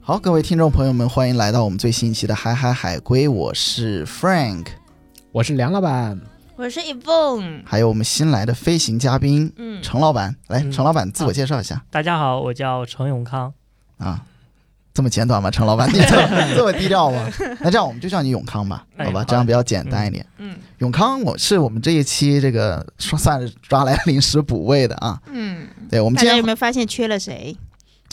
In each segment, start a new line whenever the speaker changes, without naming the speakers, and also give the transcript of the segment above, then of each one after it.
好，各位听众朋友们，欢迎来到我们最新一期的《海海海龟》，我是 Frank，
我是梁老板，
我是 e v o n
还有我们新来的飞行嘉宾
嗯，
程老板。来，
嗯
程老板自我介绍一下
大家好，我叫程永康。
啊，这么简短吗？程老板， 你这么这么低调吗？那这样我们就叫你永康吧，
哎
好吧，
好
这样比较简单一点。
嗯
永康，我是我们这一期这个说算是抓来临时补位的啊。
嗯，
对，我们
大
今
家有
天
没有发现缺了谁？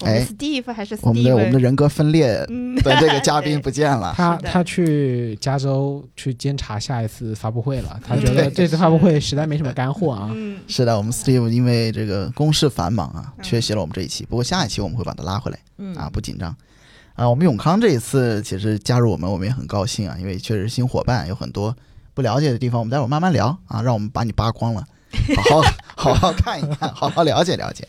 我
哎
们 Steve 还是 Steve？
我们的我们的人格分裂
嗯
的这个嘉宾不见了。
他
是的
他去加州去监察下一次发布会了，他觉
对
得这次发布会实在没什么干货啊。
嗯，
是的，我们 Steve 因为这个公事繁忙啊，
嗯
缺席了我们这一期。不过下一期我们会把他拉回来
嗯
啊，不紧张。啊，我们永康这一次其实加入我们，我们也很高兴啊，因为确实是新伙伴有很多不了解的地方，我们待会儿慢慢聊啊，让我们把你扒 光了，好好好好看一看，好好了解了解。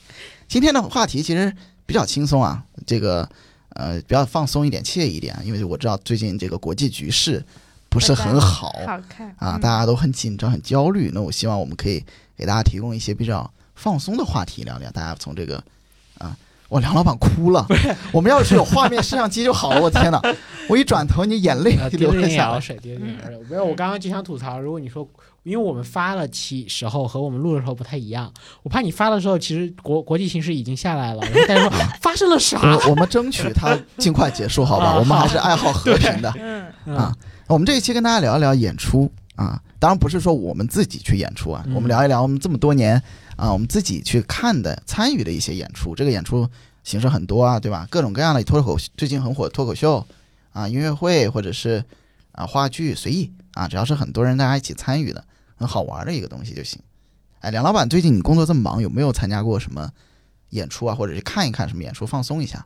今天的话题其实比较轻松啊，这个呃比较放松一点、惬意一点啊，因为我知道最近这个国际局势不是很好，
好看
啊，
嗯
大家都很紧张、很焦虑。那我希望我们可以给大家提供一些比较放松的话题聊聊。大家从这个啊，我梁老板哭 了，我们要是有画面摄像机就好了。我天哪，我一转头，你眼泪
啊
呃
就
滴
流
了
了
点
下
眼
来。
水，滴了点眼水。没有，我刚刚就想吐槽，如果你说，因为我们发了期时候和我们录的时候不太一样，我怕你发的时候其实国国际形势已经下来了，然后大家说发生了啥？
我我们争取它尽快结束，好吧？
啊
我们还是爱好和平的。
嗯
啊我们这一期跟大家聊一聊演出啊，当然不是说我们自己去演出啊，
嗯
我们聊一聊我们这么多年啊，我们自己去看的、参与的一些演出。这个演出形式很多啊，对吧？各种各样的脱口，最近很火的脱口秀啊、音乐会或者是啊话剧，随意啊，只要是很多人大家一起参与的，很好玩的一个东西就行。哎，梁老板，最近你工作这么忙，有没有参加过什么演出啊，或者是看一看什么演出，放松一下？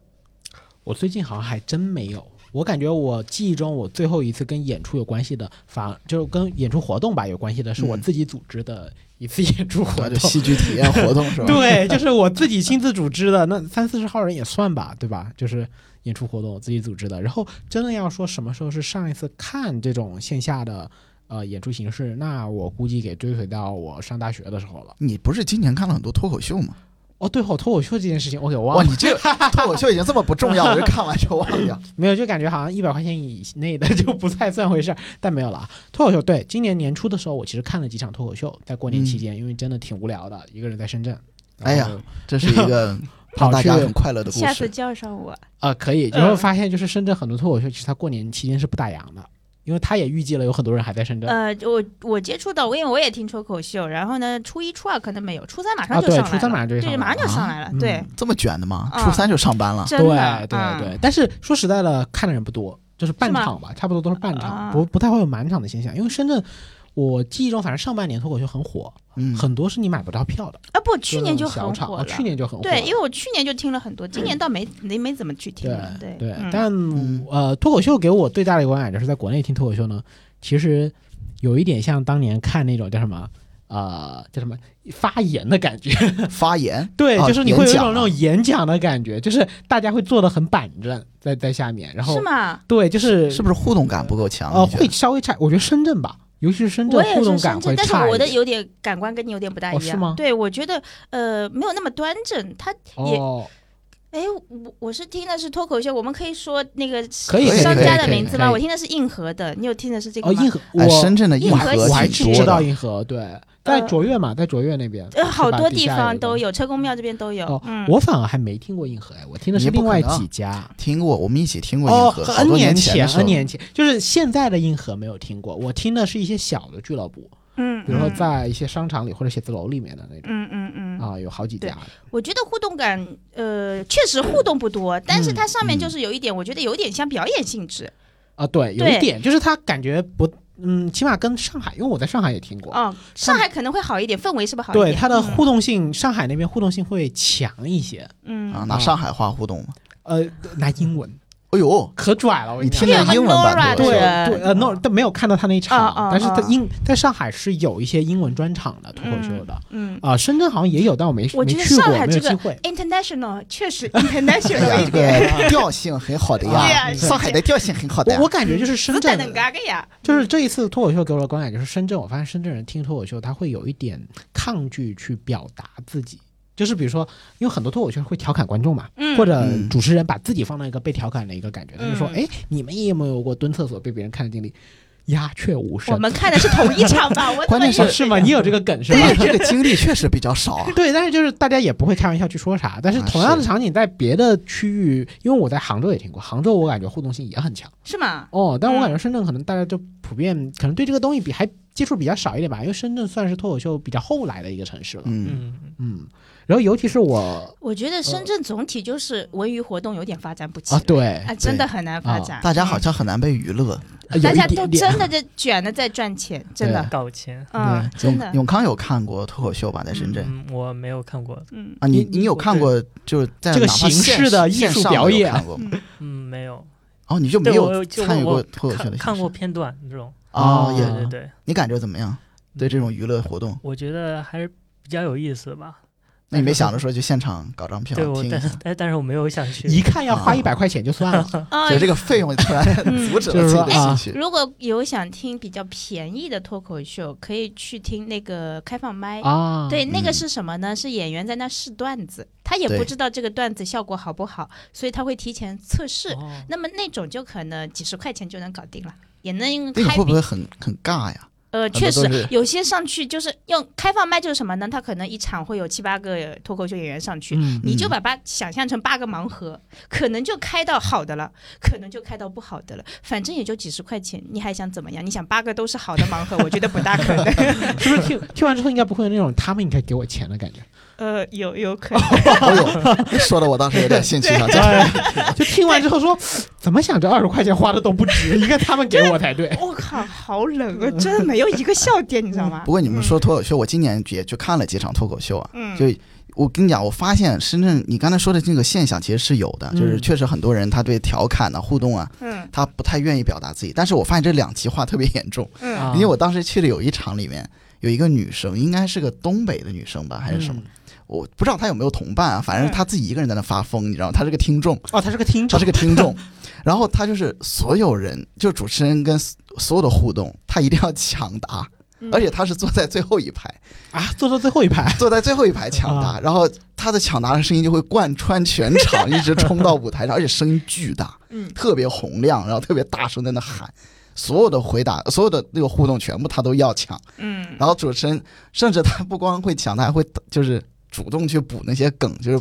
我最近好像还真没有。我感觉我记忆中，我最后一次跟演出有关系的，反而就是跟演出活动吧有关系的，是我
嗯
自己组织的一次演出活
啊就
动。
戏剧体验活 动是吧？
对，就是我 自己亲自组织的，那三四十号人也算吧，对吧？就是演出活动我自己组织的。然后真的要说什么时候是上一次看这种线下的呃演出形式，那我估计给追随到我上大学的时候了。
你不是今年看了很多脱口秀吗？
哦，对哦，脱口秀这件事情我给
哇，
忘了，
你这个脱口秀已经这么不重要，我就看完就忘 掉。
没有，就感觉好像一百块钱以内的 就不太算回事儿，但没有了啊。脱口秀，对，今年年初的时候我其实看了几场脱口秀，在过年期间，因为真的挺无聊的，一个人在深圳。
嗯哎呀
然后
这是一 个让大家很快乐的故
下次
事。
叫上我，
啊，可以。然
嗯
后发现就是深圳很多脱口秀，其实他过年期间是不打烊的，因为他也预计了有很多人还在深圳。
呃，我我接触到，因为我也听脱口秀，然后呢，初一、初二可能没有，初三马上
啊
就
对
上来了，
初三马上就上
对，
来
马上就
了
上来了，啊
嗯
对，
这么卷的吗？
啊
初三就上班了，
真
对啊
的，嗯
对对、但是说实在的，看的人不多，就是半
是吗
场吧，差不多都是半场，
啊
不不太会有满场的现象。因为深圳，我记忆中反正上半年脱口秀很火，
嗯，
很多是你买不到票的。
啊不，去年
就
就是
那
很
种小场
火
啊
了，
去年就很火了。
对，因为我去年就听了很多，今年倒没没没怎么去听了，对
对，
嗯
但
嗯
呃，脱口秀给我最大的一个观感就是，在国内听脱口秀呢，其实有一点像当年看那种叫什么。呃，叫什么发言的感觉？
发言
对，
啊
就是你会有一
演讲
种那种演讲的感觉，就是大家会做的很板正，在在下面，然
是
后
吗？
对，就是
是不是互动感不够强？
呃
你觉得
会稍微差，我觉得深圳吧，尤其是深圳
我也
互
是
动
深
感
圳
会，
但是
差
我
一
的
点。
有点感官跟你有点不大
哦
一
是
样。
吗
对，我觉得呃没有那么端正。他也
哦，
哎，我我是听的是脱口秀，我们可以说那个
可以
可以
哎商家
可以
的名字吗？
可以
我听的是硬核的，你有听的是这个
哦，
吗？
硬核，
哎，深
我
圳的硬
硬
核
核
我还
挺
是
多
知
的
道硬核，对，在
呃
卓越嘛，在卓越那边，
呃，好
是吧
多
底
地
下
方
一个
都有，车公庙这边都有
哦。
嗯，
我反而还没听过硬核哎，我听的
你
是
不
另
可
外
能
几家。
听过，我们一起听过
哦
硬核，好
，N
多年前
前
的时候
，N 年前，就是现在的硬核没有听过，我听的是一些小的俱乐部，
嗯，
比如说
嗯
在一些商场里或者写字楼里面的那种
嗯嗯嗯，
啊，有好几
对
家。
我觉得互动感，呃，确实互动不多，但是它
嗯
上面就是有一点，我觉得有点像表演性质。
啊，对，有一
对
点就是他感觉不，嗯，起码跟上海，因为我在上海也听过，
哦，上海可能会好一点，氛围是不是好一点？
对它的
嗯
互动性，上海那边互动性会强一些，
啊，
嗯，
拿上海话互动嘛。
呃，拿英文
哎呦，
可拽了，我跟
你
讲
听的英文版
那
对
多
个
了
Nora
对，呃，no，但没有看到他那一
啊
场
啊，
但是他
啊
英在上海是有一些英文专场的脱口秀的，
嗯。
啊，深圳好像也有，但我没
我
没
觉得
去过
上，海
没有
这
机
个
会。
international 确实
哎
international
呀，
一
这
点，
个 调性很好的
对
呀，
呀
上海的调性很好的呀
啊我我。感觉就是深
是
圳
的，啊能嘎嘎呀，
就是这一次脱口秀给我的观感就是深圳，我发现深圳人听脱口秀他会有一点抗拒去表达自己，就是比如说，因为很多脱口秀会调侃观众嘛，
嗯，
或者
嗯
主持人把自己放到一个被调侃的一个感觉，他就说：“
嗯
哎，你们也有没有过蹲厕所被别人看的经历？”鸦雀无声。
我们看的是同一场吧？我
关键
哦
是
是吗？你有这个梗是
这
吗？
这个经历确实比较少啊。
对，但是就是大家也不会开玩笑去说啥。但是
啊
同样的
是
场景在别的区域，因为我在杭州也听过，杭州我感觉互动性也很强
是吗？
哦。但我感
嗯
觉深圳可能大家就普遍可能对这个东西比还接触比较少一点吧，因为深圳算是脱口秀比较后来的一个城市了。
嗯，
嗯，
嗯，然后尤其是我
我觉得深圳总体就是文娱活动有点发展不起
啊，
来
对，
啊，真的很难发展。嗯
大家好像很难被娱乐。
有
啊大
一
家都
点点
真 的在卷的在赚钱，真的，
搞钱。
嗯，真的
永，永康有看过脱口秀吧？在深圳
嗯，我没有看过，
嗯
啊，你
你
你有看过就是在
这个
哪怕
形
线
式的艺
线
术
上
表
有
演
看过吗？
嗯，
嗯，没有。
哦，你就没
对我
有
就
参与
我
过
我
脱口秀的形
看看
式
过片段这种。
哦，
啊
对
也
对对，
你感觉怎么样？对这种娱乐活动，
我觉得还是比较有意思的吧。
那你没想着说去现场搞张票
对我
听，一
但
下？
但但是我没有想去。哦
一看要花
啊
一百块钱就算了。
啊
所以，这个费用突然
嗯
阻止了自己的兴趣。
如果有想听比较便宜的脱口秀，可以去听那个开放麦。
啊，
哎对，那个
嗯
是什么呢？是演员在那试段子，他也不
对
知道这个段子效果好不好，所以他会提前测试。
哦
那么那种就可能几十块钱就能搞定了，也能
那个
开
会不
比
会很很尬呀？
呃，
多
确
都
实
是
有些上去就是用开放麦就是什么呢？他可能一场会有七八个脱口秀演员上去，
嗯
你就把它想象成八个盲盒，可能就开到好的了，可能就开到不好的了，反正也就几十块钱，你还想怎么样？你想八个都是好的 盲盒，我觉得不大可能。
是不是听听完之后应该不会有那种他们应该给我钱的感觉？
呃，有有可能，
哦呦，你说的我当时有点兴趣 了。这
哎，就听完之后说，怎么想这二十块钱花的都不值，应该他们给我才 对。
我靠，好冷啊，真的没有一个笑点，你知道吗
不？过你们说脱口秀，我今年也去看了几场脱口秀啊。
嗯，
就我跟你讲，我发现深圳你刚才说的这个现象其实是有的，就是
嗯
确实很多人他对调侃啊、互动啊，
嗯
他不太愿意表达自己。但是我发现这两极化特别严重，
嗯
啊
因为我当时去的有一场里面有一个女生，应该是个东北的女生吧，还是
嗯
什么，我不知道她有没有同伴啊，反正她自己一个人在那发疯，你知道吗？她是个听众，
哦，他是个听
她
众
是，个听众，然后她就是所有人，就主持人跟所有的互动，她一定要抢答，
嗯
而且她是坐在最后一排。
啊，坐到最后一排。
坐在最后一排抢答，
啊
然后他的抢答的声音就会贯穿全场，一直冲到舞台上，而且声音巨大，
嗯
特别洪亮，然后特别大声在那喊，所有的回答，所有的那个互动全部他都要抢，
嗯，
然后主持人甚至他不光会抢，他还会就是主动去补那些梗，就是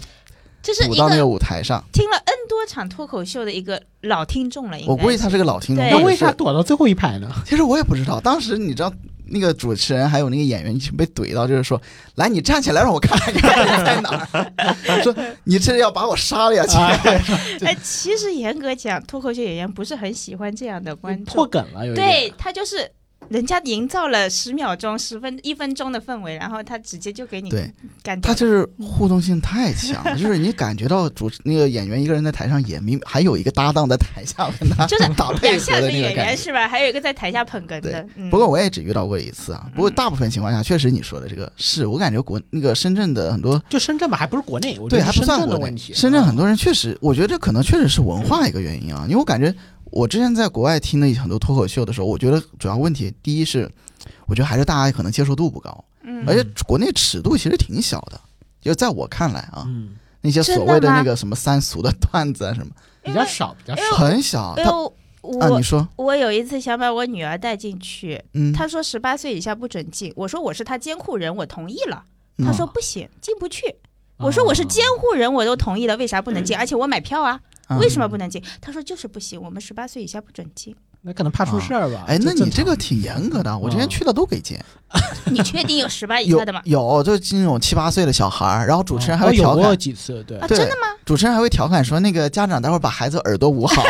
这是
补
一
到那个
个
舞台上。
听了 N 多场脱口秀的一个老听众了，应该
我估计他是个老听众，
对
那
或
为
者
啥
是
躲到最后一排呢？
其实我也不知道，当时你知道。那个主持人还有那个演员一直被怼到，就是说，来，你站起来让我看看你到底在哪儿。说你这是要把我杀了呀，亲爱的
哎，其实严格讲，脱口秀演员不是很喜欢这样的观众
破，梗了，有一点
对他就是人家营造了十秒钟、十分一分钟的氛围，然后他直接就给你
对
干掉
他
了。
就是互动性太强 了，就是你感觉到主持那个演员一个人在台上演，明还有一个搭档在台下跟 他
就是
打 配
两
合
下
的
子
那个
演
感
员
觉。
是吧？还有一个在台下捧哏的
对，
嗯
不过我也只遇到过一次啊，不过
嗯
大部分情况下确实你说的这个是我感觉国那个深圳的很多
就深圳吧，还不是国内，我觉
对
得
还
是
不
深
算
圳的
国
问
内，
题。啊
深圳很多人确实，我觉得这可能确实是文化一个原因啊，因为我感觉我之前在国外听的很多脱口秀的时候，我觉得主要问题第一是，我觉得还是大家可能接受度不高，
嗯
而且国内尺度其实挺小的，就在我看来啊，
嗯，
那些
真
所
的
谓的
吗哎
那个什么三俗的段子啊什么，
比较少，比较少。
很小。
因
他
为
啊，
我
你说，
我有一次想把我女儿带进去，
嗯，
她说十八岁以下不准进，我说我是她监护人，我同意了。
嗯
她说不行，进不去。我说
啊
我是监护人，我都同意了，为啥不
嗯
能进？而且我买票啊，
啊
为什么不能进？她说就是不行，我们十八岁以下不准进。
那可能怕出事儿吧。
哎，那
正
你这
常
个挺严格的，我之前
嗯
去的都给禁，
你确定有十八以
有
下的吗？
有就是那种七八岁的小孩儿，然后主持人还
哦
会
有
调
过
侃，
几次，对
啊，
对
真的吗？
主持人还会调侃说那个家长待会儿把孩子耳朵捂 好，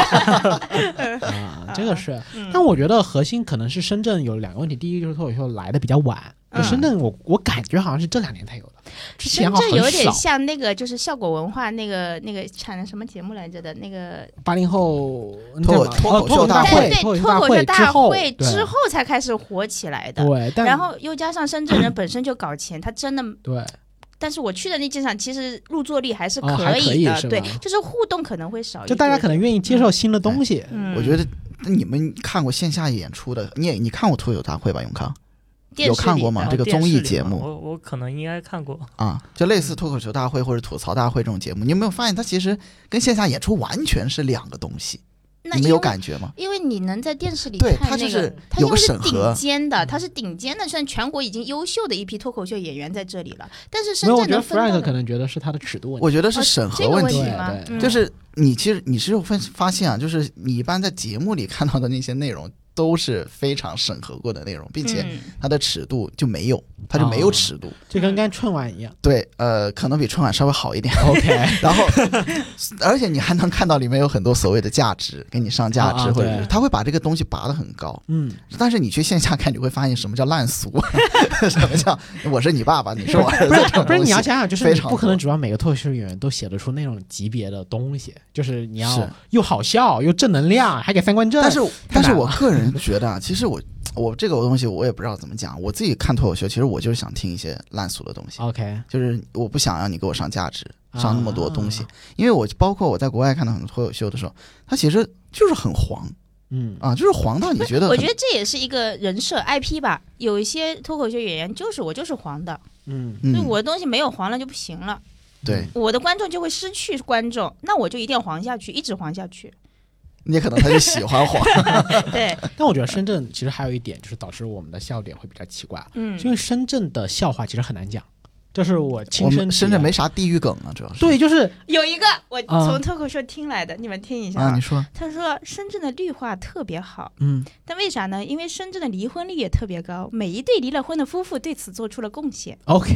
啊，这个是。
嗯
但我觉得核心可能是深圳有两个问题，第一个就是脱口秀来的比较晚，就
嗯
深圳我我感觉好像是这两年才有的，之前
深
好像
圳有
很
点
少。
像那个，就是效果文化那个那个产的什么节目来着的那个，
八零后
脱口
那叫
脱
哦
口
脱
秀
口
大
大
会
会口
对，对，
秀
脱口秀
之
大
后
会
对
之后才开始火起来的。
对，但
然后哦又加上深圳人本身就搞钱，他真的，
对
但是我去的那几场其实入座率还是
哦还可以
以的，
是吧
对，就是互动可能会少一点，
就大家可能愿意接受新的东西，
嗯，
我觉得。那你们看过线下演出的？你也你看过脱口秀大会吧，永康？
电视里
看过吗
的
啊这个
电
综艺
视里
节
嘛
目
我我可能应该看过，
啊，就类似脱口秀大会或者吐槽大会这种节目，你有没有发现它其实跟线下演出完全是两个东西？
那
你们
因为
有感觉吗？
因为你能在电视里
对
看
它就
那
是
个，它
有
因
个
为是
审核嗯
顶尖的，它是顶尖的，算全国已经优秀的一批脱口秀演员在这里了。但是
没
深
有，我
圳
觉得
能分到
Frank 可
的
能觉得是他的尺度问题。
我觉得是
哦
审核
这个
问
问
题，
题
对
吗
对？
嗯
就是你其实你是会发现啊，就是你一般在节目里看到的那些内容都是非常审核过的内容，并且
嗯
它的尺度就没有，它就没有
哦
尺度。
就跟刚春晚 一样。
对，呃，可能比春晚稍微好一 点。
OK，
然后，而且你还能看到里面有很多所谓的价值，给你上价值，
啊啊
或者
对
是他会把这个东西拔得很高。
嗯，
但是你去线下看，你会发现什么叫烂 俗，什么叫我是你爸爸，你是 我儿子
不
这种
是不是，
东
你
西
要。想想，就是
非
你
常
不可
多
能指望每个脱口秀演员都写得出那种级别的东西，就是你
是
要又好笑又正能量，还给三观正。
但是，
太
但是
难
我
了
个人觉得啊，其实我我这个东西我也不知道怎么讲。我自己看脱口秀，其实我就是想听一些烂俗的东西，
OK，
就是我不想让你给我上价值，上那么多东西
啊。
因为我包括我在国外看到很多脱口秀的时候，它其实就是很黄
嗯，
啊，就是黄到你觉得
我
很
觉得这也是一个人设 IP 吧。有一些脱口秀演员就是我就是黄的，
嗯，
就
嗯，
我的东西没有黄了就不行了，
对，
我的观众就会失去观众，那我就一定要黄下去，一直黄下去。
你可能他就喜欢黄，
对，
但我觉得深圳其实还有一点，就是导致我们的笑点会比较奇怪，
嗯
因为深圳的笑话其实很难讲，这是我
我
亲身
们深圳
体
没
验
啥地域梗啊，主要是
对，就是
有一个我
啊
从脱口秀听来的，你们听一下
啊，
啊
你。说
他说深圳的绿化特别好，
嗯
但为啥呢？因为深圳的离婚率也特别高，每一对离了婚的夫妇对此做出了贡献。
，OK，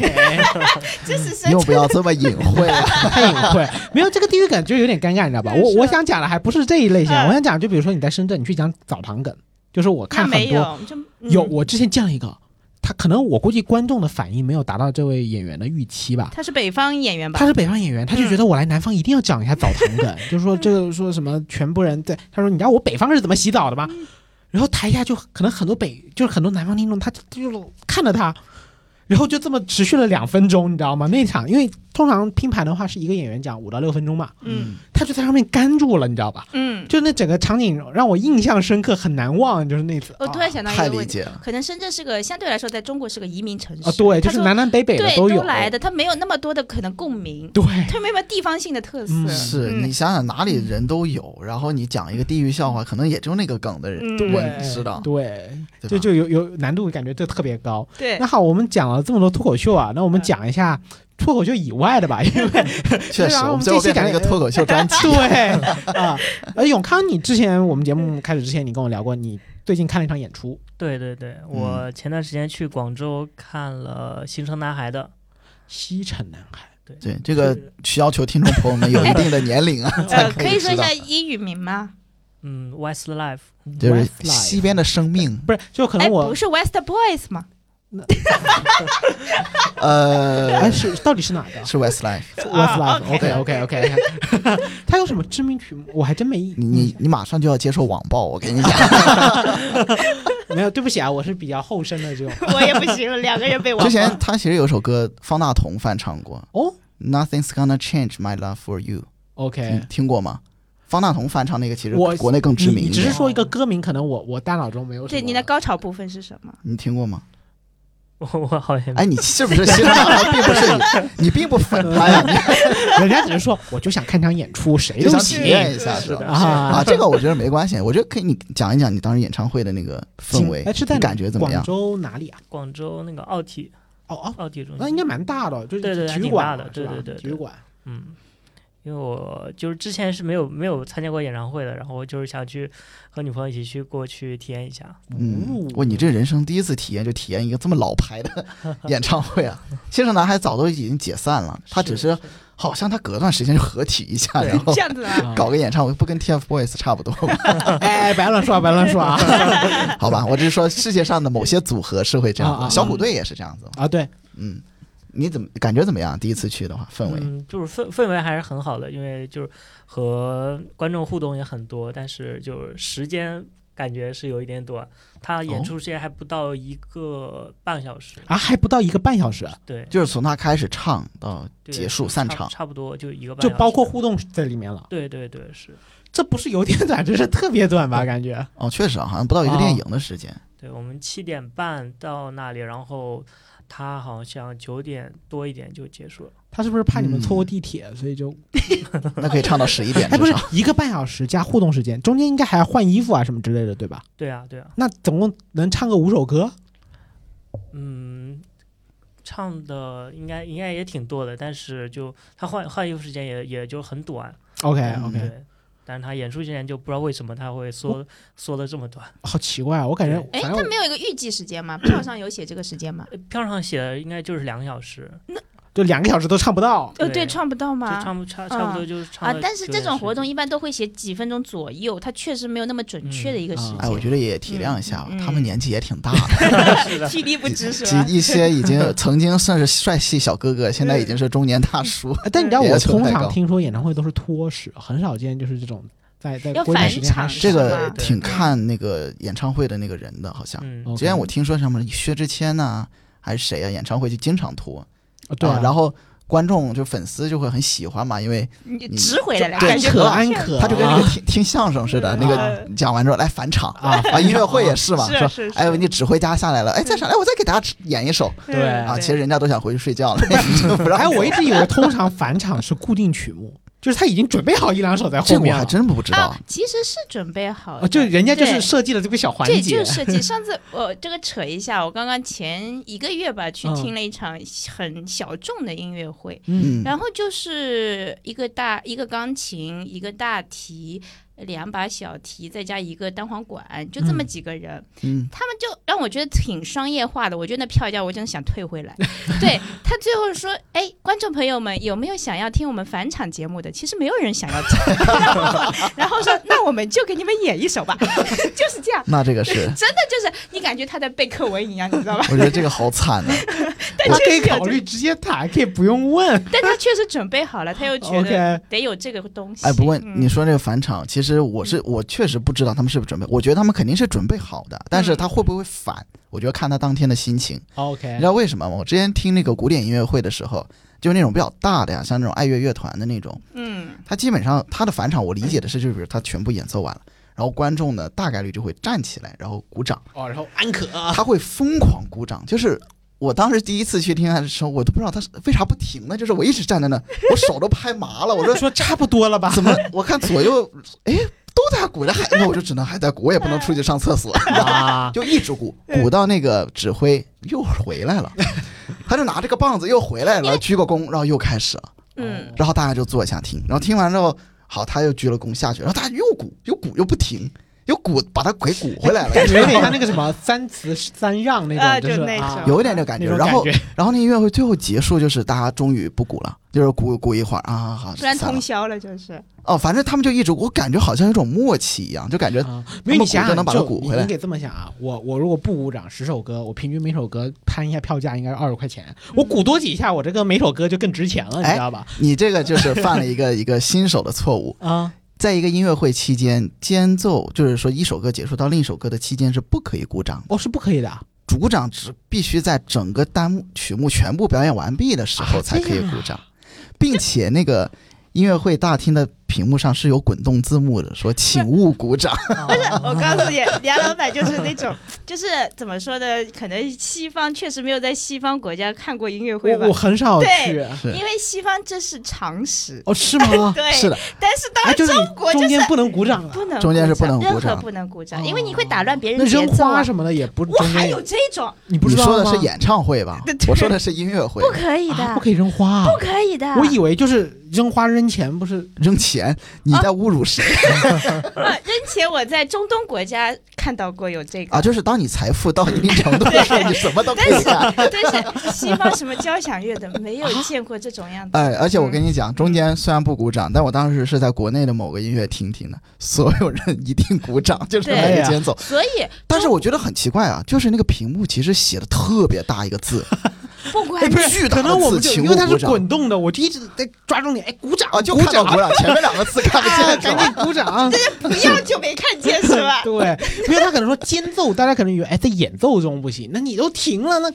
这是深
又
圳
不要这么隐晦啊，
太隐晦，没有这个地域梗就有点尴尬，你知道吧？
是
我我想讲的还不是这一类型，
嗯
我想讲就比如说你在深圳，你去讲澡堂梗，就是我
那
看很
没
多
有，就、嗯
有，我之前见了一个，他可能我估计观众的反应没有达到这位演员的预期吧。
他是北方演员吧
他？是北方演员，他
嗯
就觉得我来南方一定要讲一下澡堂 梗，就是说这个说什么全部人在，他说你知道我北方是怎么洗澡的吗？
嗯
然后台下就可能很多北就是很多南方听众，他就就是看着他，然后就这么持续了两分钟，你知道吗？那场因为通常拼盘的话是一个演员讲五到六分钟嘛，
嗯
他就在上面干住了，你知道吧？
嗯，
就那整个场景让我印象深刻，很难忘，就是那次。啊
我哦突然想到
嗯太
一个
理
问题，
解了。
可能深圳是个相对来说在中国是个移民城市
啊，对，就
他
是
说
南南北北的
对
有。
来的，他没有那么多的可能共鸣，
对，
他没有地方性的特色。
嗯
是
嗯
你想想哪里人都有，然后你讲一个地域笑话，可能也就那个梗的人
嗯
人知道，
对，
对
就
吧？
就有有难度，感觉这特别高。
对
那，好，我们讲了这么多脱口秀啊，那我们
嗯
讲一下脱口秀以外的吧，因 为
确实，
然
我
后啊
们
我们
最后
这期
变成了一个
感觉
脱口秀 专题。
对啊，而永康，你之前我们节目开始之前，你跟我聊过，你最近看了一场演出
对对对，
嗯
我前段时间去广州看了《新生男孩》的，
《西城男孩
对，这个需要求听众朋友们有一定的年龄啊，才
呃，可以
以
说
知
一
道
下，英语名吗？
嗯，Westlife，》，
就是《
Westlife
西边的生命
不是，就可
哎，
能我
不是 West Boys 吗？》，
呃
哎，，是到底是哪个
是 Westlife。
？What's
啊
Love？OK OK OK，, 他有什么知名曲目？我还真没
你你你马上就要接受网暴，我跟你讲，
没有，对不起啊，我是比较后生的这种。
我也不行了，两个人被我
之前他其实有首歌方大同翻唱过
哦
，Nothing's gonna change my love for you，
，OK，
你听过吗？方大同翻唱那个其实
我
国内更知
你
名一
你只是
点，
说一个歌名，可能我我大脑中没有什么。
对你的高潮部分是什么？
你听过吗？
我我好 像
哎，你是不是欣赏他，并不是 你，你并不粉
嗯
他呀，你
人家只是说，我就想看场演出，谁
就
都
想
行
体验一下是吧？啊，
啊。
这个我觉得没关系，我觉得可以，你讲一讲你当时演唱会的那个氛围，
哎，是在
你感觉怎么样
广？州哪里啊？
广州那个奥体
哦哦，
奥体中
那
心
应该蛮大的，就是
嗯对对
体
还
育
挺
馆
大
嘛
的
是吧
对对对对
体育馆。
嗯，因为我就是之前是没有没有参加过演唱会的，然后我就是想去和女朋友一起去过去体验一下。
嗯
哦，
哇，你这人生第一次体验就体验一个这么老牌 的演唱会啊！先生男孩早都已经解散了，他只是好像他隔段时间就合体一下，
对
然后
这样子啊？
啊
搞个演唱会，不跟 TFBOYS 差不多吗？
哎，白乱说啊，白乱说啊
好吧，我只是说世界上的某些组合是会这样
啊啊
的，
啊
小虎队也是这样子嘛。
啊！对，
嗯，你怎么感觉怎么样？第一次去的话，氛围
嗯，就是氛氛围还是很好的，因为就是和观众互动也很多，但是就是时间感觉是有一点短，他演
哦
出时间还不到一个半小时，
啊，还不到一个半小时，啊
对，
就是从他开始唱到
对
结束散场，
差不多就一个半
就
小时，
包括互动在里面了。
对对对是，
这不是有点短，这是特别短吧？感觉
哦，确实啊好像不到一个电影的时间。
对我们七点半到那里，然后他好像九点多一点就结束了。
他是不是怕你们错过
嗯
地铁，所以就
那可以唱到十一 点
哎，不
至
是
少。
一个半小时加互动时间，中间应该还要换衣服啊什么之类的，对吧？
对啊，对啊，
那总共能唱个五首歌，
嗯，唱的应该应该也挺多的，但是就他换换衣服时间也也就很短。
OK
嗯
OK，、哦
对，但是他演出之前就不知道为什么他会缩缩的这么短。
好奇怪啊！我感觉
对
哎，
反
他
正
没有一个预计时间吗？票上有写这个时间吗？
呃票上写的应该就是两个小时，
就两个小时都唱不到。
呃，
对
对，唱不到
就
吗
差？不差差不多就是唱
啊
了，
但是
9
这种活动
点
一般都会写几分钟左右，它确实没有那么准确的一个时
嗯
哎，我
间，
觉得也体谅一下吧，
嗯嗯
他们年纪也挺大的，
是的
体力不支是啊
几
吧？
一些已经曾经算是帅气小哥哥，现在已经是中年大叔。
哎但你知道，
对
我
要求
通
太
常
高
听说演唱会都是拖时，很少见就是这种在在
要
规定
返
时间还
场
少
这个
吧
对
挺看那个演唱会的那个人的，好像。
嗯，
OK
之前我听说什么薛之谦呐、还是谁啊，演唱会就经常拖，
啊对啊
啊，然后观众就粉丝就会很喜欢嘛，因为
你就
嗯
值回来了，
对
感觉
可安可
他就跟那个
啊
听、听相声似的，
嗯
那个讲完之后来返场
啊
啊，音乐会也是嘛，
是
说
是是
哎呦你指挥家下来了，哎再上来我再给大家演一首
对
对
啊，
对
其实人家都想回去睡觉了， 你就不让
哎，我一直以为通常返场是固定曲目，就是他已经准备好一两首在
这
后
个我
面
还
了，
真不知道
啊，，其实是准备好
哦
的，
就人家就是
对
设计了这个小环
对，
节
就，是设计。上次我这个扯一下，我刚刚前一个月吧去
嗯
听了一场很小众的音乐会，
嗯
嗯，
然后就是一个大一个钢琴，一个大提，两把小提，再加一个单簧管，就这么
嗯
几个人，
嗯，
他们就让我觉得挺商业化的。我觉得那票价我真的想 退回来。对他最后说：“哎，观众朋友们，有没有想要听我们返场节目的？其实没有人想要 听。然后”然后说：“那我们就给你们演一 首吧。”就是这样。
那这个是，
真的就是你感觉他在背课文一样，你知道吧？
我觉得这个好惨啊，
他可以考虑直接打，可以不用问。
但他确实准备好了，他又觉得
OK，
得有这个东西。
哎，不过
嗯
你说这个返场，其实我是我确实不知道他们是不是准备，我觉得他们肯定是准备好的，但是他会不会返，我觉得看他当天的心情。你
OK，
知道为什么吗？我之前听那个古典音乐会的时候，就是那种比较大的呀，像那种爱乐乐团的那种，
嗯，
他基本上他的返场，我理解的是就是他全部演奏完了，然后观众呢大概率就会站起来，然后鼓掌，
哦，然后安可啊
他会疯狂鼓掌，就是。我当时第一次去听他的时候，我都不知道他是为啥不停呢，就是我一直站在那， 我手都拍麻了，我说啊
说差不多了吧？
怎么？我看左右，哎，都在鼓着，还那我就只能还在鼓，我也不能出去上厕 所，
啊，
就一直鼓，鼓到那个指挥又回来了，他就拿这个棒子又回来了，鞠个躬，然后又开始了，
哦
嗯，
然后大家就坐下听，然后听完之后，好，他又鞠了躬下去，然后大家又鼓，又鼓又不停，又鼓把他给鼓回来了，
感觉有点像那个什么三词三让那
啊
种，
就是那
啊
种
有一点这感觉。
那种
然后
感，
然后那音乐会最后结束就是大家终于不鼓了，就是鼓鼓一会儿啊，好，
突然
散了
通宵了，就是
哦，反正他们就一直，我感觉好像有种默契一样，就感觉
啊，没有你想
他们鼓就
想，
能把它
就
鼓
你
回来
你得这么想啊，我我如果不鼓掌十首歌，我平均每首歌摊一下票价应该是二十块钱，我鼓多几下，我这个每首歌就更值钱了，你
哎
知道吧？
你这个就是犯了一个一个新手的错误，
啊，
在一个音乐会期间，间奏就是说一首歌结束到另一首歌的期间是不可以鼓掌，
哦，是不可以的啊，
主鼓掌只必须在整个单幕曲目全部表演完毕的时候
啊
才可以
这样啊
鼓掌，并且那个音乐会大厅的屏幕上是有滚动字幕的，说请勿鼓掌。
不是？我告诉你， 梁老板就是那种，就是怎么说呢？可能西方确实没有在西方国家看过音乐会吧
哦我我，很少去
对。
是
因为西方这是常识。
哦，是吗？
对，
是的，
但是到
哎，
了
就是你
中国就
中
是
间不能鼓掌了，
不能
中间是
鼓掌
不能鼓
任何
掌
不能鼓
哦
掌，因为你会打乱别人
那
的
扔
节奏
花
啊。
什么的也不
哇，
中
还
间
有，这种
你不
你
知道
说的
吗
是演唱会 吧？我说的是音乐会
不，可以
啊
的
不，可以扔花啊
不，可以的。
我以为就是扔花扔钱，不是
扔钱，你在侮辱谁
啊，之前我在中东国家看到过有这个
啊？就是当你财富到一定程度
哦
的时候，
啊
你什么都可以干。
但是西方什么交响乐的没有见过这种样子。
哎，而且我跟你讲，中间虽然不鼓掌，但我当时是在国内的某个音乐厅听的，所有人一定鼓掌， 就是
对
每个间奏。
所以
但是我觉得很奇怪啊，就是那个屏幕其实写的特别大一个 字，
不
哎
管
不是巨大
可
的
能我
字，
们就
请
因
勿
为它
鼓
是
掌
滚动的，我就一直在抓重点，哎，鼓掌
啊，就
鼓
看到
掌，
鼓掌，前面两个字看不
哎，
见是
赶
吧？
紧 鼓掌，
不要就没看见是 吧？
对，因为他可能说间奏，大家可能以为哎在演奏中不行，那你都停了，那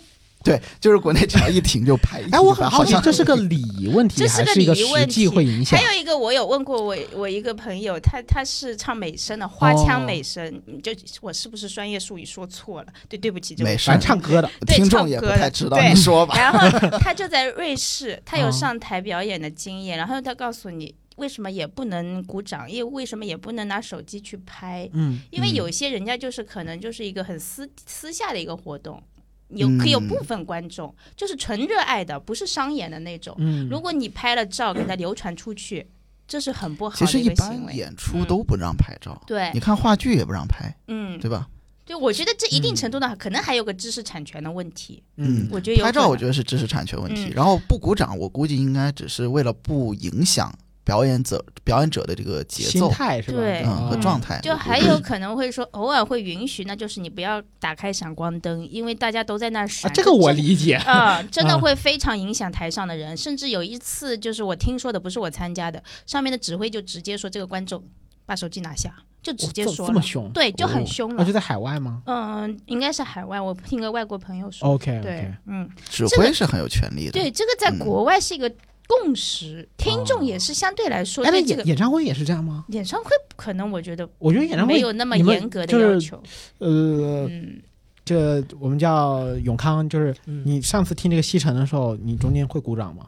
对，就是国内只要一停就拍一
哎，我很
嗯
好
好
奇
像，
这是个礼仪问题，
这是
还
个
是一个
礼仪
实
问
际
题
会影响
还？有一个，我有问过我我一个朋友，他他是唱美声的，花腔美声，你就我是不是专业术语说错了？对，对不起，对不
没
起。
事
反正唱歌的，
对
听众
唱
也不
歌
太
的
知道，
对
你说吧。
然后他就在瑞士，他有
哦
上台表演的经验，然后他告诉你为什么也不能鼓掌，因为为什么也不能拿手机去拍，
嗯，
因为
嗯
有些人家就是可能就是一个很私私下的一个活动，有
嗯
可有部分观众就是纯热爱的，不是商演的那种。
嗯，
如果你拍了照给它流传出去，这是很不好
其
的
实
一
一
个行
般
为。嗯哎
演出都不让拍照，
对
你，看话剧也不让拍，
嗯，
对吧？
对，我觉得这一定程度的可能还有个知识产权的问题，
嗯
我觉得有
拍照我觉
得
得是知识产权问题，
嗯
然后不鼓掌，我估计应该只是为了不影响表演者表演者的这个节
心
奏，
态是吧？
对
嗯和
啊
状态。
就
我估
还
计
有可能会说偶尔会允许，那就是你不要打开闪光灯，因为大家都在那儿
啊，
闪。
这个我理解。
啊、真
啊
的会非常影响台上的人，甚至有一次就是我听说的，不是我参加的，上面的指挥就直接说这个观众把手机拿下，就直接
哦这
说
这么
了，
凶，
对，就很
哦。
凶
啊，
了
就。在海外吗
嗯，应该是海外，我听个外国朋友说，
？OK，
对，嗯。
指
这个
挥是很有权利的，
对，这个在
嗯
国外是一个共识，听众也是相对来说
哎，那
对这
演
个
演唱会也是这样吗？
演唱会可能我觉得
我觉得演唱会
没有那么
你们
严格
就
的
是
要求。
呃，
嗯，
这我们叫永康，就是
嗯，
你上次听这个西城的时候，你中间会鼓掌吗？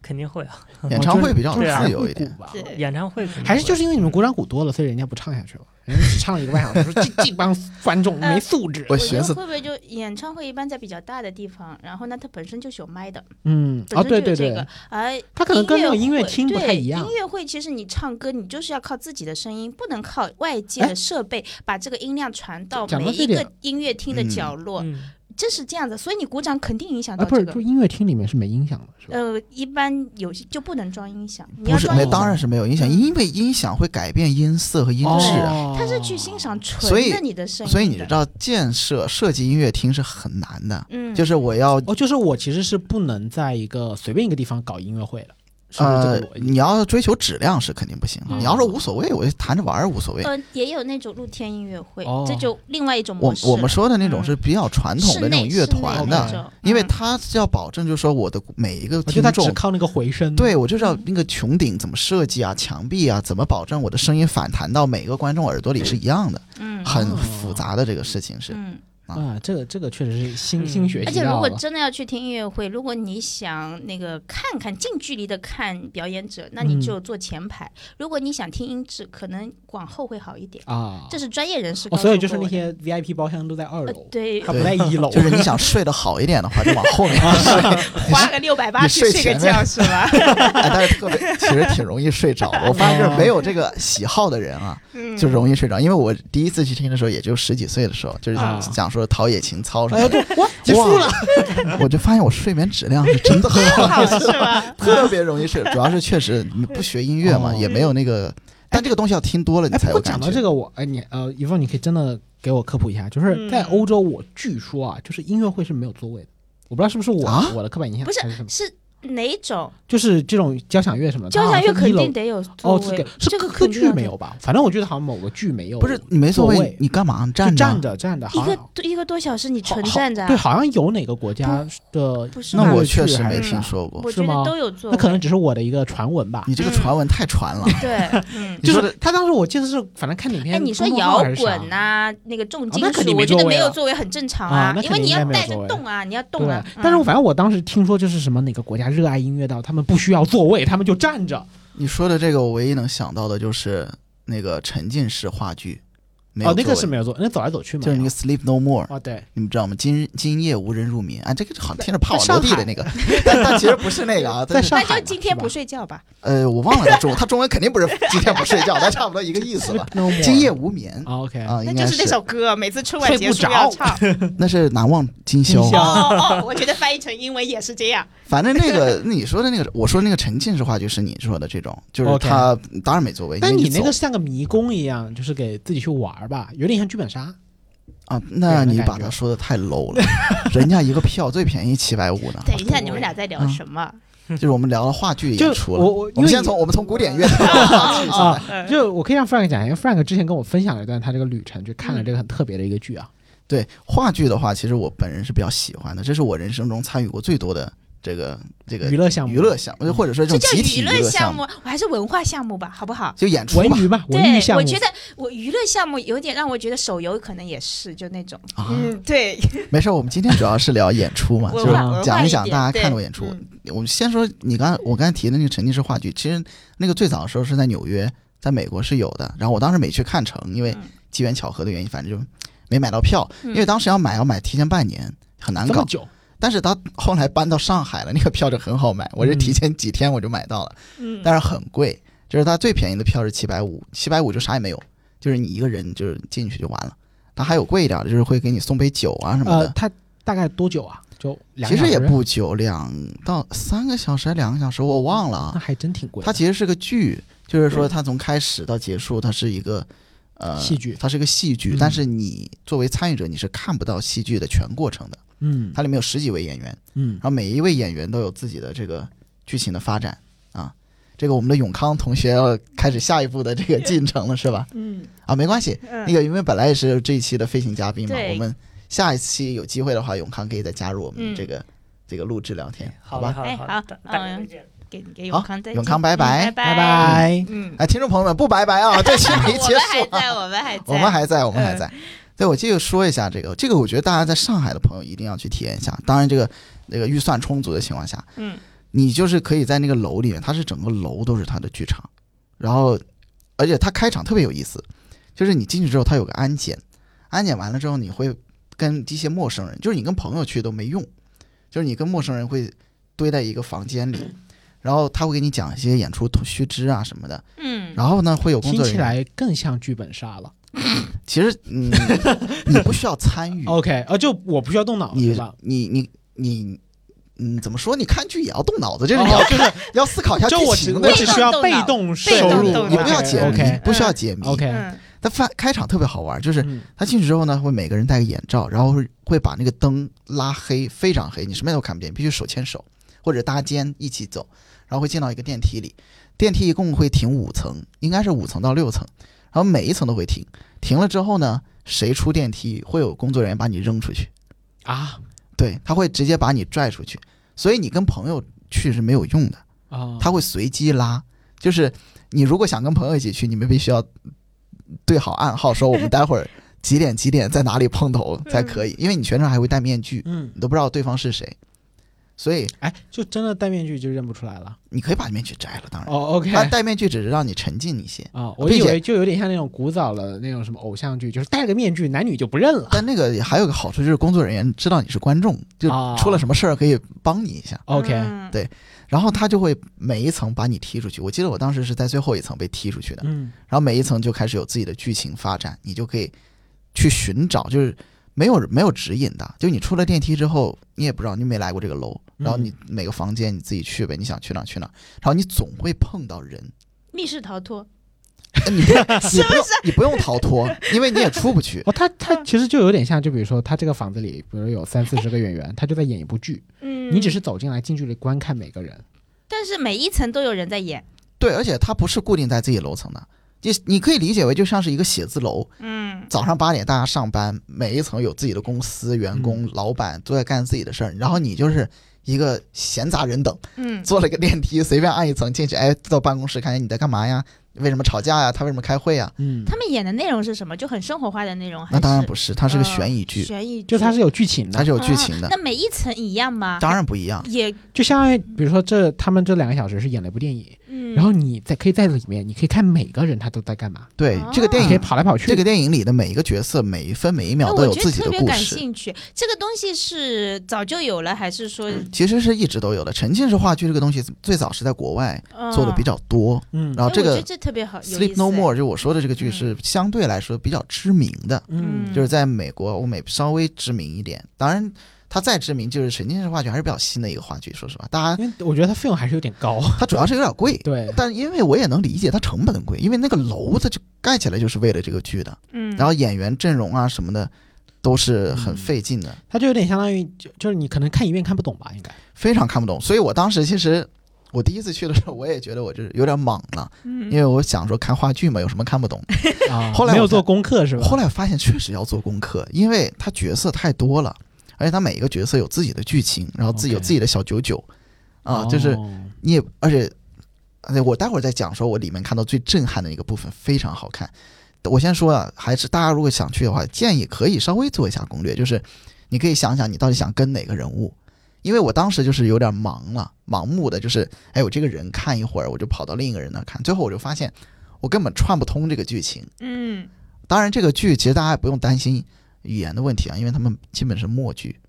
肯定会啊，
演唱会比较
就是
对啊
自
还
由
会
一点
鼓。吧。
对
演唱会肯定
还是
会
就是因为你们鼓掌鼓多了，所以人家不唱下去了，人家只唱了一个半小时，说这这帮观 众没素质。
我
呃我觉
寻
得
思
会不会就演唱会一般在比较大的地方，然后呢，它本身就是有麦的，
嗯，啊，
本
对
身就
对对
有这个，，而
他可能跟那种
音
音乐
乐
厅不
会
太一样
对音乐会其实你唱歌，你就是要靠自己的声音，不能靠外界
哎
的设备把这个音量传到
讲到
每
这
一
点
个音乐厅的
嗯
角落，
嗯，
这是这样子。所以你鼓掌肯定影响
啊，
到
不
这
是，
个
就。音乐厅里面是没音响的，是吧？
呃，一般有些就不能装音响，你
不
要
是，
装
那
音响
当。然是没有音响，
啊嗯
因为音响会改变音色和音质啊。
哦
他是去欣赏
所
纯
以
的你的声音的，
所以你知道，建设设计音乐厅是很难的，
嗯，
就是我要
哦，就是我其实是不能在一个随便一个地方搞音乐会的，是不是这
呃
个逻，辑？
你要追求质量是肯定不行的。
嗯
你要说无所谓，我就弹着玩儿无所谓。
呃，也有那种露天音乐会，
哦
这就另外一种模
我
式了。
我们说的那种
嗯
是比较传统的那种乐团
室内
的，
的
因为
他
它是要保证，就是说我的每一个
我觉
听
得他只
众，
靠那个回声。
对我就知道那个穹顶怎么设计啊，墙壁啊，怎么保证我的声音反弹到每个观众耳朵里是一样的，
嗯
很复杂的这个事情是。
嗯，
啊，这个这个确实是新
嗯
新学
而
习
且如
到
果
了。
真的要去听音乐会，如果你想那个看看近距离的看表演者，那
嗯
你就坐前排；如果你想听音质，可能往后会好一点。
啊，
这是专业人士告
哦，
诉过
所
我
以
的。
就是那些哦 VIP 包厢都在二
呃
楼，
对，
它不在一楼。
就是你想睡得好一点的话，就往后面
啊
睡，
花个六百八
你
去
睡
睡个
前面
觉是吧？
哎但是特别其实挺容易睡着的。我发现就是没有这个喜好的人啊，
嗯
就容易睡着。因为我第一次去听的时候，也就十几岁的时候，就是
啊
讲说陶冶情操什么
哎
的。
对，哇，结束了。
我就发现我睡眠质量是真的好，
好是吧？
特别容易睡。主要是确实你不学音乐嘛，
哦
也没有那个，但这个东西要听多了你
哎，
才有
不过
感
讲
觉
到。这个，我哎你呃，一凤，你可以真的给我科普一下，就是在
嗯
欧洲，我据说啊，就是音乐会是没有座位的。我不知道是不是我、
啊
我的刻板印象
不是
还是什么，
是哪种？
就是这种交响乐
啊
什么的，
交响
它好
乐
像是
肯
一楼
定得有座
哦，是
位
给，是
这个
歌
肯定
剧
要
没
的
有吧？反正我记得好像某个剧没有，
不是你没座
座
位
位，
你干嘛
就
站
站
着？啊
着站着，好
一个
像
一个多小时你
好
纯
好
站着啊，
对，好像有哪个国家的
不是
那
吧
我
那
确
去
实
还
没
是
听说过
我，
是
觉
吗
得都有座
那
位。
可能只是我的一个传闻吧。
你这个
嗯
传闻太传了。
对，嗯。
你
就
说
是
的
他当时我记得是，反正看影片
哎，
公
你
众
说
号
摇
还是啥，
滚呐、那个重
啊
金
那肯定
属，
没
我觉得
座位
没有
啊
座位很正常
啊那
因
肯
为
定
你
应该
要
没有
带着
座位
动啊，你要动
对
啊。，
但是我
嗯
反正我当时听说，就是什么哪个国家热爱音乐到他们不需要座位，他们就站着。
你说的这个，我唯一能想到的就是那个沉浸式话剧，没有
哦，那个
座位
是没有座，那走来走去嘛。
就是那个 Sleep No More，
哦，对，
你们知道吗？今今夜无人入眠，啊，这个好像听着怕我
在
落地的那个， 但但其实不是那个 啊，
在
但是
上海
那
嘛
就今天不
是
睡觉吧。
呃，我忘了他中 文，他中文肯定不是今天不睡觉，但差不多一个意思 吧
吧。No more
今夜无眠
啊，OK，
啊，应
那就
该
是那首歌，每次春晚
睡
结
不
束要
着
唱。
那是难忘今宵啊
今。宵
哦哦，我觉得翻译成英文也是这样。
反正那个你说的那个，我说那个沉浸式话剧是你说的这种，就是
OK
他当然没座位。
但
因为
你
你
那个
走
像个迷宫一样，就是给自己去玩儿吧，有点像剧本杀。
啊，
嗯
那你把
感觉
它说的太 low 了，人家一个票最便宜七百五呢。
等一下，你们俩在聊
嗯
什么？
就是我们聊了话剧演
就
出
我
了，
我因
我们
为
先
你
从我们从古典乐 的话剧上来
啊，就我可以让 Frank 讲，因为 Frank 之前跟我分享了一段他这个旅程，去看了这个很特别的一个剧啊。
对话剧的话，其实我本人是比较喜欢的，这是我人生中参与过最多的这个这个
娱乐项目，
娱乐项目，或者说这
这
种
叫
集体
娱乐
项
项，目，我还是文化项目吧，好不好？
就演出吧
文娱吧，文
对
娱项，目。
我觉得我娱乐项目有点让我觉得手游可能也是就那种，
啊。
嗯，对，
没事儿，我们今天主要是聊演出嘛，就
文
是
化文化
讲
一
讲
点
大家
对
看过演出
嗯。
我们先说你刚我刚才提的那个沉浸式话剧，其实那个最早的时候是在纽约，在美国是有的。然后我当时没去看成，因为
嗯
机缘巧合的原因，反正就没买到票，因为
嗯
当时要买要买提前半年，很难
这么
搞。
久，
但是他后来搬到上海了，那个票就很好买，我是
嗯
提前几天我就买到了，
嗯，
但是很贵，就是它最便宜的票是七百五，七百五就啥也没有，就是你一个人就是进去就完了。它还有贵一点的，就是会给你送杯酒啊什么
呃
的，。
它大概多久啊？就两
其
个
实也
小时，
不久，两到三个小时，还两个小时，我忘了
那
啊。
还真挺贵的。
它其实是个剧，就是说它从开始到结束，它是一个呃
戏剧
它是一个戏剧
嗯。
但是你作为参与者，你是看不到戏剧的全过程的。
嗯
它里面有十几位演员，
嗯
然，后每一位演员都有自己的这个剧情的发展啊。这个我们的永康同学要开始下一步的这个进程了，是吧？
嗯
啊，没关系，
嗯
那个因为本来也是这一期的飞行嘉宾嘛，
对
我们下一期有机会的话，永康可以再加入我们
嗯
这个、这个录制聊天，
好的
吧？
好的
哎
好
好
的，大大家
嗯
再见。
给给
好
永康再见，
永康拜
嗯
拜
拜
拜，
拜。
嗯，
哎，听众朋友们，不拜拜啊，这期
我
没结
们还
束啊、
在，我们还在，嗯
我们还在，我们还在。对，我接着说一下这个，这个我觉得大家在上海的朋友一定要去体验一下。当然，这个那个预算充足的情况下，
嗯
你就是可以在那个楼里面，它是整个楼都是它的剧场，然后而且它开场特别有意思，就是你进去之后它有个安检，安检完了之后你会跟一些陌生人，就是你跟朋友去都没用，就是你跟陌生人会堆在一个房间里，然后他会给你讲一些演出须知啊什么的，
嗯，
然后呢会有工
听
作人
起
员，
来更像剧本杀了。
其实嗯你不需要参与，
OK，啊，就我不需要动脑
嗯你
子吧？
你你你嗯怎么说？你看剧也要动脑子，就是
哦
你要就是要思考一下
就
剧
我只
情
我
的。
只需要被动
被
收
动
入
动脑，
你不要解谜
OK
不需要解谜。
OK，
嗯
他发开场特别好玩，就是
嗯
他进去之后呢，会每个人戴个眼罩，然后会会把那个灯拉黑，非常黑，你什么也都看不见，必须手牵手或者搭肩一起走，然后会进到一个电梯里，电梯一共会停五层，应该是五层到六层，然后每一层都会停，停了之后呢，谁出电梯会有工作人员把你扔出去，
啊
对他会直接把你拽出去，所以你跟朋友去是没有用的。
啊，
他会随机拉，就是你如果想跟朋友一起去，你们必须要对好暗号，说我们待会 儿几点几点在哪里碰头才可以，因为你全程还会戴面具，
嗯，
你都不知道对方是谁，所以
哎，就真的戴面具就认不出来了。
你可以把面具摘了，当然，
哦，OK，
但戴面具只是让你沉浸一些，
啊，我
并
以
且
为就有点像那种古早的那种什么偶像剧，就是戴个面具，男女就不认了。
但那个还有个好处就是工作人员知道你是观众，就
啊
出了什么事儿可以帮你一下，
OK，
嗯
对然后他就会每一层把你踢出去。我记得我当时是在最后一层被踢出去的，
嗯，
然后每一层就开始有自己的剧情发展，你就可以去寻找，就是没有没有指引的，就你出了电梯之后，你也不知道你没来过这个楼，
嗯
然后你每个房间你自己去呗，你想去哪儿去哪儿，然后你总会碰到人，
密室逃脱，
呃你不你不用你不用逃脱，因为你也出不去。
哦，他他其实就有点像，就比如说他这个房子里，比如有三四十个演员，他就在演一部剧，
嗯，
你只是走进来近距离观看每个人。
但是每一层都有人在演，
对，而且它不是固定在自己楼层的，你你可以理解为就像是一个写字楼，
嗯
早上八点大家上班，每一层有自己的公司、员工、老板都在干自己的事儿，然后你就是一个闲杂人等。
嗯
坐了个电梯，随便按一层进去，哎，到办公室看见你在干嘛呀？为什么吵架呀？他为什么开会呀？
嗯，
他们演的内容是什么？就很生活化的内容，还
那当然
哎是哦
不是，它是个悬疑剧，
悬疑剧，
就它是有剧情
它
的，
是有剧情
啊
的，
那每一层一样吗？
当然不一样。
也，
就相当于比如说这他们这两个小时是演了一部电影，
嗯，
然后你在可以在里面，你可以看每个人他都在干嘛，
对
啊
这个电
你可以
影，
跑来跑去。
这个电影里的每一个角色，每一分每一
那
秒都
我
有
觉得
自己
特
的
别
故
感
事，
兴趣。这个东西是早就有了，还是说
其实是一直都有的。沉浸式话剧这个东西最早是在国外做的比？较多，
嗯
然后
嗯哎
这
我觉
个
得这特别好
《
有意
Sleep
思
No
哎
More》就我说的这个剧是相对来说比较知名的，
嗯
嗯
就是在美国、欧美稍微知名一点。当然，它再知名，就是沉浸式话剧还是比较新的一个话剧。说实话，
嗯
大家
因为我觉得它费用还是有点 高。
它主要是有点贵，
对，
但因为我也能理解它成本贵，因为那个楼它就盖起来就是为了这个剧的，
嗯，
然后演员阵容啊什么的都是很
嗯
费劲的，
它就有点相当于就就是你可能看一遍看不懂吧，应该。
非常看不懂。所以我当时其实我第一次去的时候，我也觉得我就是有点懵了，因
嗯，
为我想说看话剧嘛，有什么看不懂的？
啊，
后来
没有
我才
做功课是 吧？
后来我发现确实要做功课，因为他角色太多了，而且他每一个角色有自己的剧情，然后自己有
OK
自己的小九九，啊，就是
哦
你也而且，而且我待会儿再讲说，我里面看到最震撼的一个部分非常好看。我先说啊，还是大家如果想去的话，建议可以稍微做一下攻略，就是你可以想想你到底想跟哪个人物，因为我当时就是有点忙了，盲目的就是，哎，我这个人看一会儿，我就跑到另一个人那儿看，最后我就发现我根本串不通这个剧情。
嗯，
当然，这个剧其实大家也不用担心语言的问题啊，因为他们基本是默剧，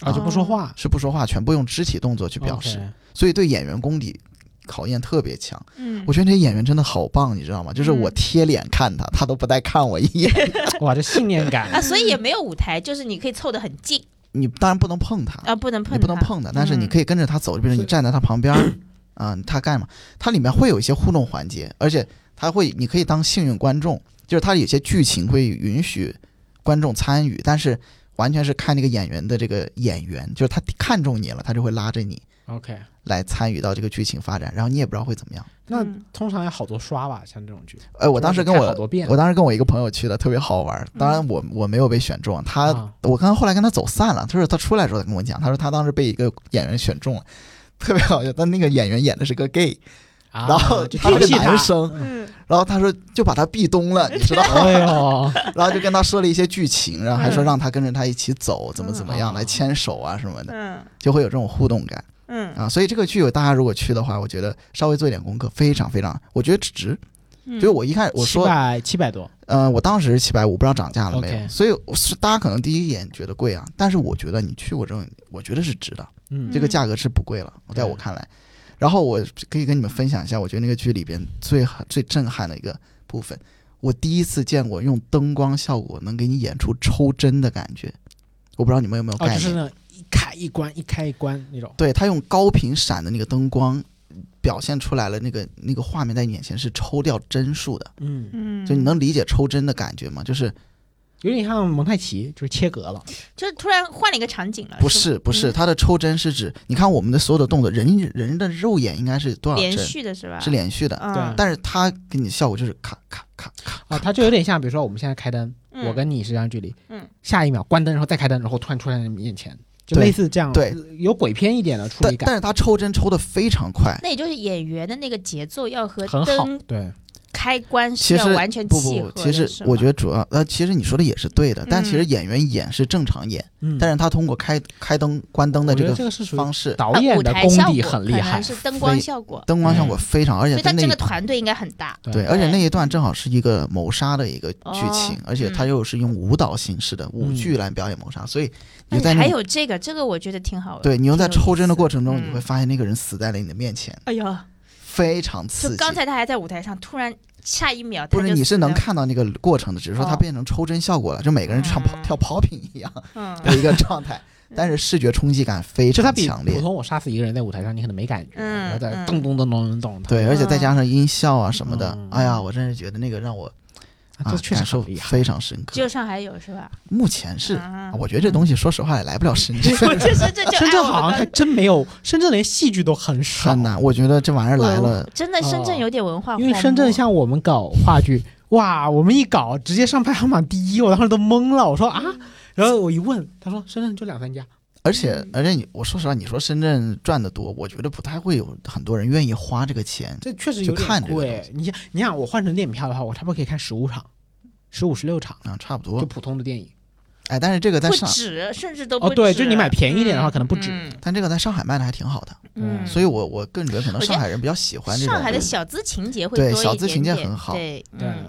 啊就不说话
是不说话，全部用肢体动作去哦表示，
OK
所以对演员功底考验特别强。
嗯，
我觉得那些演员真的好棒，你知道吗？就是我
嗯
贴脸看他，他都不带看我一 眼。
哇，这信念感
啊，所以也
嗯
没有舞台，就是你可以凑得很近
你当然不能碰他，
哦
啊，不能碰，嗯
你不能，碰他，但
嗯
是你可以跟着他走，比如你站在他旁边，啊、他干嘛？它里面会有一些互动环节，而且他会，你可以当幸运观众，就是他有些剧情会允许观众参与，但是完全是看那个演员的这个演员，就是他看中你了，他就会拉着你
OK。
来参与到这个剧情发展，然后你也不知道会怎么样。
那
嗯
通常有好多刷吧，像这种剧，
呃，我当时跟
就是你看好
我
多遍
我当时跟我一个朋友去的，特别好玩儿。当然我，我没有被选中，他、
啊
我刚刚后来跟他走散了。他说他出来的时候才跟我讲，他说他当时被一个演员选中了， 特别好笑。但那个演员演的是个 gay，、
啊
然后
就
他是个
调戏，
男生，
嗯，
然后他说就把他壁咚了，你知道
哎呦，
然后就跟他说了一些剧情，然后还说让他跟着他一起走，怎么怎么样，
嗯
来牵手啊什么的，
嗯
就会有这种互动感
嗯
啊。所以这个剧大家如果去的话，我觉得稍微做一点功课，非常非常，我觉得值。
嗯，
所以我一看我说
七百七百多，
呃，我当时是七百五，不知道涨价了没有。
OK
所以我是大家可能第一眼觉得贵啊，但是我觉得你去过之后，我觉得是值的，
嗯
这个价格是不贵了，在我
对
看来。然后我可以跟你们分享一下，我觉得那个剧里边最最震撼的一个部分，我第一次见过用灯光效果能给你演出抽针的感觉，我不知道你们有没有
哦，
概
就是
念？
那种一开一关，一开一关那种，
对他用高频闪的那个灯光。表现出来了，那个那个画面在你眼前是抽掉帧数的，
嗯，
嗯，
就你能理解抽帧的感觉吗？就是
有点像蒙太奇，就是切割了，
就是突然换了一个场景了，
不
是
是不是，
嗯
它的抽针是指，你看我们的所有的动作，人人的肉眼应该是多
吧
少
连
针？
续的啊是吧？
是连续的，
嗯，
但是它给你效果就是咔咔咔咔
啊，
咔。
它就有点像，比如说我们现在开灯，
嗯
我跟你是这样距离，
嗯，
下一秒关灯，然后再开灯，然后突然出现在你眼前，就
对
类似这
嗯
样，呃
对，
有鬼片一点的处
但
理
但
感，
是它抽针抽的非常快，
那也就是演员的那个节奏要和
很好
灯，
对，
开关是
其
要
实
完全
不
契
不
合
不，
的，
其实
是
我
吗
觉得主要呃，其实你说的也是对的，但其实
嗯
演员演是正常演，
嗯，
但是他通过开开灯关灯的
我
这
觉得
个
这个是属于
方式，
导
啊
演
舞
的
台
功
效
底
果
很厉
可能
害，
是灯
非
光效果，
灯光效果
嗯
非常，而
所
且
以
在
他
那
这个
一
团队应该很大，
对，而且
对
那一段正好是一个谋杀的一个剧
哦
情，而且
嗯
它又是用舞蹈形式的舞
嗯
剧来表演谋杀，所以你
那
就在
你
那
还
个
有这个，这个我觉得挺好的。
对你又在抽针的过程中，
嗯
你会发现那个人死在了你的面前，
哎呀，
非常刺
就
激。
刚才他还在舞台上，突然下一秒他
不是
就
你是
死
能
了，
看到那个过程的，只是说它
哦
变成抽针效果了，就每个人像跑
嗯
跳 popping 一样
嗯
的一个状 态，但是视觉冲击感非
就它
常
比
强
普
烈。
通我杀死一个人在舞台上，你可能没感觉，
嗯
然后再
嗯
咚咚咚咚咚咚，
对，而且再加上音效啊什么的
嗯，
哎呀，我真是觉得那个让我
啊
啊
这确实
感受
很厉害
非常深
只
刻
有。上海有是吧？
目前是，
啊
我觉得这东西说实话也来不了深 圳，
这这这就
深
哎
圳
我
好像
刚
还真没有，深圳连戏剧都很少，
很难。我觉得这玩意儿来了
我，真的深圳
哦
有点文啊化荒
因
漠，
为深圳像我们搞话剧，哇，我们一搞直接上排行榜第一，我当时都懵了，我说
嗯
啊，然后我一问，他说深圳就两三家，
而且而且你我说实话，你说深圳赚的多，我觉得不太会有很多人愿意花这个钱。
这确实有
就看这
点
个
贵。你想，你想我换成电影票的话，我差不多可以看十五场，十五十六场，
啊，差不
就
多。
普通的电影。
哎，但是这个在
不
上，
止，甚至都
哦
不
对
止
就是你买便宜一点的话可能不止
嗯
但这个在上海卖的还挺好的，
嗯
嗯
所以我我个人觉得可能
我觉得
上海人比较喜欢这种。
上海的小资情节会多
对
一点
小资情节
点
很好
对，
对
嗯，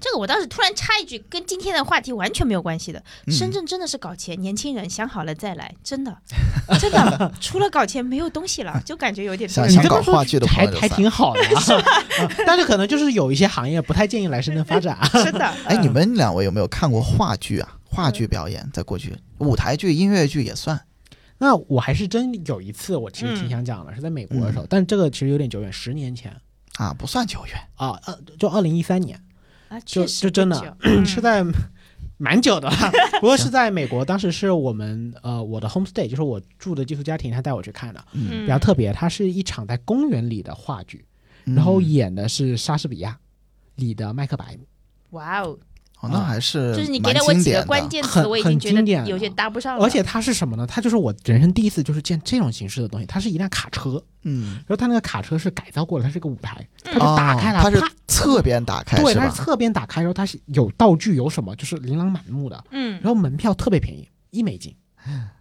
这个我倒是突然插一句，跟今天的话题完全没有关系的。
嗯
深圳真的是搞钱，年轻人想好了再来，真的，真的， 除了搞钱没有东西了，就感觉有点
想
你
想
这
搞
么说
话剧的朋
还
友就
还
散
挺好的、啊 啊但是可能就是有一些行业不太建议来深圳发展、 啊。
真的，
哎，你们两位有没有看过话剧啊？话
嗯
剧表演在过去，舞台剧、音乐剧也算。
那我还是真有一次，我其实
嗯
挺想讲的，是在美国的
嗯
时候，但是这个其实有点久远，十年前
啊，不算久远，
啊，呃，就二零一三年，
啊，
就
确实
就真的
不久嗯
是在蛮久的 了，不过是在美国，当时是我们呃我的 homestay，就是我住的寄宿家庭，他带我去看的，比
比
较特别。它是一场在公园里的话剧，
嗯
然后演的是莎士比亚里的《麦克白姆
哇哦，
哦，那还是
就是你
蛮
给了我
经
几个
典
关
的
键词，
很
我已经觉
很
得
经典了啊
有些搭不上》，了。
而且它是什么呢？它就是我人生第一次就是见这种形式的东西。它是一辆卡车，
嗯，
然后它那个卡车是改造过的，它是个舞台，它
嗯
就打开了，
哦它是
啪
侧边打开
对，
是
它
吧
是？侧边打开，然后它是有道具，有什么就是琳琅满目的，
嗯
然，后门票特别便宜，一美金，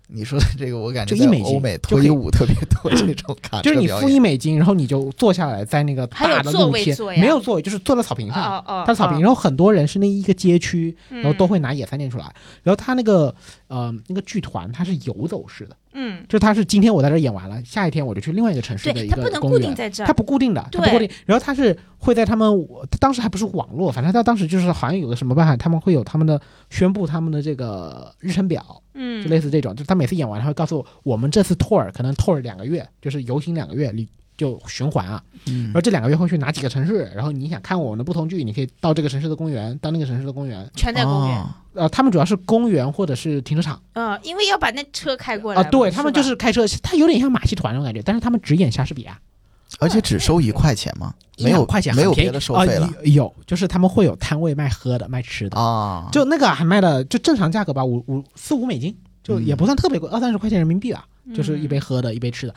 你说的这个，我感觉
就一美
在
金
欧美
就
脱
可以
衣舞特 别多啊这种卡
就是
车
你
表
付一
演。
美金，然后你就坐下来，在那个
还有
大的
座
露
位
天
坐呀
没有座位，就是坐在草坪上，
哦哦，嗯
它草坪，然后很多人是那一个街区，
然
然后都会拿野餐垫出来，然后它那个呃那个剧团它是游走式的，
嗯，
就是它是今天我在这儿演完了，下一天我就去另外一个城市的
对，
一
它不
个
能
公
固定
园。
在这
它
儿，
不固定的，它不
对
固定。然后它是会在他们我当时还不是网络，反正他当时就是好像有个什么办法，他们会有他们的宣布他们的这个日程表，
嗯
就，类似这种，就是他每次演完，他会告诉我我们这次 tour 可能 tour 两个月，就是游行两个月里就循环啊，
嗯
然后这两个月会去哪几个城市，然后你想看我们的不同剧，你可以到这个城市的公园，到那个城市的公园，
全在公园
哦。
呃，他们主要是公园或者是停车场
嗯，因为要把那车开过
啊、
来嘛。
对他们
吧
就是开车，他有点像马戏团那种感觉，但是他们只演莎士比亚，
而且只收一块钱吗？
一
没有
两块钱
没有
很便宜
别的收费了
啊有有就是他们会有摊位卖喝的、卖吃的，
啊？
就那个还卖的就正常价格吧，五五四五美金，就
嗯
也不算特别贵，二三十块钱人民币吧，就是一杯喝的，一杯吃的。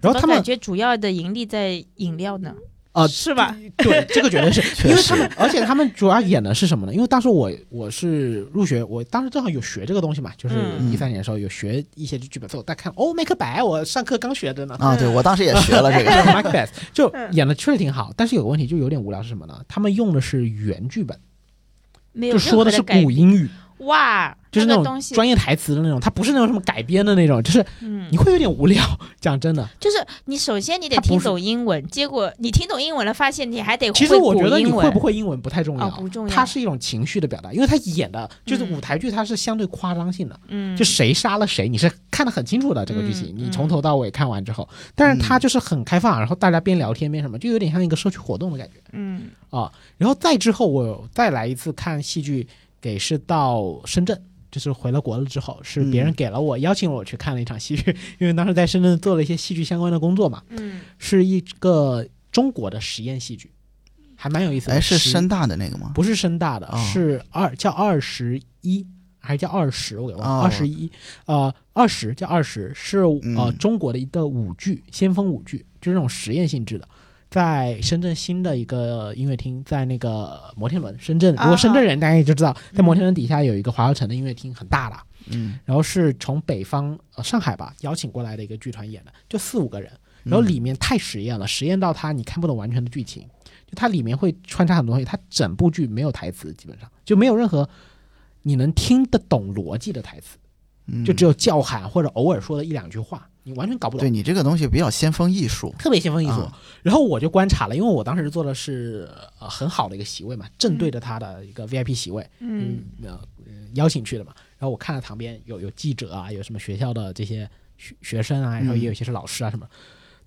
然后
我
他们
嗯感觉主要的盈利在饮料呢，
啊
是吧？
对，这个绝 对是
确
因为
实
他们，而且他们主要演的是什么呢？因为当时我我是入学，我当时正好有学这个东西嘛，就是
嗯
一三年的时候有学一些剧本，所以我在看哦，麦克白，我上课刚学的 呢。
啊，对我当时也学了这
就
个，
是 Macbeth 就
嗯
演的确实挺好，但是有个问题就有点无聊是什么呢？他们用的是原剧本，
没有
就说
任何
的
的
是
改
古英语，
哇，
就是那
那个
种
东西，
专业台词的那种，它不是那种什么改编的那种，就是
嗯
你，会有点无聊。讲真的，
就是你首先你得
它不
听
是
懂英文，结果你听懂英文了，发现你还得
其实
会
我
古
觉得你
英
会
文
不会英文不太重要，
啊不重要
它是一种情绪的表达，因为它演的就是
嗯
舞台剧，它是相对夸张性的，
嗯，
就谁杀了谁，你是看得很清楚的这个剧情，
嗯
你
嗯
从头到尾看完之后，但是它就是很开放，然后大家边聊天边什么，就有点像一个社区活动的感觉
嗯
啊。然后再之后，我再来一次看戏剧，给是到深圳。就是回了国了之后，是别人
嗯
给了我、邀请我去看了一场戏剧，因为当时在深圳做了一些戏剧相关的工作嘛，
嗯，
是一个中国的实验戏剧，还蛮有意思 的。
哎，是
实
深大的那个吗？
不是深大
啊
的，
哦
是二叫二十一还是叫二十？我给
啊
忘了，
哦
二十一，呃，二十叫二十是呃
嗯
中国的一个舞剧，先锋舞剧，就是那种实验性质的。在深圳新的一个音乐厅，在那个摩天轮，深圳。如果
啊
深圳人大家也就知道，在
嗯
摩天轮底下有一个华侨城的音乐厅，很大的。啊
嗯，
然后是从北方、呃、上海吧邀请过来的一个剧团演的，就四五个人。
嗯
然后里面太实验了，实验到它你看不懂完全的剧情，就它里面会穿插很多东西，它整部剧没有台词，基本上就没有任何你能听得懂逻辑的台词，
嗯
就只有叫喊或者偶尔说的一两句话，你完全搞不
对
懂，
你这个东西比较先锋艺术，
特别先锋艺术。
啊
然后我就观察了，因为我当时坐的是呃很好的一个席位嘛，正对着他的一个 VIP 席位，
嗯
嗯，呃邀请去的嘛。然后我看了旁边有有记者啊，有什么学校的这些学学生啊，然后
嗯
也有一些是老师啊什么，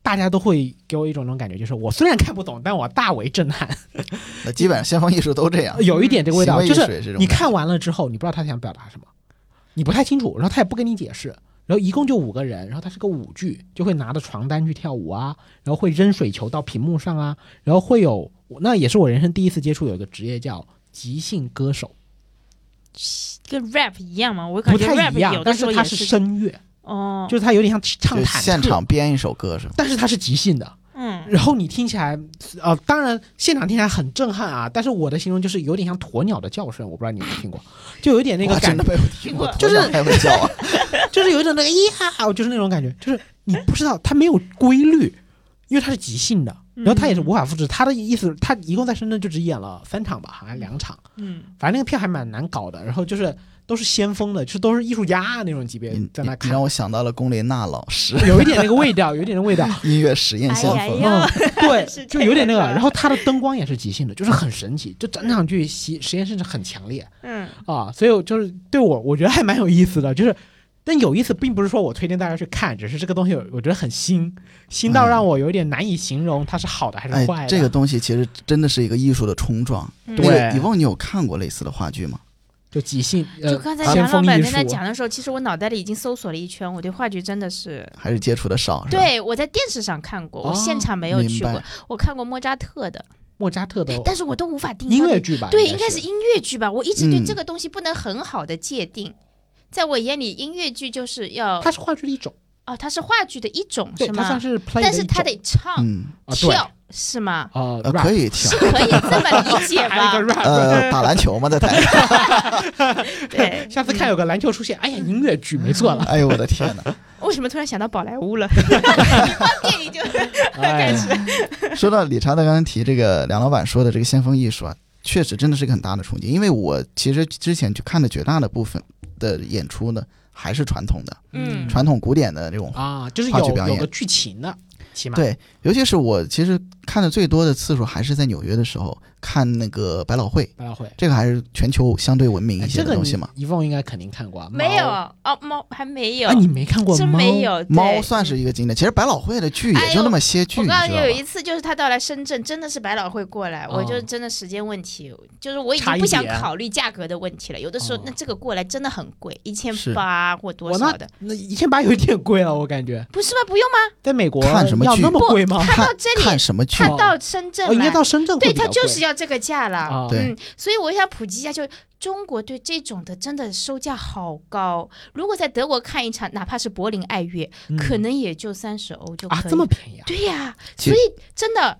大家都会给我一种那种感觉，就是我虽然看不懂，但我大为震撼，。
那基本上先锋艺术都这样
有一哎点这个味道，
行为
就
艺术也
是
是这种
你
感
看完了之后，你不知道他想表达什么，你不太清楚，然后他也不跟你解释。然后一共就五个人，然后他是个舞剧，就会拿着床单去跳舞啊，然后会扔水球到屏幕上啊，然后会有那也是我人生第一次接触有一个职业叫即兴歌手，
跟 rap 一样嘛，我感
不
觉
太
rap
一样
有，的
但
时候
是
也
它
是
声乐，
哦，
就是它有点像唱
就
忐忑，
现场编一首歌是吧？
但是它是即兴的。
嗯
然后你听起来，呃，当然现场听起来很震撼啊，但是我的形容就是有点像鸵鸟的叫声，我不知道你有没有 听过，就有点那个
哇
感
真
觉
的，没有听过，
就是
头脑还会叫 啊。
就是有一种那个呀，就是那种感觉，就是你不知道它没有规律，因为它是即兴的，
嗯
然后它也是无法复制。它的意思，它一共在深圳就只演了三场吧，好像两场，
嗯，
反正那个票还蛮难搞的。然后就是都是先锋的，就是都是艺术家啊那种级别
你
在那
你
看，
让我想到了龚琳娜老师，
有一点那个味道，有一点那个味道。
音乐实验
哎
先
呀
锋。
呀，
对
是，
就
这
有
个
点那个。
吧
然后它的灯光也是即兴的，就是很神奇，就整场剧实实验性质很强烈
嗯
啊，所以我就是对我我觉得还蛮有意思的，就是。但有意思，并不是说我推荐大家去看，只是这个东西我我觉得很新，新到
嗯
让我有点难以形容它是好的还是
哎
坏的。，
这个东西其实真的是一个艺术的冲撞。
嗯
那个
对
以往你有看过类似的话剧吗？
就即兴，呃
就刚才
先
杨老
锋
板
艺
在那
术，
讲的时候，其实我脑袋里已经搜索了一圈，我对话剧真的是，
还是接触的少，是吧？
对我在电视上看过，我现
嗯哦
场没有
明
去
白
过，我看过莫扎特的，
莫扎特的
哎但是我都无法定
音
它的
乐剧吧？
对，应
应
该是音乐剧吧。我一直对这
嗯
个东西不能很好的界定，在我眼里，音乐剧就是要
它是话剧的一种，
哦，它是话剧的一种
对，
是
它算
吗？
是 play
但是
一
它
种
得唱、
嗯，
啊对
跳是吗？
啊
呃，
rap
可以听
是，可以这么理解
还有一个？
吧
rap，
呃，打篮球嘛，在台上，
对，
下次看有个篮球出现，哎呀，音乐剧没 错了，
哎呦我的天哪！
为什么突然想到宝莱 坞了？一放电影就
哎
开始，
说到理查德刚才提这个梁老板说的这个先锋艺术啊，确实真的是一个很大的冲击。因为我其实之前去看的绝大的部分的演出呢，还是传统的、
嗯
传统古典的这种，
啊，就是
话剧
有
表
有
演
个剧情的，
嗯
起码
对尤其是我其实看的最多的次数还是在纽约的时候看那个百老汇，
百老汇。
这个还是全球相对文明
哎
一些
这
的
个
东
你
西嘛。
一凤应该肯定看过啊，
没有
猫
哦，猫还没有
啊，，你没看过
真
猫
没。有对哎
猫算是一个经典，其实百老汇的剧也就那么些剧，
我
你
告
知
诉
道
你，有一
吧？
次就是他到来深圳，真的是百老汇过来，我就
哦
真的时间问题，就是我已
差
经
一
不想
点
考虑价格的问题了。有的时候
哦，
那这个过来真的很贵，一千
是
八或多
我
少
那
的，
那一千八有点贵了，我感觉
不是吗？不用吗？
在美国
看什么
要
剧
那么
不
贵吗？
看
到这里
看什么剧
看
他到深
哦，
圳
应该
来，
到深圳会
对
比较
他
贵
就是要这个价了。
啊，
对
嗯，所以我想普及一下，就中国对这种的真的售价好高。如果在德国看一场，哪怕是柏林爱乐，
嗯
可能也就三十欧就可以
啊
了。
这么便宜啊，
对呀、
其
所
实
以真的，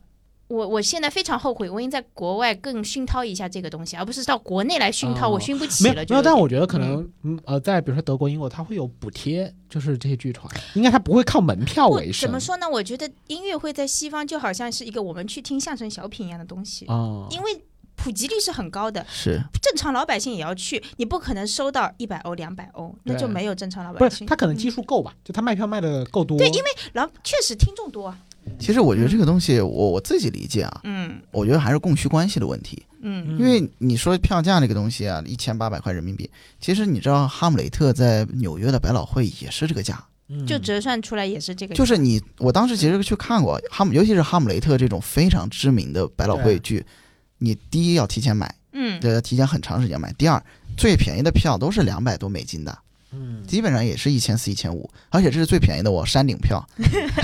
我我现在非常后悔，我应该在国外更熏陶一下这个东西，而不是到国内来熏陶，
哦
我熏不起
没有
了。
没有，但
我
我觉得可能嗯呃，在比如说德国、英国，它会有补贴，就是这些剧团应该它不会靠门票为
怎
生
么说呢？我觉得音乐会在西方就好像是一个我们去听相声小品一样的东西，
啊。
因为。普及率是很高的，
是
正常老百姓也要去，你不可能收到一百欧、两百欧，那就
对
没有正常老
不
百
是，
姓。
它可能基
嗯、
数够吧，就它卖票卖的够多。
对，因为然后确实听众多啊，
其实我觉得这个东西，我我自己理解啊，
嗯
我觉得还是供需关系的问题。
嗯，
因为你说票价这个东西啊，一千八百块人民币，其实你知道《哈姆雷特》在纽约的百老汇也是这个价，
嗯
就折算出来也是这个。
就是你我当时其实去看过哈姆，尤其是《哈姆雷特》这种非常知名的百老汇剧，你第一要提前买，
嗯，
对，要提前很长时间买；第二，最便宜的票都是两百多美金的，
嗯
基本上也是一千四、一千五，而且这是最便宜的哦，我山顶 票。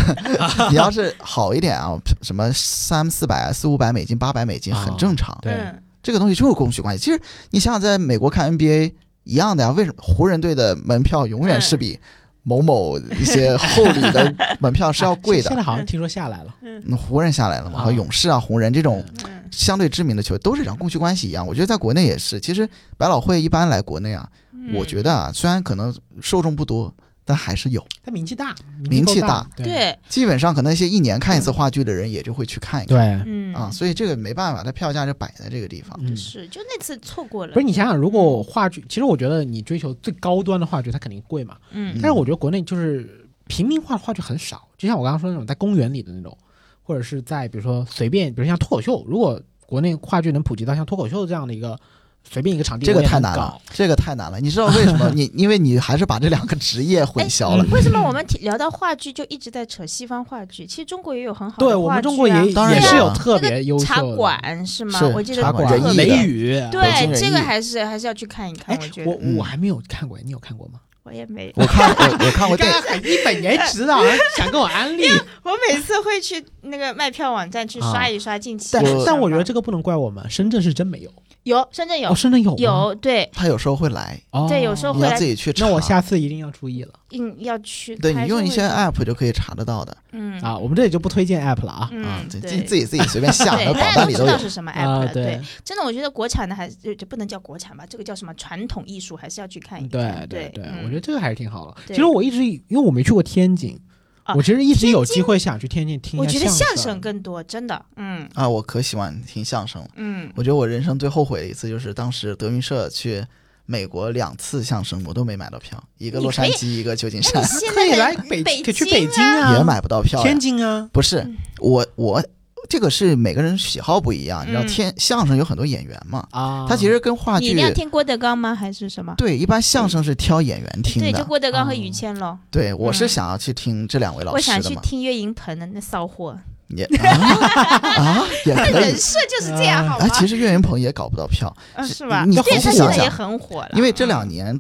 你要是好一点啊，什么三四百、啊四五百美金、八百美金很正常。
对
嗯
这个东西就是供需关系。其实你想想，在美国看 NBA 一样的呀、为什么湖人队的门票永远是比某某一些厚礼的门票是要贵
哎现
的？
在好像听说下来了，
嗯湖人下来了嘛，和
啊
勇士啊、红人这种
嗯
相对知名的球队都是这样，供需关系一样。我觉得在国内也是。其实百老汇一般来国内啊，
嗯
我觉得啊，虽然可能受众不多，但还是有。
它名气大，
名气
气够
大，
对
对，
基本上可能一些一年看一次话剧的人也就会去看一看
嗯对，
嗯
啊，所以这个没办法，它票价就摆在这个地方。
嗯
是，就那次错过了。
不是你想想，如果话剧，其实我觉得你追求最高端的话剧，它肯定贵嘛。
嗯
但是我觉得国内就是平民化的话剧很少，就像我刚刚说那种在公园里的那种，或者是在比如说随便，比如像脱口秀，如果国内话剧能普及到像脱口秀这样的一个随便一个场地，
这个
我也
太
能
难了
搞。，
这个太难了。你知道为 什么？你因为你还是把这两个职业混淆了
哎。
为什么我们提聊到话剧就一直在扯西方话剧？其实中国也有很好的话剧、啊，
对我们中国也
当然
也是
有
有
啊
特别优秀
茶
的
馆是吗？
是
我记得
茶
茶
馆
特
馆、
仁义
别
的
美语，
北京
对
人
这个
艺
还是还是要去看一看，
哎
我觉，得
我
嗯
我还没有看过，你有看过吗？
我也没，
我看我我看 过
你
电
刚刚很一本言辞的，好像想跟我安利。
我每次会去那个卖票网站去
啊
刷一刷近期的
但
什么。
但我觉得这个不能怪我们，深圳是真没有。
有深嗯圳有、
哦，深圳有吗
有对
他有时候会来，
哦
对有时候
你
会
要
来
自己去查。
那我下次一定要注意了
嗯要去，
对
还
你
是
用一
会
些
去
app 就可以查得到的
嗯
啊。我们这里就不推荐 app 了啊。
啊
嗯，，
自
对
己自己自己随便下，
对，
那榜
大家
单
都
里
知
都有
道。是什么 app
啊
了，，对，真的，我觉得国产的还是就就不能叫国产吧，这个叫什么传统艺术，还是要去看一
对
看。
对
对，嗯
我觉得这个还是挺好的。其
对
实我一直以因为我没去过天津，
啊
我其实一直有机会想去天津听
我
一
觉
下
得相
声
声。更多，真的，嗯
啊，我可喜欢听相声了。
嗯，
我觉得我人生最后悔的一次就是当时德云社去美国两次相声，我都没买到票，一个
你
洛
可
杉
以
矶，一个旧金
那
山
你，现
可以
在
来
的
北，
北
可以去
京
北京
也
啊，
买不到票呀
天。津啊，
不是
嗯
我我这个是每个人喜好不一样，你知道
嗯
天相声有很多演员嘛，
啊，
他其实跟话
你一
剧
定要听郭德纲吗？还是什么？
对，一般相声是挑演员听
对，就
的。
郭德纲和
哦
于谦喽。
对，我是
嗯
想要去听这两位老
我
师
想
的
去
嘛。
听岳云鹏的那骚货，
也 啊啊也可以
人。设就是这样，好吗
哎，？其实岳云鹏也搞不到 票，
嗯，是吧？
你
对，
好
他
好
现
想
在
想
也很火了，
因为这两年。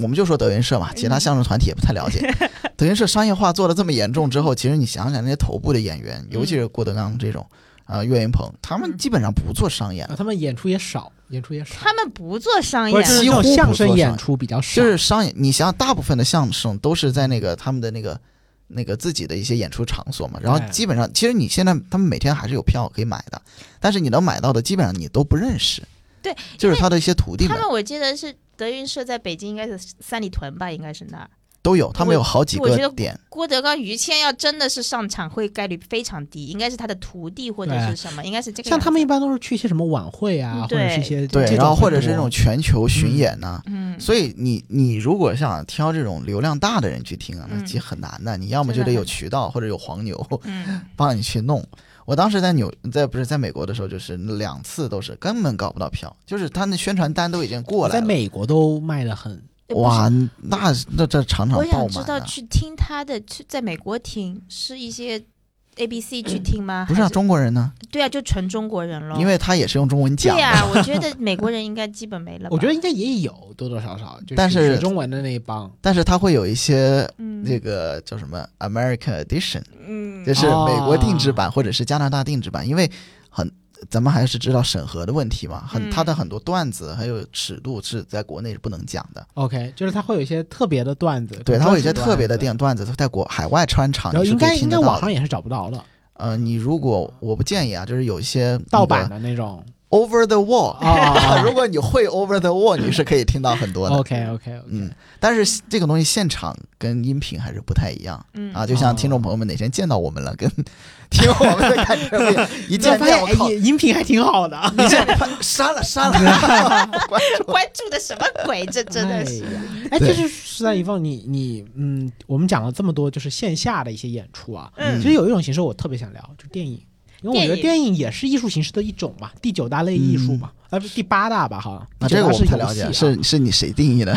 我们就说德云社嘛，
嗯
其他相声团体也不太了 解。德云社商业化做的这么严重之后，其实你想想那些头部的演员，尤其是郭德纲这种，啊、岳云鹏，他们
嗯
基本上不做商演
啊，，他们演出也少，演出也少，
他们不做商
不
业
是就是
几
那
乎
种
不
相
做
声
商
演
业
出比较少，
就是商演。你想想，大部分的相声都是在那个他们的那个那个自己的一些演出场所嘛，然后
哎
基本上，其实你现在他们每天还是有票可以买的，但是你能买到的基本上你都不认识。
对，
就是他的一些徒弟
他
们
们我记得是德云社在北京，应该是三里屯吧，应该是那儿。
都有，他们有好几
我觉
个
得
点。
郭德纲、于谦要真的是上场，会概率非常低，应该是他的徒弟或者
哎
是什么，应该是这个。
像他们一，般都是去一些什么晚会啊，
嗯
或者是一
对
些这
对，
种
然后或者
很
是那
多
种全球巡演呐、
嗯，
所以你你如果想挑这种流量大的人去听啊，那
嗯
其实很难的。你要么
真
就
的
得有
很
渠道，或者有黄牛
嗯，
帮你去弄。我当时在纽在不是在美国的时候，就是两次都是根本搞不到票，就是他那宣传单都已经过来
在
了。
美国都卖的很，
对
哇，，那那这场
不
场
是我
爆
想知
满
道
啊！
去听他的，去在美国听是一些 A B C 去听吗？
不是
还
啊，中国人呢，
对啊，就纯中国人喽。
因为他也是用中文讲的，
对呀，我觉得美国人应该基本没了吧。
我觉得应该也有多多少少，就
但
是学
是
中文的那一帮，
但是他会有一些
嗯，
那个叫什么 American Edition，
嗯，
就是
哦
美国定制版或者是加拿大定制版，因为很咱们还是知道审核的问题嘛，很
嗯
它的很多段子还有尺度是在国内是不能讲的，
OK，就是他会有一些特别的段子，
对，它
他
会有一些特别的电段子，在国海外穿场
然后
你是
应
可
该
以
应
听
该
得
网
到的。
上也是找不到的，
呃，你如果我不建议啊，就是有一些
盗版的那
嗯
种
over the wall，、
啊。
如果你会 over the wall，你是可以听到很多的。
OK OK OK，
嗯，但是这个东西现场跟音频还是不太一样
嗯
啊，就像听众朋友们哪天见到我们了，跟听我们的感觉不一 样。一见面，我靠，
哎音频还挺 好的，
你这删了删 了， 关注
关注的什么鬼？这真的是，
哎，
对
这是是在一方，你你嗯，我们讲了这么多，就是线下的一些演出啊，
嗯
其实有一种形式我特别想聊，就是电影，因为我觉得
电
电影也是艺术形式的一种嘛，第九大类艺术嘛，啊不是第八大吧，好
嗯啊，
像
这个我
第
不
九
太
大
了
是游戏
解，
啊，
是是你谁定义的？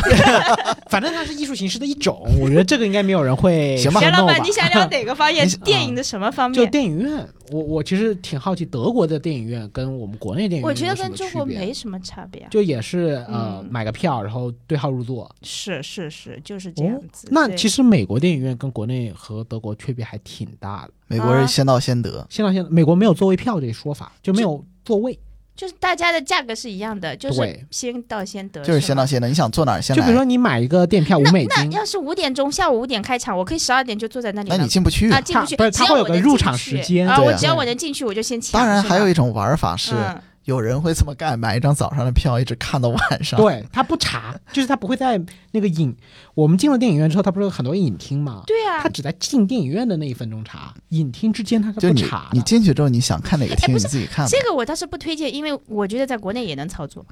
反正它是艺术形式的一种， 我觉得这个应该没有人会
行吧
袁老
no
板，你想 聊哪个方面
你？
电影的什么方
就
面？
电影院，我我其实挺好奇德国的电影院跟我们国内电影院
我觉得
有什么
跟中
区
国
别
没什么差别啊。
就也是呃
嗯
买个票，然后对号入座。
是是是，就是这
哦
样子。
那其
实
实美国电影院跟国内和德国区别还挺大的。
美
啊
国人先到先得，
现在现在美国没有座位票这一说法，就没有座位。
就是大家的价格是一样的，就是
对
先到先得，
就是先
吗
到。先得，你想坐哪儿先
就比如
来，
说你买一个电票五美金，
要是五点钟，下午五点开场，我可以十二点就坐在那里
那
了。
你进不去
啊，。进不去，
不是
只
它
要
会有
我
个
能
入
进
场
去
时间
啊！
对
我
啊
只要我能进去，我就先抢。
当然，
是
还有
吧
一种玩法是，
嗯
有人会这么干，买一张早上的票，一直看到晚上。
对他不查，就是他不会在那个影。我们进了电影院之后，他不是有很多影厅吗？
对啊
他，只在进电影院的那一分钟查，影厅之间他是
就
不
你
查的。
你进去之后，你想看哪个
哎
厅，
不
你
是
自己看吧。
这个我倒是不推荐，因为我觉得在国内也能操作。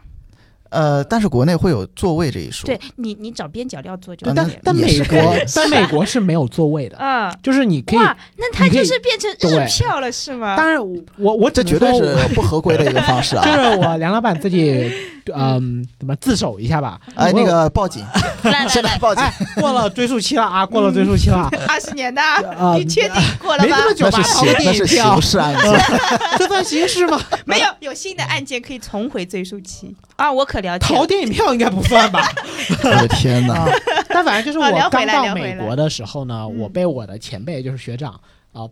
呃，但是国内会有座位这一说。
对你，你找边角料做就嗯
对
但
可以了。
但
也
美
是
国
可以，
但美国是没有座位的，
嗯，
就是你可以。
哇，那它
你可
就
以
是变成日
对
票了是吗？
当然我，我我
这
只
绝
能
对
说我
是不合规的一个方 式啊！
就是我梁老板自 己，嗯，怎么自首一下吧？
哎，
我
那个报警，
来 来
现在
来，
报警！
哎，过了追溯期了啊，过了追溯 期了，
二十年 的，
啊
你确定过了
没
吗？
这么久
那
吧？
是
逃
刑
个，
那
电影
是
票
刑，事案件。
这算刑事 吗？
没有，有新的案件可以重回追溯期啊！我可了解
逃
了。
电影票应该不算吧？
我的天哪！
啊， 但反正就是
啊聊
我
回
刚
来
到
聊回
美
来
国的时候呢，
嗯
我被我的前辈就是学长啊、呃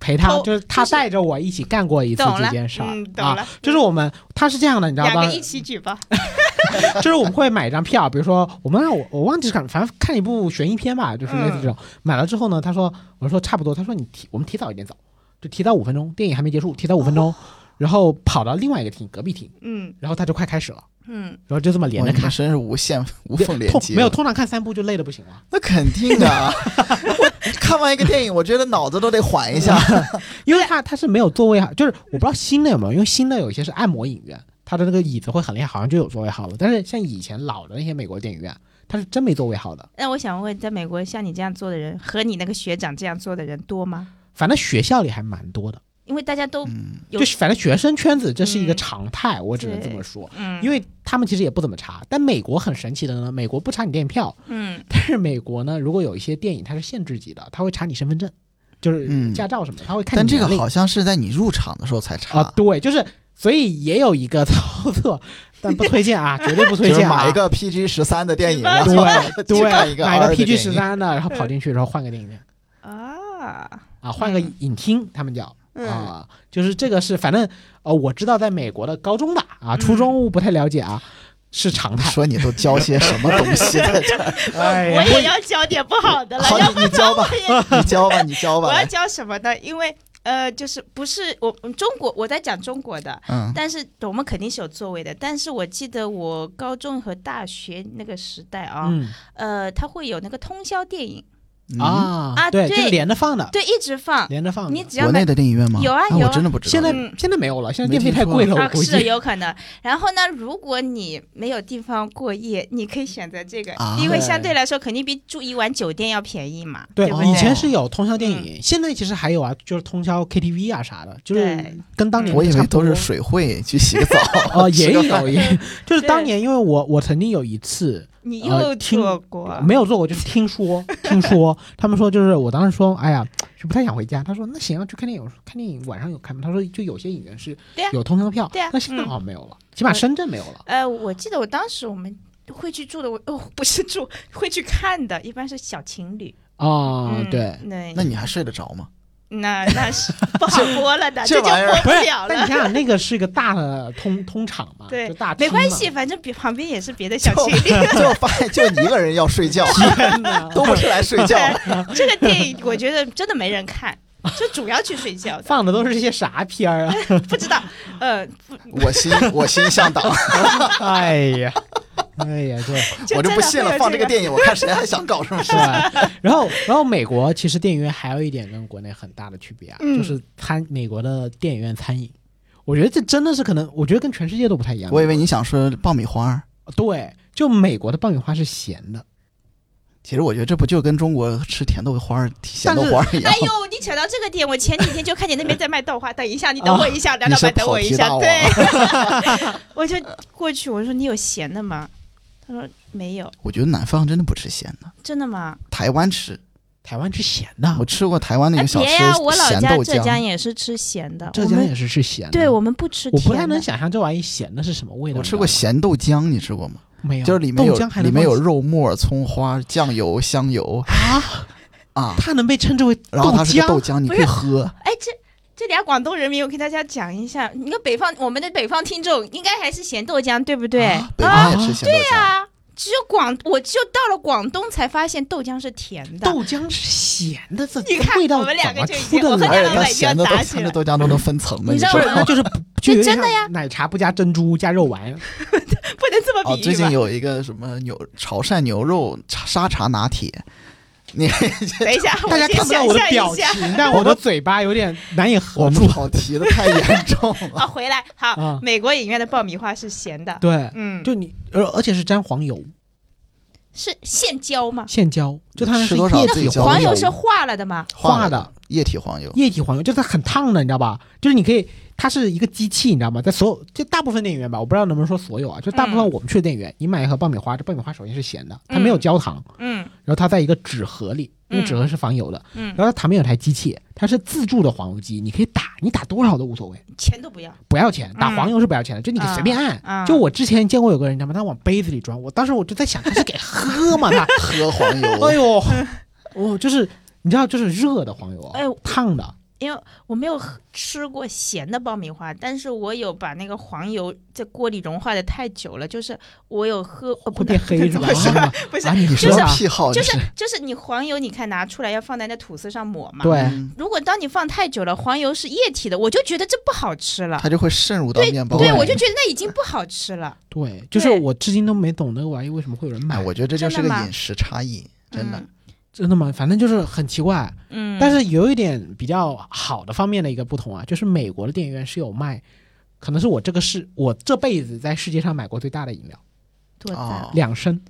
陪他
偷
就是他
就是
带着我一起干过一次
懂
这
了
件事儿、
嗯懂了
啊，就是我们他是这样的，你知道
两
吧
个？一起举报，
就是我们会买一张票，比如说我们我我忘记是看，反正看一部悬疑片吧，就是
嗯
类似这种。买了之后呢，他说我说差不多，他说你提我们提早一点走，就提早五分钟，电影还没结束，提早五分钟，
哦
然后跑到另外一个厅隔壁厅，
嗯
然后他就快开始了，
嗯，
然后就这么连
我
着
你们
看。
真是无限无缝连
通
接，
没有，通常看三部就累的不行了。
那肯定啊！ 我看完一个电影，我觉得脑子都得缓一下。
啊
因为它它是没有座位啊，就是我不知道新的有没有，因为新的有一些是按摩影院，它的那个椅子会很厉害，好像就有座位号了。但是像以前老的那些美国电影院，它是真没座位号的。
那我想问，在美国像你这样做的人和你那个学长这样做的人多吗？
反正学校里还蛮多的，
因为大家都
嗯，
有
就是反正学生圈子这是一个
嗯
常态，我只能这么说。
嗯，
因为他们其实也不怎么查，但美国很神奇的呢，美国不查你电影票，
嗯
但是美国呢，如果有一些电影它是限制级的，它会查你身份证，就是
嗯
驾照什么的，他会看
但
你
这个
年龄
好啊像是在你入场的时候才查，
啊，对，就是所以也有一个操作，啊但不推 荐啊，绝对不推
就是
荐啊。
买一个 PG 十三的电影，然后
对
去看
对，
一个
买
R
个
的
PG
电影
十三的，然后
嗯
跑进去，然后换个电影院
啊，
啊，换个
嗯
影厅，他们叫
嗯，
啊，就是这个是反正呃，我知道在美国的高中吧啊，初
嗯
中不太了解啊，是常 态。
说你都教些什么东西在这儿？
哎
哦我
呀，
也要教点不好的了，
好，
要
你你教 吧， 你教吧，你教吧
我。要教什么呢？因为呃，就是不是我我中国我在讲中国的，
嗯，
但是我们肯定是有座位的。但是我记得我高中和大学那个时代啊，
嗯
呃，它会有那个通宵电影，
嗯，
啊
啊
对，
对
就是连着放的，
对，一直放。
连着放
你
的。
只要
国
买
内的电影院吗？
有啊
哎
有啊
我真的不知道。
现在
嗯
现在没有了，现在
没
电费
听
太
说
贵了，我
啊，
估
是
计。
有可能。然后呢，如果你没有地方过夜，你可以选择这个，
啊
因为相对来说肯定比住一晚酒店要便宜嘛，
对，
不
哦
对？嗯
以前是有通宵电影，现在其实还有啊，就是通宵 KTV 啊啥的，就是
对
跟当年
我以
差
为
不多，
都是水会去洗个澡
哦，也
吃个饭
有 也，就是当年因为我我曾经有一次
你
呃
又
听
做过，
没有做过，就是听 说听说他们说就是我当时说哎呀是不太想回家，他说那行啊去看电影，我说看电影晚上有开吗？他说就有些影院是
对啊
有通宵票
对啊，
那现在
嗯
好像没有了，起码深圳没有了。
呃，我记得我当时我们会去住的，我哦不是住，会去看的，一般是小情侣。
啊
嗯，
对，
那
那你还睡得着吗？
那那是不好播了的，
这
这就
玩意儿
播
不是
了，
但你
了。
想想那个是个大的通通场嘛，
对
就大
没
厅
关
嘛
系，，反正比旁边也是别的小情 侣。
就发现就你一个人要睡 觉，
天哪
都不是来睡觉。
这个电影我觉得真的没人看，就主要去睡觉的，
放的都是些啥片 儿啊？
不知道。呃，
我心我心向党，
哎呀，哎呀，对。
我就不信了，放这
个
个电影，我看谁还想搞什么事
是。吧？然后，然后美国其实电影院还有一点跟国内很大的区别啊，
嗯
就是餐美国的电影院餐饮，我觉得这真的是可能，我觉得跟全世界都不太一样。
我以为你想说爆米花儿，
对，就美国的爆米花是咸的，
其实我觉得这不就跟中国吃甜豆花儿、咸豆花儿一样
哎。呦，你扯到这个点，我前几天就看见那边在卖豆花。等一下，你等我一下，
啊
梁
你
老
是
板，等我
跑
一
题
下
大。王啊
对， 我就过去，我说你有咸的吗？他说没有，
我觉得南方真的不吃咸的，
真的吗？
台湾吃，
台湾是咸的
我，吃过台湾那
哎，
个小吃
别呀、我老
咸
家
豆
浙江
浆，
也是吃咸的，
浙
我
江
们
也是是咸的。
对我们不吃
我
甜的。
不太能想象这玩意咸的是什么味道。
我吃过
你知道
咸豆浆，你吃过吗？
吗，没有，
就是里面有
豆浆还
里
能
面有
放
肉末、葱花、酱油、香油
啊，
啊，
它能被称之为豆
然后它是个豆
浆？
浆，你
不
可
是
以喝。
哎，这这俩广东人民，我给大家讲一下，你看北方，我们的北方听众应该还是咸豆浆，对不对？
啊
北方也吃咸豆浆，
啊只有广，我只有到了广东才发现豆浆是甜的。
豆浆是咸的，这
你看
这味道
我们两
怎
个
么
就已
出
经我
的
和
来
大
而
家
且它咸的
两
豆
百
浆
就
的
要
豆浆都能分层的，
你知道
说
不是，
我
那 就是就有点
真的呀
像奶茶不加珍珠加肉丸，
不能这么
哦，
比
最
喻吧？
近有一个什么牛潮汕牛肉茶沙茶拿铁，你
等一下，
大家
先
看不到
想
我的
象
表
一下。
情， 但我的嘴巴有点难以合
我
住
们。跑题的太严重 了。
啊，回来好、
啊
美国影院的爆米花是咸的，
对，
嗯，
就你，而而且是沾黄油、
是现浇吗？
现浇，就它那
吃
是
多少
液
自己
体
浇
黄
黄
油
油是化了的吗？
化
化
的
液体黄油，
液体黄油，就是它很烫的，你知道吧？就是你可以，它是一个机器，你知道吗？在所有就大部分电影院吧，我不知道能不能说所有啊，就大部分
嗯
我们去的电影院，你买一盒爆米花，这爆米花首先是咸的，它没有
嗯
焦糖，
嗯
然后它在一个纸盒里，那个
嗯
纸盒是防油的，
嗯，
然后它旁边有台机器，它是自助的黄油机，你可以打，你打多少都无所谓。
钱都不要，
不要钱，打
嗯
黄油是不要钱的，就你可以随便按。
嗯嗯
就我之前见过有个人，他妈他往杯子里装，我当时我就在想，他是给喝嘛？ 他，
喝黄
哎
油，
呦，哦，就是你知道，就是热的黄油啊，
哎呦
烫的，
因为我没有喝吃过咸的爆米花，但是我有把那个黄油在锅里融化的太久了，就是我有喝，呃、不
会变黑是吧？
不是
啊
不是
啊，你
你
说
说
是
啊，
癖好
就
你
是就是你黄油，你看拿出来要放在那吐司上抹嘛。
对
嗯
如果当你放太久了，黄油是液体的，我就觉得这不好吃了。
它就会渗入到
对
面包里。
对，我就觉得那已经不好吃了。
对，就是我至今都没懂那个玩意为什么会有人
哎，
买，
我觉得这就是
真
个
的吗嗯
饮食差异，真的。
真的吗？反正就是很奇怪。
嗯，嗯，
但是有一点比较好的方面的一个不同啊，就是美国的电影院是有卖，可能是我这个是我这辈子在世界上买过最大的饮料。
多大
哦？
两升，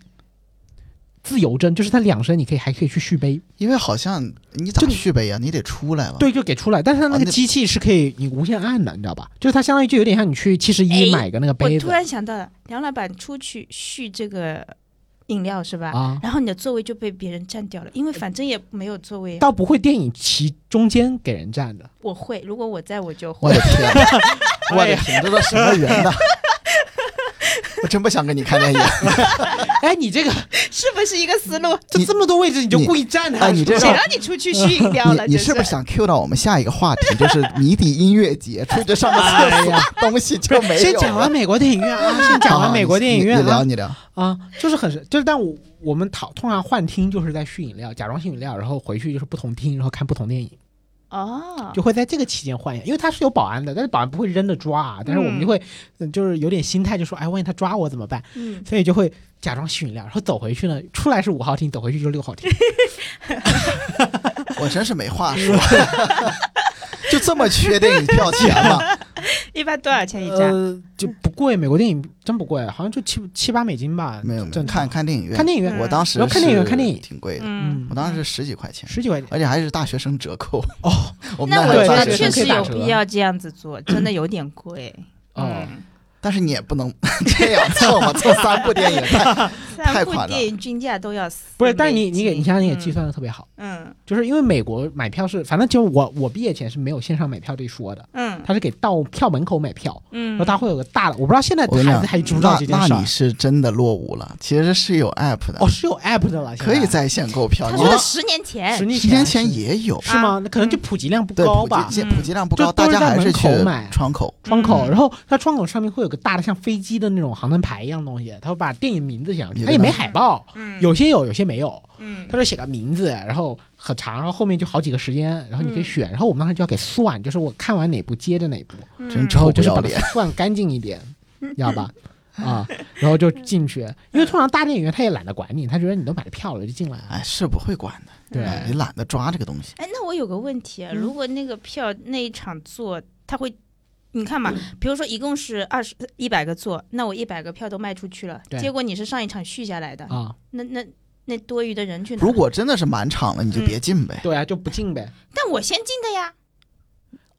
自由斟，就是它两升，你可以还可以去续杯，
因为好像你咋
就你
续杯呀？你得出来了。
对，就给出来。但是它那
啊
个
那
机器是可以你无限按的，你知道吧？就是它相当于就有点像你去七十一
哎
买个那个
我
杯
突
子，
然想到了，梁老板出去续这个饮料是吧？
啊，
然后你的座位就被别人占掉了，因为反正也没有座位。
倒不会电影其中间给人占的。
我会，如果我在我就会。
我的 天，
哎
我的天，这都什么人呐？ 我真不想跟你看电影。
哎，你这个
是不是一个思路？
这
你
这么多位置你就故意占它？
哎你这
是
让
谁
吧
让你出去虚饮料了？
你你
就是
不是想 cue 到我们下一个话题，就是谜底音乐节？出去上个厕
哎
所，东西就没有了。
先讲完美国电影院啊，先讲完美国电影
啊
院
哎你你聊
啊
你聊。
啊，就是很就是，但我我们讨通常幻听就是在续饮料，假装续饮料，然后回去就是不同听，然后看不同电影，
啊
哦，
就会在这个期间换，因为它是有保安的，但是保安不会扔着抓啊，但是我们就会嗯就是有点心态，就说哎，万一他抓我怎么办？
嗯，
所以就会假装续饮料，然后走回去呢，出来是五号厅，走回去就是六号厅，
我真是没 话说， 就这么缺电影票钱吗？
一般多少钱一嗯张？
呃，就不贵，美国电影真不贵，好像就七七八美金吧，
没有没有，
啊正常
看看电影院，
看电影院
嗯
我当时
然后看电影
是
看电影
挺贵的，
嗯，
我当时十几块钱，
十几块钱，
而且还是大学生折扣。
哦，
我们
那
那
我
还
对
有
觉
大
得
对
学生可
确实
以
有
打折
必要这样子做，真的有点贵。
哦
嗯，
但是你也不能 这样凑嘛，凑三部 电影太太
三部
款了
电影均价都要四，
不是，但是你你给你想想你也计
嗯
算的特别好，
嗯
就是因为美国买票是，反正就我我毕业前是没有线上买票这一说的，
嗯
他是给到票门口买票，
嗯
然后他会有个大的，我不知道现在
我跟你
孩
讲
子还知不知道这件
那
事
那
儿
你。是真的落伍了，其实是有 app 的，
哦，是有 app 的了，现
可以在线购票。
他
你
说的
到
十年前
十年
十年前也有，
是
啊
吗？那可能就普及量不
对
高
普
吧
及。
嗯
普及量不高，
就都
大
是
家还
在
是
门
去
口买
窗口。
窗口，
嗯
然后它窗口上面会有个大的像飞机的那种航站牌一样的东西，他会把电影名字写上去，
有的
它也
呢
没海报，
嗯
有些有，有些没有。
嗯
他说写个名字，然后很长，然后后面就好几个时间，然后你可以选。然后我们当时就要给算，就是我看完哪部接着哪部，
嗯
真
然
臭
后
不
就是
要
把它
脸，
算干净一点，知道 吧？啊，然后就进去，因为通常大电影院他也懒得管你，他觉得你都买了票了就进来了。
哎，是不会管的，
对，嗯
哎你懒得抓这个东西。
哎，那我有个问题啊，如果那个票那一场座，他会，你看嘛，
嗯
比如说一共是二十一百个座，那我一百个票都卖出去了，
对
结果你是上一场续下来的，
啊，
那那那多余的人去哪？
哦如，果真的是满场了，你就别进呗。
对啊，就不进呗。
但我先进的呀，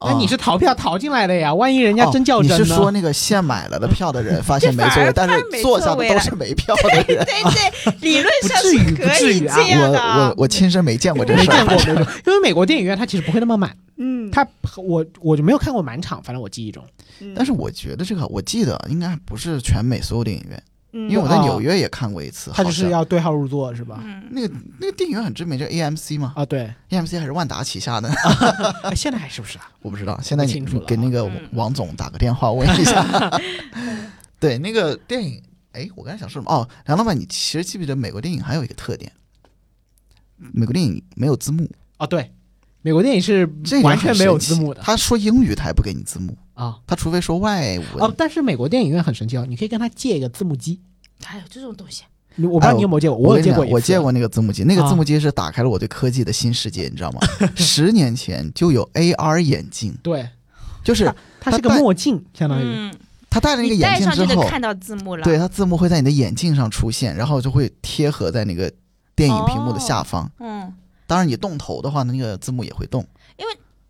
那你
啊
是逃票逃进来的呀，万一人家
哦
真较真呢？
你是说那个现买了的票的人发现没座
反
位
而，
但
他
是
没
坐下
座
的
位
都
了。
是没票的人
对对，理论上
不至于
是
不
可
至
以
于啊
这
我
样的啊
我，我亲身没见过这
没
事
见
儿，
过，没见过， 因为美国电影院它其实不会那么满，
嗯，
它我我就没有看过满场，反正我记忆中，
嗯
但是我觉得这个我记得应该不是全美所有电影院，
因
因为我在
啊
纽约也看过一次，
它就
好
是
像
要对号入座是吧？
嗯
那个那个电影院很知名，叫 AMC 嘛
啊，对，
，AMC 还是万达旗下的，
哎现在还是不是啊？
我不知道。现在
不
你
清楚了
给那个
嗯
王总打个电话问一下。 对，那个电影，哎，我刚才想说什么？哦，梁老板，你其实记不记得美国电影还有一个特点？美国电影没有字幕，
哦，对，美国电影是
这
完全没有字幕的
他说英语他也不给你字幕，
啊。
他除非说外文。
哦，但是美国电影院很神奇哦，你可以跟他借一个字幕机。
还有这种东西，
你我不知道你有没有借过，
哎我跟
有
你
借
讲
过一次，
我借过那个字幕机，那个
啊
字幕机是打开了我对科技的新世界，你知道 吗？十年前就有 AR 眼镜，
对，
就是
它是个
它戴
墨镜，相当于。
嗯，
他戴了那个
你
眼
戴
镜
上
之
就能
后，
看到字幕了，
对，它字幕会在你的眼镜上出现，然后就会贴合在那个电影屏幕的下方。
嗯。
当然，你动头的话，那个字幕也会动。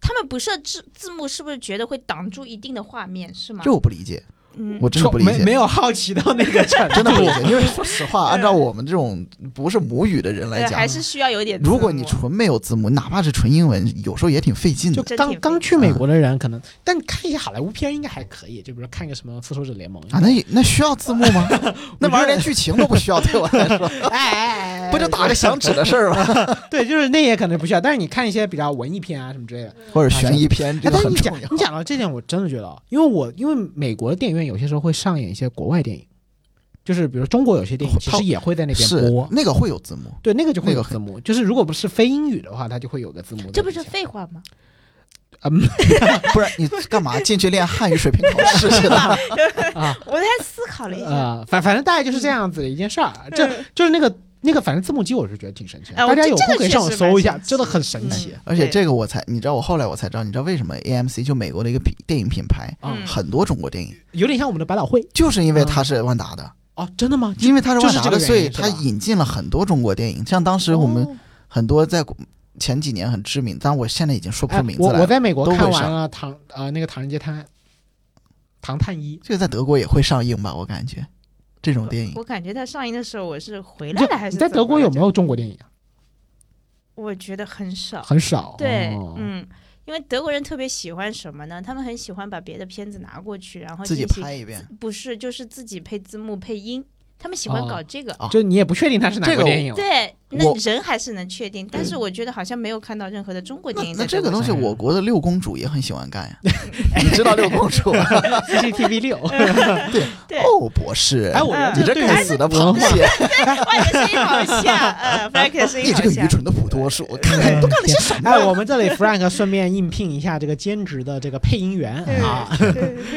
他们不设置字幕，是不是觉得会挡住一定的画面，是吗？
这我不理解，
啊嗯，
我真的不理
没没
解。
有好奇到那个程度，
真的不理解，因为说实话，按照我们这种不是母语的人来
对，
讲啊
还，是需要有点字幕。
如果你纯没有字幕，哪怕是纯英文，有时候也挺费劲的
就。
真
刚
挺
刚
费
去
嗯
美国的人可能，但你看一些好莱坞片应该还可以，就比如看个什么《复仇者联盟》
啊，那也那需要字幕 吗？那玩意儿连剧情都不需要，对我来 说，
哎哎哎，
不就打个响指的事儿吗？
对，就是那也可能不需要，但是你看一些比较文艺片啊什么之类的，
或者悬疑片，这个
哎，但是
很
你
重
讲
要
你。讲到这点，我真的觉得，啊因为我因为美国的电影院有些时候会上演一些国外电影，就是比如中国有些电影其
它
实也会在那边
哦是
播，
那个会有字幕，
对，那个就会
那个
有字幕，就是如果不是非英语的话，它就会有个字幕在底下。
这不是废话吗？
不然你干嘛进去练汉语水平考试去 了？
啊？
我还思考了一下，
呃，反反正大概就是这样子的一件事儿，这就是那个那个，反正字幕机我是觉得挺神奇的，
嗯哎我
大家
这
有
这
空
个
可以
确
上网
实
搜
蛮
一下，
神
真的
奇嗯
很神奇
而且
对
这个我才，你知道，我后来我才知道，你知道为什么 AMC 就美国的一个品电影品牌，
啊、
嗯
很多中国电影
有点像我们的百老汇
就是因为它是万达的，
哦，真的吗？
因为它是万达的，
就是这
所
个
以
原因
它
是吧
引进了很多中国电影。像当时我们
哦
很多在国前几年很知名，但我现在已经说不
哎
出名字
我
来
我
了。
在美国
都会
看完
上
了唐呃那个《唐人街探案》，《唐探一》
这个在德国也会上映吧？我感觉这种电影
我感觉它上映的时候我是回来
你
了还是
你在
怎
德
么
国
了
有没？有中国电影啊？
我觉得很少。
很少。
对
哦，
嗯，因为德国人特别喜欢什么呢？他们很喜欢把别的片子拿过去，然后
自己
进行
拍一遍。
不是，就是自己配字幕配音，他们喜欢
哦
搞这个。
哦
就你也不确定它是哪
这
个
个
电影。
对，
我
那人还是能确定，但是
嗯
我觉得好像没有看到任何的中国
那
电影在
那这个东西，
上映
我国的六公主也很喜欢干呀。你知道六公主吗？
CCTV 六，
对，
哦，博士，
哎，我觉得
你这
对
该死的螃
文化
蟹，
哇，你的声音好 像，呃 f r a n k 的声
你
音
这
好
个愚
像。
蠢的普通鼠，看看你都干了些什么
哎，？我们这里 Frank 顺便应聘一下这个兼职的这个配音员啊。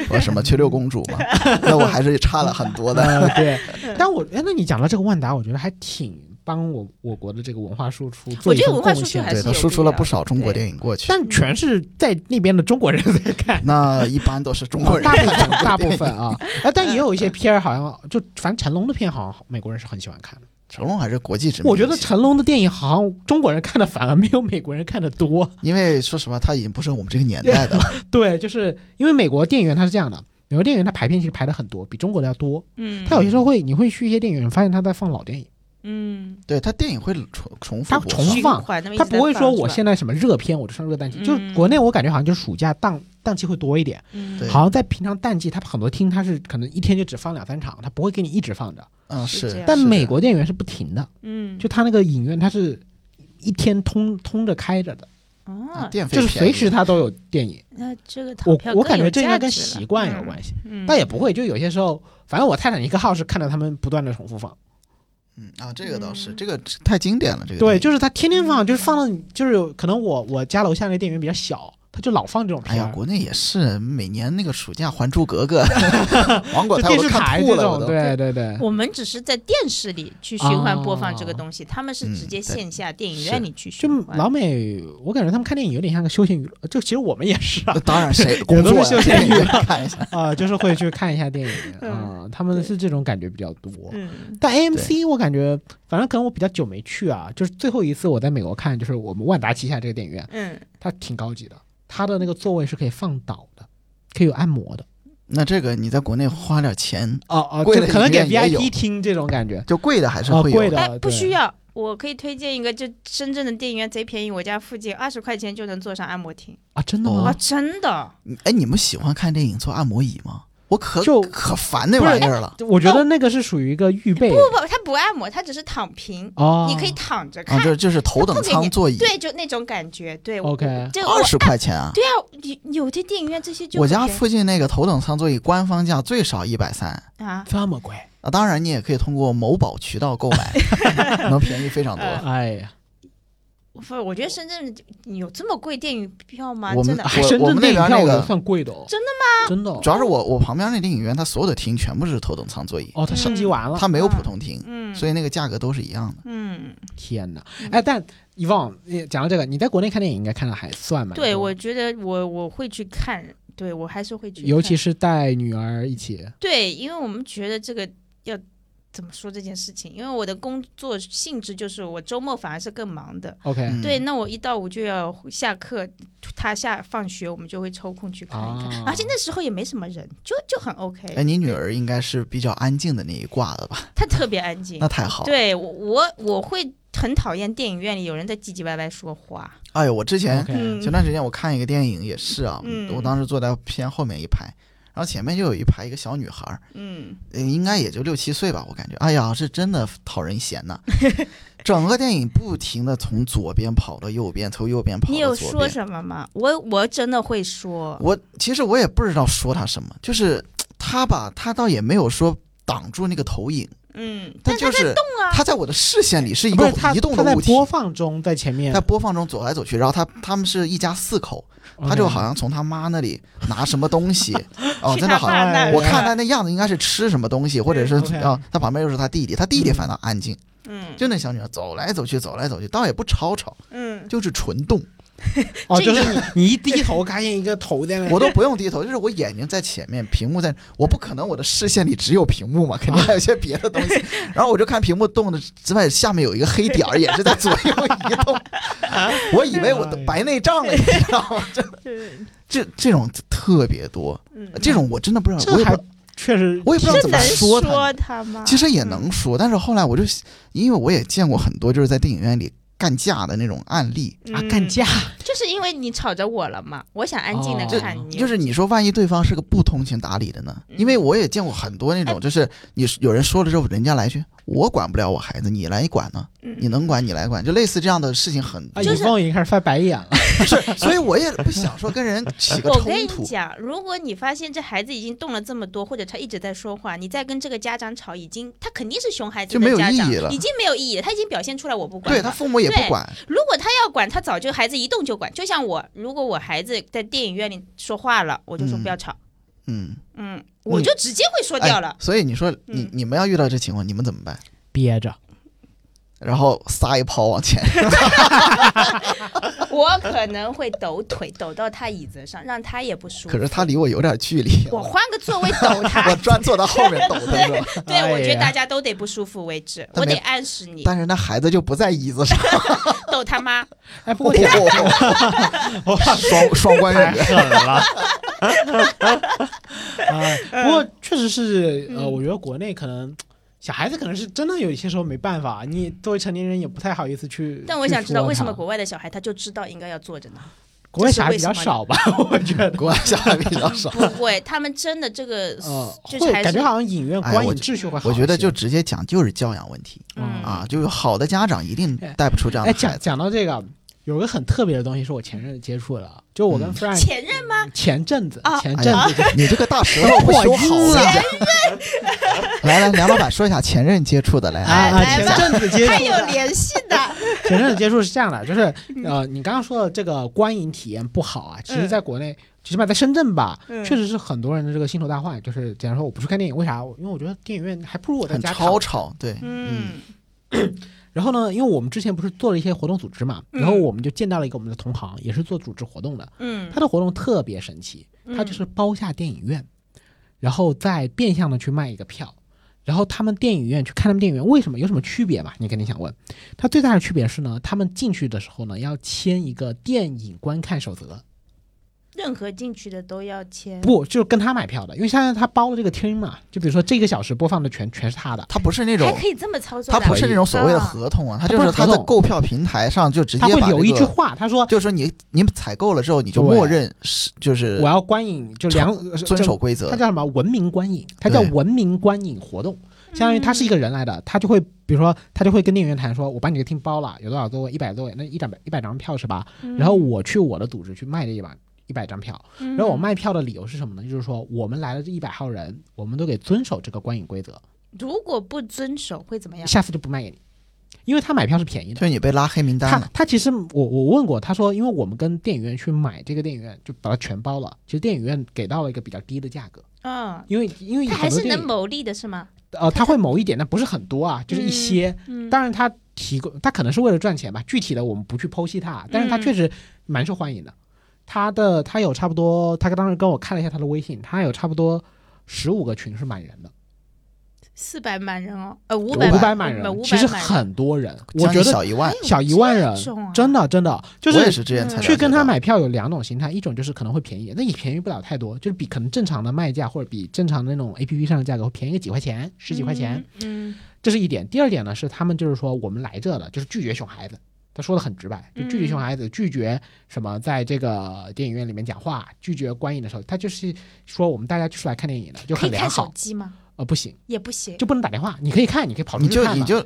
我什么去六公主嘛？那我还是差了很多的。
呃，对，
嗯
但我哎，那你讲到这个万达，我觉得还挺帮我我国的这个文化输出做
我
一
觉得
份
文化
贡
输出
献
还
对
是嗯
他
有
输
必
出了
要
不少中国
对
电影过去，
但全是在那边的中国人在看，
那一般都是中国人
大部
看
分
中国
大部
电影
分啊，哎，但也有一 些片儿，好像就反正成龙的片，好像美国人是很喜欢看的。
成龙还是国际知名。
我觉得，成龙的电影好像中国人看的反而没有美国人看的多。
因为说实话，他已经不是我们这个年代的了。
对，就是因为美国电影院它是这样的，美国电影院它排片其实排的很多，比中国的要多。
嗯
它有些时候会，你会去一些电影院，发现它在放老电影，
嗯，
对他电影会重重复
它
播
重
放
复
循
放
环那么一
它
直在
不会
放
说
是
我
吧
现在什么热片我就上热淡季，就是
嗯
国内我感觉好像就是暑假档档期会多一点，
嗯
对
好像在平常淡季它很多厅它是可能一天就只放两三场，它不会给你一直放着。
嗯，
是这
是
样。
但
是
美
的
国电影院是不停的，
嗯，
就它那个影院它是一天通通着开着的，
啊
哦，
电费
就是
便
随
宜
时它都有电影。
那这个逃
我
票
我
更
感
有
觉这应该
价
跟
值了
习惯有关系，
嗯
但也不会，就有些时候，反正我泰坦尼克号是看到他们不断的重复放，
嗯啊，这个倒是，这个太经典了。这个
对，
电
就
影
是他天天
嗯
放，就是放到你就是有可能我我家楼下那电影院比较小，他就老放这种
哎
片
呀，
儿，
国内也是每年那个暑假《还珠 格格》《芒果
就
台》
电
我
视
都看
台
吐
这
了，我
种，
都。
对对
嗯
对，
我们只是在电视里去循环播放这个东西，他们是直接
嗯对
线下电影
是
院里去
就
循环。
老美，我感觉他们看电影有点像个休闲娱乐，就其实我们也是啊
那当然， 谁工作
都是休闲娱乐
乐看一下？
啊、就是会去看一下电 影啊、他们是这种感觉比较多。
嗯
但 AMC 我感觉，反正可能我比较久没去啊，就是最后一次我在美国看，就是我们万达旗下这个电影院，
嗯，
它挺高级的，它的那个座位是可以放倒的，可以有按摩的。
那这个你在国内花点钱，
哦哦
贵
就
的
可能
影
给
院也有
VIP 厅这种感觉。
就贵的还是
哦
会有
贵的
的。
哎，
对
不需要，我可以推荐一个，就深圳的电影院贼便宜，我家附近二十块钱就能坐上按摩厅
啊，真的
哦
啊，
吗？
真的。
你哎，你们喜欢看电影坐按摩椅吗？我可
就
可烦那玩意儿了。
我觉得那个是属于一个预备
不不，他不按摩，他只是躺平，
哦，
你可以躺着看
啊，，这就是头等舱座椅，
对，就那种感觉，对。我
OK
这我
二十块钱啊！
对啊，有有的电影院这些就
我
不
家
便
附近那个头等舱座椅官方价最少一百三
啊，
这么贵？
啊，当然你也可以通过某宝渠道购 买，能便宜非常多。
呃
哎呀，
不，我觉得深圳有这么贵电影票吗？
我们
真的
啊，
深
我
圳
们
电
那边
影票
那
我
个
觉得算贵的哦。真的吗？真的哦
主要是我我旁边那电影院，它所有的厅全部是头等舱座椅，
哦，它升级完了。
它没有普通厅，
嗯，
所以那个价格都是一样的。
嗯，
天哪！哎，但遗忘讲到这个，你在国内看电影应该看的还算蛮多
对，我觉得我我会去看，对我还是会去看，
尤其是带女儿一起。
对，因为我们觉得这个要怎么说这件事情，因为我的工作性质就是我周末反而是更忙的。
OK
嗯
对，那我一到五就要下课，他下放学，我们就会抽空去看一看，
啊
而且那时候也没什么人，就就很 OK，、
哎，你女儿应该是比较安静的那一挂的吧？
他特别安静
那。太好。了。
对我我我会很讨厌电影院里有人在唧唧歪歪说话。
哎呦，我之前
OK，
前段时间我看一个电影也是啊，
嗯
我当时坐在偏后面一排，然后前面就有一排一个小女孩儿，
嗯，
呃应该也就六七岁吧，我感觉，哎呀，是真的讨人嫌 呐、整个电影不停的从左边跑到右边，从右边跑
你有
到左
说
边。
什么吗？我我真的会说，
我其实我也不知道说她什么，就是她吧，她倒也没有说挡住那个投影，
嗯，
但
但
就
他在
是
动啊，
她在我的视线里是一
不
个
是他
移动
他
的
在
物体
播，放中在前面
在，播放中走来走去，然后她他们是一家四口，她就好像从她妈那里拿什么东 西，哦，
去
真
他
的好像
爸那
哎
里，
我看他那样子，应该是吃什么东西，或者是
OK
啊，他旁边又是他弟弟，他弟弟反倒安静，
嗯
就那小女孩走来走去，走来走去，倒也不吵吵，
嗯，
就是纯动，
哦，
这
就
个
是你你一低头看见一个头在那
我都不用低头，就是我眼睛在前面，屏幕在，我不可能我的视线里只有屏幕嘛，肯定还有些别的东 西，然后我就看屏幕动的之外，下面有一个黑点儿也是在左右移 动，我以为我
哎呀
白内障了，你知道吗？这
对，
这这种特别多，
嗯，
这种我真的不知道，我
这
也不
还
知道
确实
我也不知道
这
怎么
能
说他
说他吗？
其实也能说，但是后来我就因为我也见过很多就是在电影院里干架的那种案例，
嗯
啊干，架，
就是因为你吵着我了嘛，我想安静
哦
的看你，嗯
就是你说万一对方是个不通情达理的呢？因为我也见过很多那
哎
种，就是你有人说了之后，人家来一句我管不了我孩子，你来管呢？
嗯
你能管你来管，就类似这样的事情很
啊，
就
尹
是
峰已经开始翻白眼了。
所以我也不想说跟人起个
我
冲
跟你
突。
讲，如果你发现这孩子已经动了这么多，或者他一直在说话，你再跟这个家长吵，已经他肯定是熊孩子
就没
的
有
家长
意义了
已经没有意义了，他已经表现出来我不管
对
了。
他父母也不
对
管，
如果他要管，他早就孩子一动就管。就像我，如果我孩子在电影院里说话了，我就说
嗯
不要吵，
嗯，
嗯，我就直接会说掉了
哎。。所以你说你
嗯
你们要遇到这情况，你们怎么办？
憋着，
然后撒一泡往前，
我可能会抖腿抖到他椅子上，让他也不舒服。
可是他离我有点距离，
我换个座位抖
我
他，
专坐到后面抖他是吧？
对我
哎
觉
呀
得大家都得不舒服为止，
他
我
没
得暗示你
但是那孩子就不在椅子上，
抖他妈。
哎，不过哎你
双双关
太
语。
狠了。 啊，不过确实是，呃，
嗯
我觉得国内可能小孩子可能是真的有一些时候没办法，你作为成年人也不太好意思去。
但我想知道，
去说
为什么
他
国外的小孩他就知道应该要坐着呢？
国内小孩比较
这是为什么呢
少吧？ 我觉得，
国外小孩比较少。
不会，他们真的这个
呃，
就是
会
还
感
是
觉好像影院
哎
观
我
影
觉
秩序会好一些。
我觉得就直接讲就是教养问题
嗯
啊，就是好的家长一定带不出这样
哎，
的孩
讲
子。
讲到这个，有个很特别的东西是我前任接触的，啊就我跟
嗯
Frank
前任吗？
前阵子
啊
前
哎
阵
呀
子就，
你这个大舌 头不修好
我
了
阴了！
来来，梁老板说一下前任接触的哎来。
啊啊，
来
前
吧
阵子接触
还
的
有联系的，
前阵子接触是这样的，就是
嗯
呃，你刚刚说的这个观影体验不好啊，其实在国内，起码在深圳吧，
嗯
确实是很多人的这个心头大患。就是假如说我不去看电影，为啥？我因为我觉得电影院还不如我在
很
家看
吵。吵，对，
嗯
然后呢，因为我们之前不是做了一些活动组织嘛，
嗯
然后我们就见到了一个我们的同行，也是做组织活动的，
嗯，
他的活动特别神奇，他就是包下电影院，然后再变相的去卖一个票。然后他们电影院去看他们电影院，为什么有什么区别嘛？你肯定想问。它最大的区别是呢，他们进去的时候呢，要签一个电影观看守则，
任何进去的都要签。
不就是跟他买票的？因为现在他包了这个厅嘛，就比如说这个小时播放的全全是他的，
他不是那
还
种，
可以这么操作
他
的，嗯
不是那种所谓的合同啊，他就是他在购票平台上就直接
他会
把
留一
这
句
个，
话，他说
就是说你你采购了之后，你就默认是就是
我要观影就良
呃遵。守
就
规
它
则。
叫什么文明观影？它叫
对
文明观影活动，
嗯
相当于他是一个人来的，他就会，比如说，他就会跟店员谈说，我把你这个厅包了，有多少座位？一百座位，那一百一百张票是吧？
嗯，嗯
然后我去我的组织去卖这一百一百张票，
然
然后我卖票的理由是什么呢？就是说我们来了这一百号人，我们都得遵守这个观影规则，
如果不遵守会怎么样？
下次就不卖给你，因为他买票是便宜的。
就你被拉黑名单
他
了，
他其实我我问过，他说因为我们跟电影院去买这个电影院就把它全包了，其实电影院给到了一个比较低的价格，
嗯，
因为因为
他
很
还
多
是
电
能
影
牟利的是吗？
呃他会某一点，但不是很多啊，就是一些。
嗯，
当然他提供他可能是为了赚钱吧，具体的我们不去剖析他，啊但是他
嗯
确实蛮受欢迎的。他的他有差不多，他当时跟我看了一下他的微信，他有差不多十五个群是满人的，
四百满人哦，呃，五
五
百
百满人，
人，哎
其实很多人，我
将近
觉得
小一万。
小一万人
这种啊，
真的真的就
我也
是。
是之前才了解
去跟他
到
买票有两种心态，一种就是可能会便宜一点，但也便宜不了太多，就是比可能正常的卖价或者比正常的那种 A P P 上的价格会便宜个几块钱、十几块钱。，
嗯
这是一点。第二点呢，是他们就是说我们来这了，就是拒绝熊孩子。他说的很直白，就拒
嗯
绝熊孩子，拒绝什么在这个电影院里面讲话，拒绝观影的时候，他就是说我们大家就是来看电影的，就
嗯，可以
很良
看手
好。
机吗？
呃，不行，
也不行，
就不能打电话。你可以看，你可以跑出
你
去看
就
嘛
你就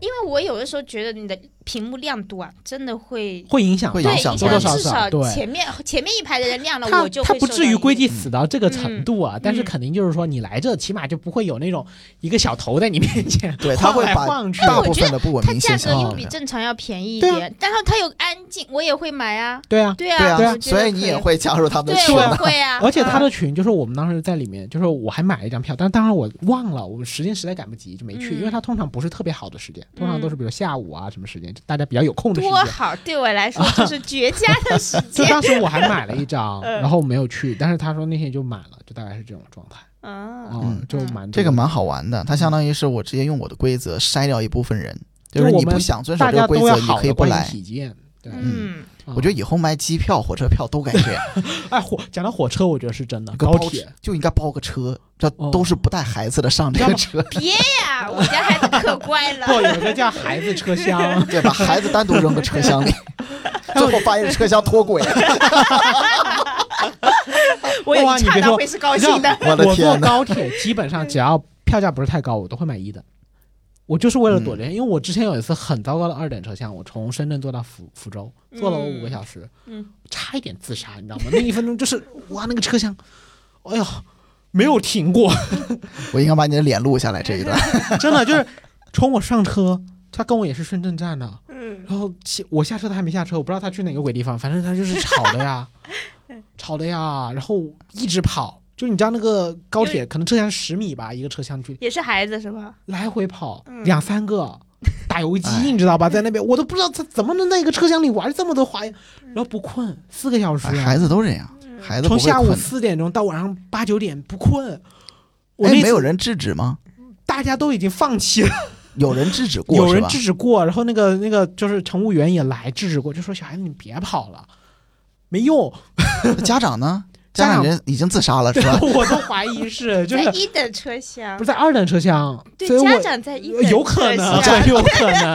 因为我有的时候觉得你的屏幕亮度啊，真的会
会影响
会
到
对
影响
多多
到
少
至
少
少
对。
前面前面一排的人亮了，
他
我就
他
会
不
受
至
到
于
影
规矩
响
死到这个程度啊，但是
嗯
肯定就是说你来这，起码就不会有那种一个小头在你面前
对他
晃
会
来
把
晃去。
大部分的不文
它
明
价
现
格
象
又
这
比
样。
正常要便宜一
啊对啊
点，然后它有安静，我也会买啊，
对啊，
对
对啊
啊，我，觉得
所以你
可
也会加入他们的
对，
群
我
啊。
会啊，
而且他
嗯
的群就是我们当时在里面，就是我还买了一张票，但当然我忘了，我时间实在赶不及就没去，
嗯
因为它通常不是特别好的时间，通常都是比如下午啊什么时间，就大家比较有空的时
多
间。
好，对我来说就是绝佳的时
就
间。
当时我 还买了一张，
嗯
然后没有去，但是他说那天就满了，就大概是这种状态，
嗯，
嗯，就蛮
这个蛮好玩的，它相当于是我直接用我的规则筛掉一部分人，
就是我
你
们
不想遵守
大
这个
家
规
都要
则，你
好
可以
的
不
观影
来。
体验，对，
嗯，
我觉得以后卖机票、火车票都该这样，
哎，火讲到火车，我觉得是真的，
个
高
包
铁。
就应该包个车，这
哦
都是不带孩子的上这个车，
哎呀，我家孩子可乖 了
不，，有一个叫孩子车 厢，
对，把孩子单独扔个 车厢里，最后发现车厢脱轨，
我有
哇
一
你
刹
别
那
说
会是高兴的。
我的
坐
啊天哪！
高铁基本
嗯
上只要票价不是太高，我都会买一等。我就是为了躲着，因为我之前有一次很糟糕的二等车厢，我从深圳坐到福福州，坐了我五个小时，
嗯，
差一点自杀，你知道吗？那一分钟就是哇，那个车厢，哎呦，没有停过，
我应该把你的脸录下来这一段。
真的就是从我上车，他跟我也是深圳站的，
嗯，
然后下我下车他还没下车，我不知道他去哪个鬼地方，反正他就是吵的 呀，
嗯
吵的呀，然后一直跑，就你知道那个高铁可能车厢十米吧，一个车厢距离
也是孩子是吧？
来回跑、
嗯
两三 个。打游击，
哎
你知道吧？在那边我都不知道他怎么能在一个车厢里玩这么多花样，
嗯
然后不困，四个小时、啊
哎孩子都这样，孩子不
从
会
下午
困
四点钟到晚上八九点不困，我
哎，
那
没
次
有人制止吗？
大家都已经放弃了，
有人制止过
有
是
人
吧？
制止过，然后那个那个就是乘务员也来制止过，就说小孩子你别跑了，没用，
家长呢？
家
家
长
长人已经自杀了是
对，
吧？
我都怀疑 是就
嗯在
是
一等车厢
不是，在二等车厢，
对
所以
家
我
长在一
呃
等
有可
车
能，
厢
很有可能，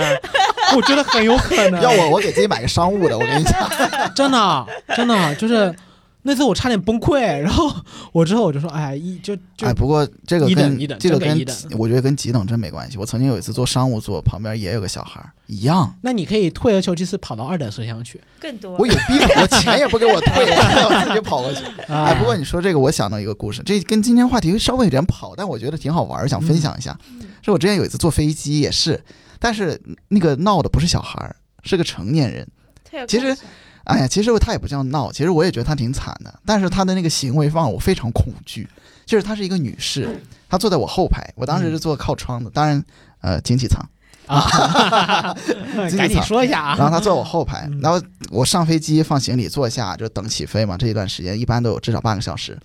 我觉得很有可能，
要我，我给自己买个商务的，我跟你讲，
真的真的就是那次我差点崩溃，然后我之后我就说哎一就 就
哎，不过这个
一等
跟
一等
这个
真给
跟
一等
几我觉得跟几等真没关系。我曾经有一次坐商务座，旁边也有个小孩儿一样，
那你可以退而求其次跑到二等车厢 去
更多。
我有病，我钱也不给我退，我自己跑过去。
啊
哎，不过你说这个，我想到一个故事，这跟今天话题稍微有点跑，但我觉得挺好玩儿，想分享一下。是我之前有一次坐飞机也是，但是那个闹的不是小孩儿，是个成年人。
特有
其实
感
哎呀，其实他也不叫闹，其实我也觉得他挺惨的，但是他的那个行为让我非常恐惧。就是她是一个女士，她坐在我后排，我当时是坐靠窗的，当然呃经济舱，
啊，
自己
赶紧
藏
说一下
然
啊，
后她坐我后排
嗯，
然后我上飞机放行李坐下就等起飞嘛，这一段时间一般都有至少半个小时。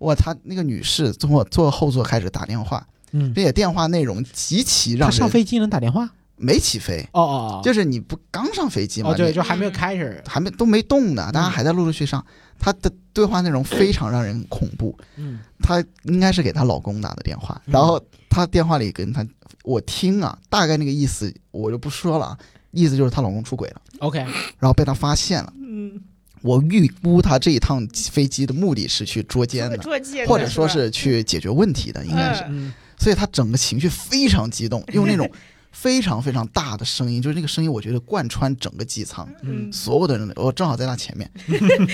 哇，她那个女士从我坐后座开始打电话，
嗯，
并且电话内容极其让
他上
人
飞机能打电话？
没起飞，
哦哦，哦
就是你不刚上飞机嘛，
哦，对，
你
就还没有 开始。
还没都没动呢，大家
嗯
还在陆陆续上，她的对话内容非常让人恐怖。
嗯，
她应该是给她老公打的电话，然后她电话里跟她，我听啊，大概那个意思我就不说了啊，意思就是她老公出轨了，
OK，
然后被她发现了。
嗯，
我预估她这一趟飞机的目的是去捉奸的，
捉奸的
或者说
吧
是去解决问题的，应该是，
嗯，
所以她整个情绪非常激动，用那种非常非常大的声音，就是那个声音，我觉得贯穿整个机舱。
嗯
所有的人，我正好在他前面，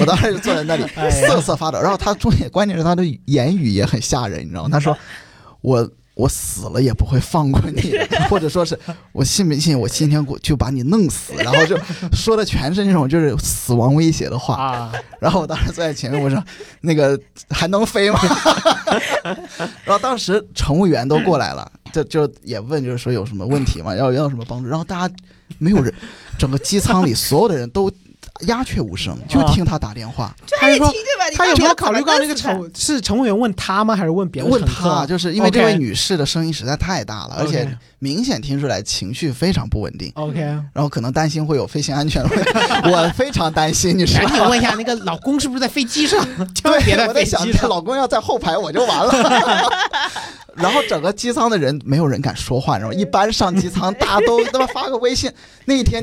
我当时就坐在那里
哎呀
瑟瑟发抖。然后他中间，关键是他的言语也很吓人，你知道吗？他说：“我我死了也不会放过你的，或者说是我信不信我今天过就把你弄死。”然后就说的全是那种就是死亡威胁的话。
啊，
然后我当时坐在前面，我说：“那个还能飞吗？” 然后当时乘务员都过来了，就就也问，就是说有什么问题吗？要要什么帮助？然后大家没有人，整个机舱里所有的人都鸦雀无声，就
啊
听他打电话。
他是说
听着吧，你
他有没
刚
有
刚
考虑
怎么
过那个
弄死的
乘是乘务员问他吗？还是问别的
问
乘客？
他，就是因为这
OK
位女士的声音实在太大了，而
OK
且明显听出来情绪非常不稳定，
OK，
然后可能担心会有飞行安全问题。 我非常担心，你知
赶
道
紧
吗？
问一下那个老公是不是在飞机上？ 千万 别
对，
在
我在
飞
想
机，
这
上。
老公要在后排，我就完了。 然后整个机舱的人没有人敢说话，然后一般上机舱，大家都他妈发个微信。那一天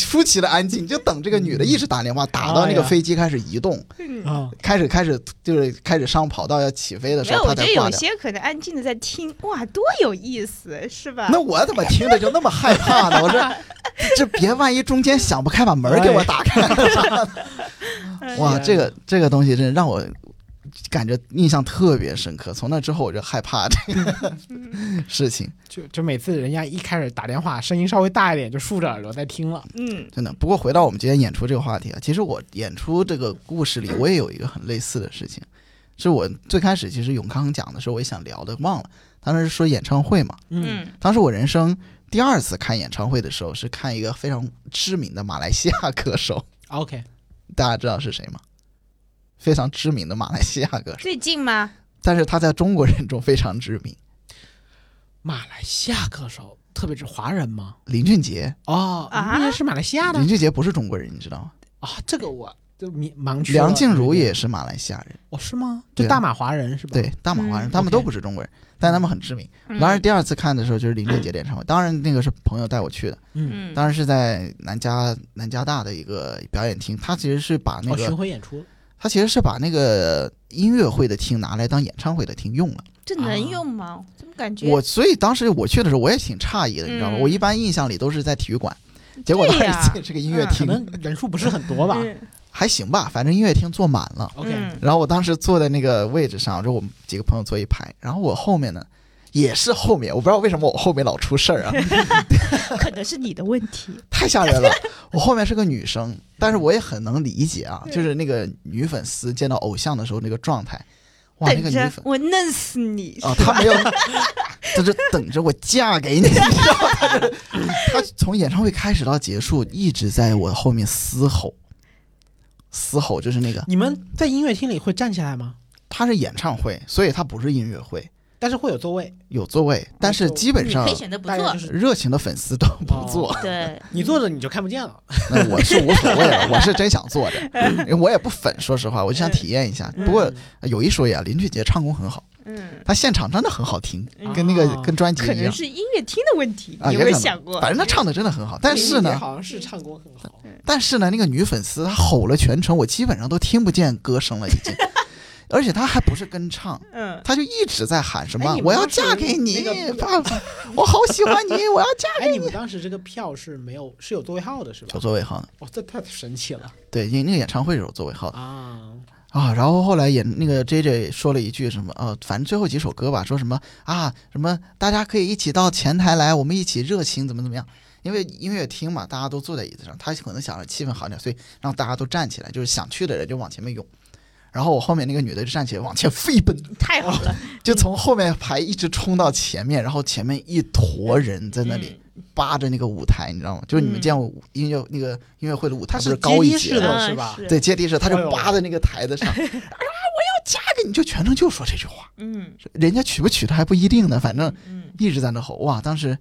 出奇的安静，就等这个女的一直打电话，打到那
哎
个飞机开始移动，
嗯
啊，
开始开始就是开始上跑道要起飞的
没
时
有，
候，
我
她
觉
才
得
挂
有
掉。
些可能安静的在听，哇，多有意思，是吧？
那我怎么听着就那么害怕呢？我说 这别万一中间想不开，把门给我打开。
哎
哇，
呀
这个这个东西真的让我感觉印象特别深刻。从那之后我就害怕这个 事情，
就就每次人家一开始打电话，声音稍微大一点，就竖着耳朵在听了。
嗯
真的。不过回到我们今天演出这个话题啊，其实我演出这个故事里，我也有一个很类似的事情，是我最开始其实永康讲的时候，我也想聊的，忘了。当时是说演唱会嘛，
嗯
当时我人生第二次看演唱会的时候，是看一个非常知名的马来西亚歌手，
，OK，
大家知道是谁吗？非常知名的马来西亚歌手，
最近吗？
但是他在中国人中非常知名。
马来西亚歌手特别是华人吗？
林俊杰，
哦，
啊
人家是马来西亚的
林俊杰不是中国人，你知道吗？
啊，这个我就迷盲区了。
梁静茹也是马来西亚人，
哦，是吗？
对
就
啊
大马华人是吧？
对，大马华人，他们
OK
都不是中国人，但他们很知名。
嗯
然而第二次看的时候就是林俊杰的演唱会，当然那个是朋友带我去的，
嗯，
嗯，
当然是在南加南加大的一个表演厅，他其实是把那
哦，巡
个
回演出
他其实是把那个音乐会的厅拿来当演唱会的厅用了。
这
嗯啊
能用吗？怎么感觉
我所以当时我去的时候我也挺诧异的，你知道吗？
嗯
我一般印象里都是在体育馆，结果当
对
时
呀
进这个音乐
嗯
可
厅，
能人数不是很多吧
嗯
还行吧，反正音乐厅坐满了。
？OK，
然后我当时坐在那个位置上，就我们几个朋友坐一排，然后我后面呢也是后面，我不知道为什么我后面老出事 儿啊，
可能是你的问题。
太吓人了。我后面是个女生，但是我也很能理解啊，就是那个女粉丝见到偶像的时候那个状态，哇，那个
等
女
着
粉
我弄死你！
啊，她没有， 她就等着我嫁给你，你知 道吗？她就是她从演唱会开始到结束一直在我后面嘶吼，嘶吼就是那个，
你们在音乐厅里会站起来吗？
她是演唱会，所以她不是音乐会。
但是会有座位，
有座位，但是基本
你
上
可以选择不
大概
做
就，是
热情的粉丝都不坐，
对，
你坐着你就看不见了。
那我是无所谓了，我是真想坐着，因为我也不粉，说实话，我就想体验一下。
嗯
不过有一说一啊，林俊杰唱功很好，
嗯，
他现场真的很好听，
嗯
跟那个
啊
跟专辑
可
一
能
样
是音乐厅的问题，
啊，
你
也
有没
可
有
能
想过？
反正他唱的真的很好，但是
林俊杰
呢，
好像是唱功很好。
但是呢，那个女粉丝她吼了全程，我基本上都听不见歌声了，已经。而且她还不是跟唱，
嗯，
她就一直在喊什么
哎你
“
们
我要
当时
嫁给你
那个，
爸爸，我好喜欢你，我要 嫁
哎，你们当时这个票是没有是有座位号的是”。吧
有？座位号呢？
哦，这太神奇了
对，因为那个演唱会是有座位号的。
啊！
啊，然后后来演那个 J J 说了一句什么啊，反正最后几首歌吧，说什么啊什么，大家可以一起到前台来，我们一起热情怎么怎么样。因为音乐厅嘛，大家都坐在椅子上，他可能想着气氛好点，所以让大家都站起来，就是想去的人就往前面涌。然后我后面那个女的就站起来往前飞奔，
太好了，
就从后面排一直冲到前面，然后前面一坨人在那
嗯
里扒着那个舞台，你知道吗？就是你们见过舞音乐那个音乐会的舞台
它
不
是
高
阶
一截
梯
吗
式是的
嗯
是吧
对，接地式，他
哎
就
呦
扒在那个台子上，啊，我要嫁给你，就全程就说这句话，
嗯
人家娶不娶她还不一定呢，反正
嗯，
一直在那吼，哇，当时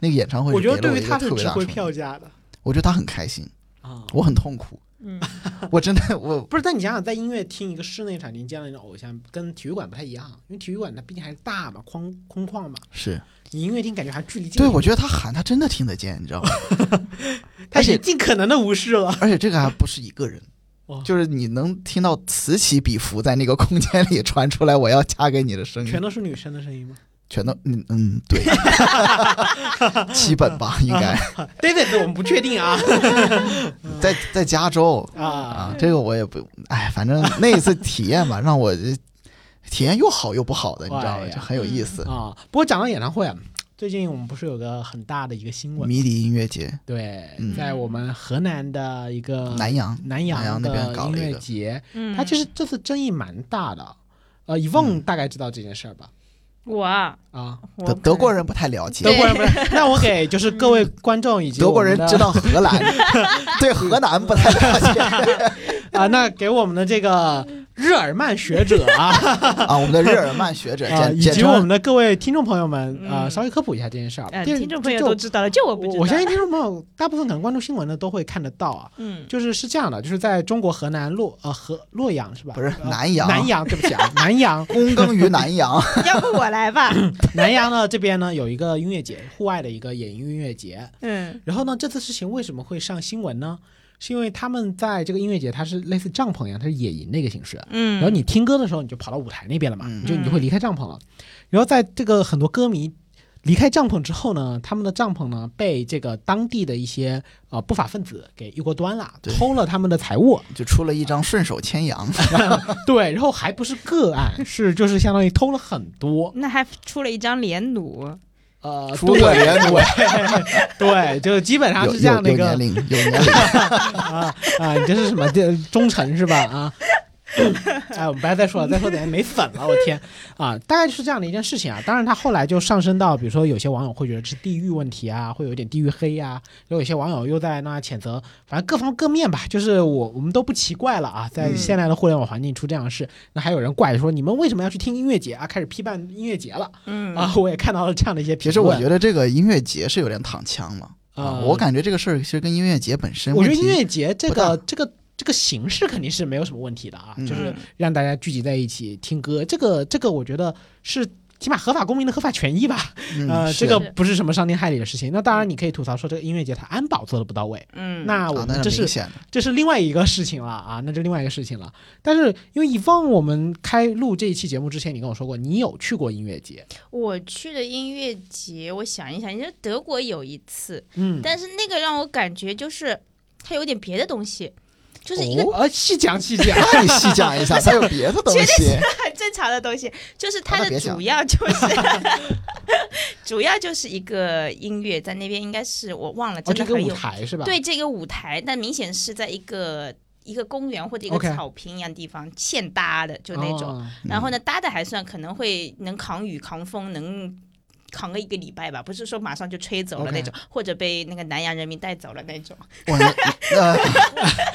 那个演唱会
我
是给
觉
了
得对
我
于
一
他
个
是
特别
值
大
回
的冲
票
击，
价的
我觉得他很开心，
啊
我很痛苦，
嗯，
我真的 我
不是，但你想想，在音乐厅一个室内场地见到一种偶像，跟体育馆不太一样，因为体育馆它毕竟还是大嘛，空空旷嘛。
是
你音乐厅感觉还距离近，
对，我觉得他喊他真的听得见，你知道吗？
他
而且
也尽可能的无视了。
而且这个还不是一个人
哇。
就是你能听到此起彼伏在那个空间里传出来“我要嫁给你”的声音
全，都是女生的声音吗
全都嗯嗯对， 基本吧应该
？David，我们不确 定啊嗯
在在加州，
啊
啊，这个我也不，哎，反正那一次体验吧，让我这体验又好又不好的，你知道
哎
吗？
呀
就很有意思。
啊！不过讲到演唱会啊，最近我们不是有个很大的一个新闻？
迷笛音乐节，
对
嗯，
在我们河南的一个
南阳，
南
南阳
阳
那边
的
搞
音
了一
乐
个
节，
嗯
它其实这次争议蛮大的。呃，以
嗯
梦大概知道这件事儿吧？
我啊，
啊，
我
德
可
德国
能
人不太了解
德
对，
国人不是？ 那我给就是各位观众以及
德国人
我们的
知道荷兰， 对荷兰不太了 解
啊，那给我们的这个日耳曼学者 啊，
啊。我们的日耳曼学者
啊
简
以
简
及我们
称
的各位听众朋友们啊，
嗯
稍微科普一下这件事儿。
呃，
这
听众朋友
这
都知道了，就我不知
我
道。
我相信听众朋友大部分可能关注新闻的都会看得到啊。
嗯，
就是是这样的，就是在中国河南洛呃河洛阳是吧？
不是
呃
南阳
南阳，对不起啊，南阳，
躬耕于南阳，
要不我来吧。
南阳呢这边呢有一个音乐节，户外的一个野营音乐节。
嗯
然后呢，这次事情为什么会上新闻呢？是因为他们在这个音乐节，它是类似帐篷一样，它是野营的一个形式。
嗯，
然后你听歌的时候，你就跑到舞台那边了嘛，
嗯
你就你就会离开帐篷了。然后在这个很多歌迷离开帐篷之后呢，他们的帐篷呢被这个当地的一些呃不法分子给一锅端了，
对
偷了他们的 财物。
就出了一张顺手牵羊，
对，然后还不是个案，是就是相当于偷了很多。
那还出了一张连弩，
呃，
诸葛连弩
对，对，就基本上
有
啊是
有
这
有
样的一
年
个
龄，有年龄，
啊啊，你这是什么？这忠诚是吧？啊，哎，我们不要再说了，再说等下没粉了，我天啊！大概就是这样的一件事情啊。当然，它后来就上升到，比如说有些网友会觉得是地域问题啊，会有一点地域黑啊，然后有些网友又在那谴责，反正各方各面吧，就是我我们都不奇怪了啊。在
嗯
现在的互联网环境出这样的事，那还有人怪说你们为什么要去听音乐节啊？开始批判音乐节了
嗯
啊！我也看到了这样的一些
其
评论。
实我觉得这个音乐节是有点躺枪了啊，
啊
我感觉这个事儿其实跟音乐节本身
我
问
觉得
题，
音乐节这
不大
个这个这个形式肯定是没有什么问题的啊，
嗯
就是让大家聚集在一起听歌，这个这个我觉得是。起码合法公民的合法权益吧，
嗯
呃，
是嗯
这个不是什么伤天害理的事情。那当然，你可以吐槽说这个音乐节它安保做的不到位，
嗯，
那我
啊，那
们这是
明显的，
这是另外一个事情了啊，那这另外一个事情了。但是因为以往我们开录这一期节目之前，你跟我说过你有去过音乐节，
我去的音乐节，我想一想，你说德国有一次，
嗯，
但是那个让我感觉就是它有点别的东西，就是一个
哦，呃细讲细讲，
那你细讲一下，还有别的东
绝
西，
很正常的东西，就是
啊
哦
它
那
的
别想
主要就是 主要就是一个音乐，在那边应该是我忘了，
哦，
真
这
的
个
很
舞
有、
台是吧？
对这个舞台，但明显是在一个一个公园或者一个
OK
草坪一样的地方现搭的，就那种。
哦
嗯
然后呢，搭的还算可能会能扛雨扛风，能扛个一个礼拜吧，不是说马上就吹走了
OK
那种或者被那个南洋人民带走了那种。
哇，那 那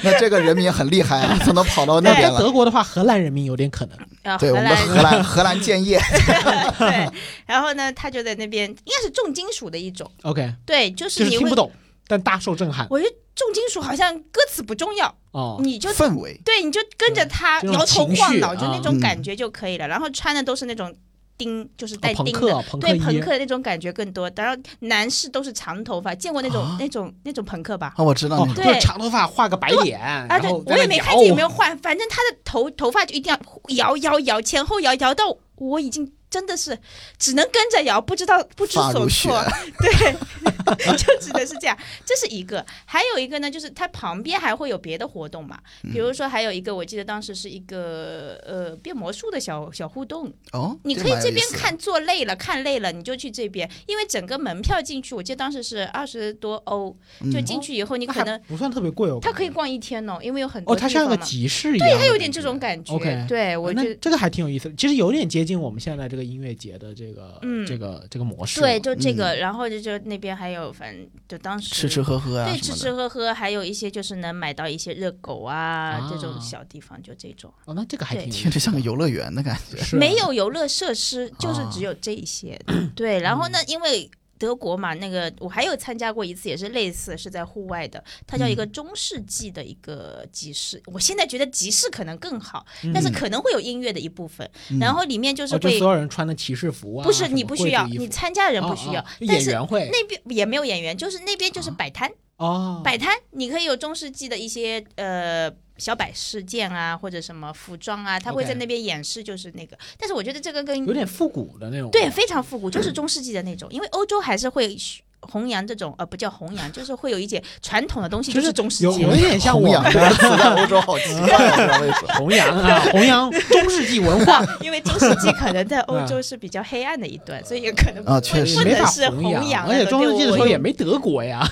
那这个人民很厉害啊，怎么跑到那
那
边
在
了？
德国的话，荷兰人民有点可能。
然后
对，
荷
我们的
兰
荷兰荷兰建业，
对，然后呢，他就在那边，应该是重金属的一种，
OK，
对，就是
就是
你
听
会
不，懂，但大受震撼
我觉得重金属好像歌词不重要，
哦。
你就
氛围
对，你就跟着他
这种
摇头晃脑，
情绪
就那
啊
种感
嗯
觉就可以了。然后穿的都是那种钉，就是
哦
带
朋
钉
克
的。
啊，朋克
对朋
一
克的那种感觉更多，然后男士都是长头发，见过那种、
啊
那种那种朋克吧？
啊，我知道
哦
那，种
对
就是长头发画个白脸，
啊，
哎
然
对，
后
我也没看
看
见有没有换，反正他的头头发就一定要摇摇摇，前后摇摇到我已经真的是只能跟着摇，不知道不知
发
所
如雪
措，对， 就只能是这样。这是一个，还有一个呢，就是它旁边还会有别的活动嘛，
嗯
比如说还有一个，我记得当时是一个呃变魔术的小小互动，
哦，
你可以
蛮有
这
意
边
思的，
看，坐累了看累了你就去这边，因为整个门票进去，我记得当时是二十多欧，就
嗯
进去以后你可能。
不算特别贵哦。
它可
感
以
觉
逛一天哦，因为有很多
哦，它
地
像个
方嘛
集市一样的感觉，对，
它有点这种感觉。
OK 哦
对我
那
觉得。
这个还挺有意思的，其实有点接近我们现在这个音乐节的这个
嗯
这个这个模式了。
对，就这个，然后就就那边还有，反正就当时
吃吃喝喝啊
对
什
吃
么
吃
的，
喝喝，还有一些就是能买到一些热狗啊
啊
这种小地方，就这种
哦，那这个还
对
挺有
听
意
着
思
像
的
个游乐园的感觉。
是啊哦
没有游乐设施，就是
啊
只有这一些。对，然后呢，因为。德国嘛，那个我还有参加过一次，也是类似，是在户外的，它叫一个中世纪的一个集市。我现在觉得集市可能更好，但是
嗯
可能会有音乐的一部分，然后里面就
哦，
是
就
会
所有人穿的骑士服啊，
不是
什么
你
贵
不需
族
要，
衣
你
服
参加人不需要，
哦哦
但
演
是
员啊会
那边也没有演员，就是那边就是摆摊，
哦，
摆摊你可以有中世纪的一些呃小摆事件啊，或者什么服装啊，他会
OK
在那边演示，就是那个。但是我觉得这个跟
有点嗯复古的那种。
对非常复古，就是中世纪的那种，因为欧洲还是会弘扬这种呃不叫弘扬，就是会有一些传统的东西，
就
就是是中世
有
纪
有一点像我
弘扬
们
这个词在欧洲好奇怪，不知道为 什么。
弘扬啊，弘扬中世纪文化，
因为中世纪可能在
啊
欧洲是比较黑暗的一段，所以也可能
啊
不
确实
不
没
能
法
是弘
扬，
扬
而且
的
中世纪的时
对
候
我
也没德国呀。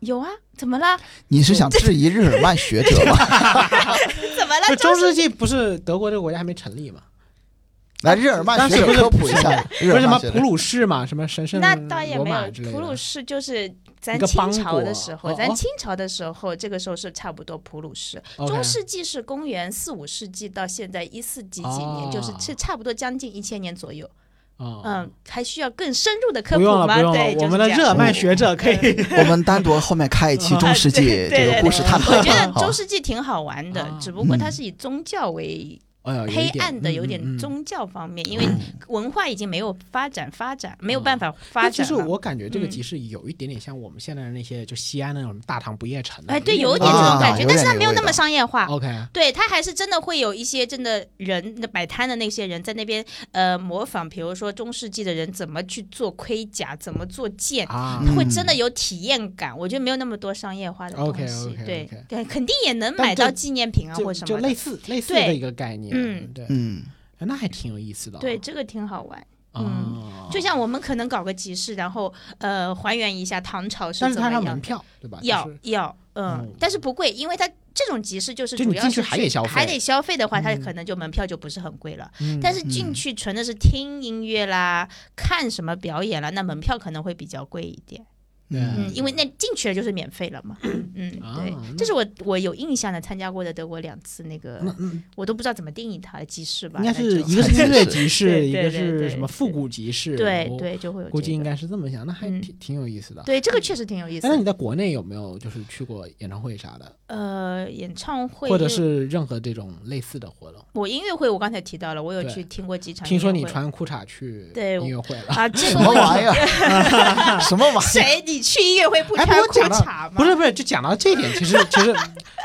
有啊，怎 么了？
你是想质疑日耳曼学者吗？
怎么
中
了？中
世纪不是德国这个国家还没成立嘛？
来，日耳曼
但
学者
是不是
科普一下，日
不是
耳
什
曼
么
学
普
者
鲁士嘛，什么神圣
那倒也
罗
没
马
有
之，类
普鲁
的。
士就是
一
咱
个
清
邦
朝
国
的时
哦
候，
哦
咱清朝的时候，这个时候是差不多普鲁士。
OK
中世纪是公元四五世纪到现在一四几几
哦
年，就是是差不多将近一千年左右。
哦
嗯，还需要更深入的科
不
普
用了，不
吗？
用了，
对，就
我
是
们的
这样
热耳曼学者可 以。
我们单独后面开一期中世纪
对
这个
对
故事
对
探
我
讨
觉得。
好
中，世纪挺好玩的
啊，
只不过它
嗯
是以宗教为
哎呀有一
黑
点
暗的，有
嗯嗯
点
嗯
宗教方面，因为文化已经没有发展，发展没有办法发
但嗯哎其
展
实
了。
我感觉这个
嗯
集市有一点点像我们现在的那些，就西安的那种大唐不夜城啊。
哎，对，有
那
点
种
这种
啊
感觉，
有
但
点
是它
那
没有
味
那么
道
商业化。
OK，
对他还是真的会有一些真的人那摆摊的那些人在那边呃模仿，比如说中世纪的人怎么去做盔甲，怎么做剑，
啊，
嗯
会真的有体验感。我觉得没有那么多商业化的东西
OK，OK，OK
对对，肯定也能
但
买
这
到纪念品啊
就
或什
就
么
类
的。
似类似
对
的一个概念。
嗯
对，
嗯，
哎那还挺有意思的。
对，，这个挺好玩。
啊，
就像我们可能搞个集市，然后呃还原一下唐朝是
但是
怎
它
么
要门
样的。
票对吧？就
要
是
要，嗯
嗯，
但是不贵，因为它这种集市就是
就你
主要
进
是
去还得消费
还得消费的话，它
嗯
可能就门票就不是很贵了。
嗯
但是进去纯的是听音乐啦、看什么表演啦，那门票可能会比较贵一点。嗯，因为 那进去了就是免费 了嘛。嗯，
啊
对，
那
这是我我有印象的参加过的德国两次那个
那，嗯
我都不知道怎么定义它的集市吧，
应该
那就是
一个是音乐集市，
对
一
对
个
对
是
对
什么复古集市，
对
我
对就会有、这个，
估计应该是这么想，那还
嗯
挺挺有意思的。
对这个确实挺有意思
哎那你
的。
在国内有没有就是去过演唱会啥的，
呃，演唱会
或者
因为
是任何这种类似的活动？
我音乐会，我刚才提到了，我有
对
去听过几场音乐
听
会。
说你穿裤衩去
对
音乐会 了，
啊，这
什
个
么
问
玩意 儿？什么玩意儿？
谁？你去音乐会不
哎
穿
不过
裤
讲到
衩吗？
不是不是，就讲到这一点，其实其 实，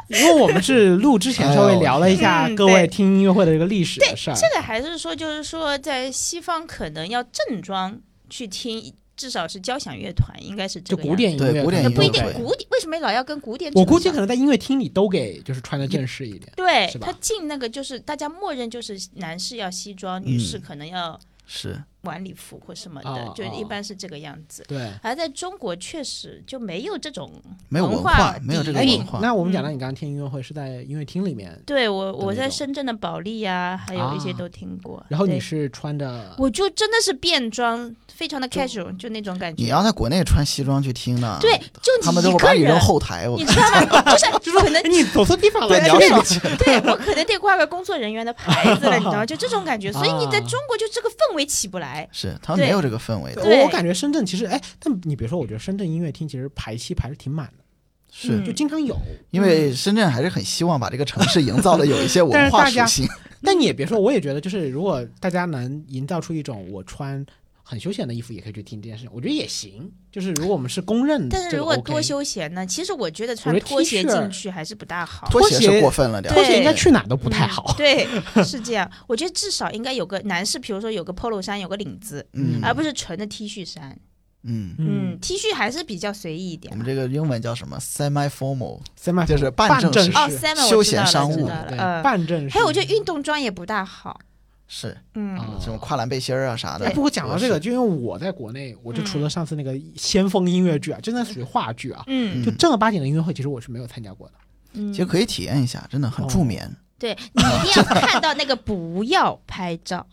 因为我们是录之前稍微聊了一下
哎呦
各位听音乐会的这个历史的事儿，
这个还是说，就是说，在西方可能要正装去听，至少是交响乐团，应该是这
就
个
古典
样
音
子。
对
乐
古典
可
音乐
能
不一
都
定
会
会
古典，为什么老要跟古典扯上？
我估计可能在音乐厅里都给就是穿的正式一点，
对
是吧
他进那个就是大家默认就是男士要西装，女
嗯
士可能要
是
晚礼服或什么
哦
的，就
哦
一般是这个样子。
对。
而在中国确实就没有这种
没有
文
文
化
化，没有这个
底蕴
文化。
那我们
嗯
讲哎到你刚刚听音乐会是在音乐厅里面，
对我，我
那
在
种
深圳的保利呀、还有一些
啊
都听过。
然后你
对
是穿着
我就真的是便装，非常的 casual，就那种感
你
觉。
要在国内穿西装去听呢，
对，，就
他们
你
都
一
会把
个
你
人
扔，后台。我
你知道吗？ 就是可能
哎你走错地方了，
对，你要上去，
对我可能得挂个工作人员的牌子了，你知道吗？就这种感觉，所以你在
啊
中国就这个氛围起不来。
是他们没有这个氛围的，
对
我我感觉深圳其实哎，但你别说，我觉得深圳音乐厅其实排期排是挺满的，
是
嗯
就经常有。
因为深圳还是很希望把这个城市营造的有一些文化属性。
但你也别说，我也觉得就是如果大家能营造出一种我穿很休闲的衣服也可以去听这件事情，我觉得也行。就是如果我们是公认的
但
这个嗯 OK，
是如果多休闲呢？其实我觉得
我
穿
觉得
拖鞋
T 恤
进去还是不大好。
拖鞋
拖鞋
是过分了点儿，
拖鞋应该
对
去哪儿都不太
嗯
好。
对，是这样。我觉得至少应该有个男士，比如说有个 polo 衫，有个领子，
嗯
啊而不是纯的 T 恤衫。
嗯，
嗯，T 恤还是比较随意一点
我。
嗯
们这个英文叫什么 semi formal，
，semi
就是半
半
正
正
式
哦
式，
，Sam，
休闲商务
我知道了知
对
道了，嗯。
半正式。
还有，我觉得运动装也不大好。
是
嗯，
啊
这种跨栏背心儿啊啥的
哎，。不过讲到这个，
是，
就因为我在国内，我就除
嗯
了上次那个先锋音乐剧啊，真的属于话剧啊，
嗯
就
嗯
正儿八经的音乐会，其实我是没有参加过的。
嗯
其实可以体验一下，真的很助眠。
对你一定要看到那个不要拍照，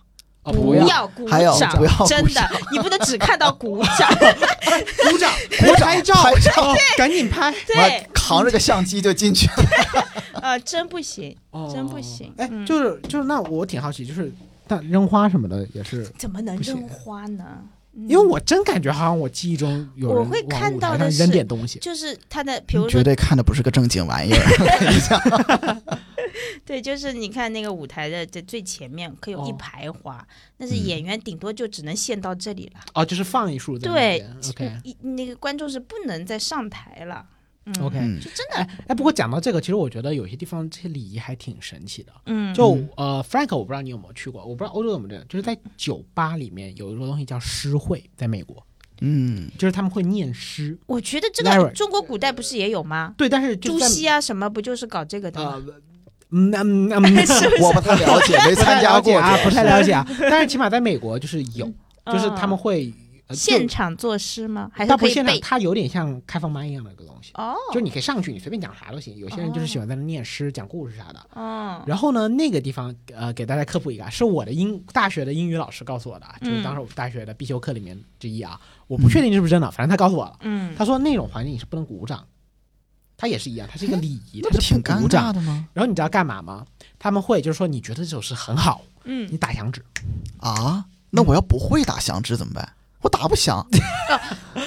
哦，
不
要
要鼓
还有
掌，
不要鼓
真的，你不能只看到鼓掌，
鼓掌，
鼓掌
拍照，
拍
照，赶紧拍。
对，
扛着个相机就进去。
呃，真不行，
哦
真不行
哎，
嗯
就是就是，那我挺好奇，就是但扔花什么的也是，
怎么能
不行
扔花呢？嗯
因为我真感觉好像我记忆中有人
我会
往
看
舞
到
台
的
上扔
是
点东西。
就是他的，比如
绝
说，
对看的不是个正经玩意儿。
对，就是你看那个舞台的这最前面，可以有一
哦
排花，但是
嗯
演员顶多就只能限到这里了。
哦，就是放一束在那
对
边，OK
一那个观众是不能再上台了。嗯
OK。
嗯，
就真的，
哎哎，不过讲到这个，其实我觉得有些地方这些礼仪还挺神奇的。
嗯，
就呃，Frank，我不知道你有没有去过，我不知道欧洲有没有这个，就是在酒吧里面有一个东西叫诗会，在美国，
嗯，
就是他们会念诗。
我觉得这
Larry
个中国古代不是也有吗？
对，但是就
朱
在
熹啊什么不就是搞这个的
呃
吗？，
嗯嗯 嗯，
我不太了解，没
不太
参
了
加
解
过。
啊， 不太了解啊。但是起码在美国就是有，啊就是他们
嗯
会呃
现
就
场作诗吗？还是
倒不
可
是
以
现场，
背？
它有点像开放麦一样的一个东西，
哦，
就是你可以上去，你随便讲啥都行。有些人就是喜欢在那念诗、讲故事啥的。
嗯
然后呢，那个地方呃，给大家科普一个啊，是我的英大学的英语老师告诉我的啊，就是
嗯
当时我们大学的必修课里面之一啊。我不确定是不是真的，反正他告诉我了。
嗯，
他说那种环境你是不能鼓掌，他也是一样，它是一个礼仪，
那
它
不
是
挺
不
尴
鼓掌
尬的吗？
然后你知道干嘛吗？他们会就是说，你觉得这首诗很好，
嗯
你，打响指。
啊，那我要不会打响指怎么办？我打不响，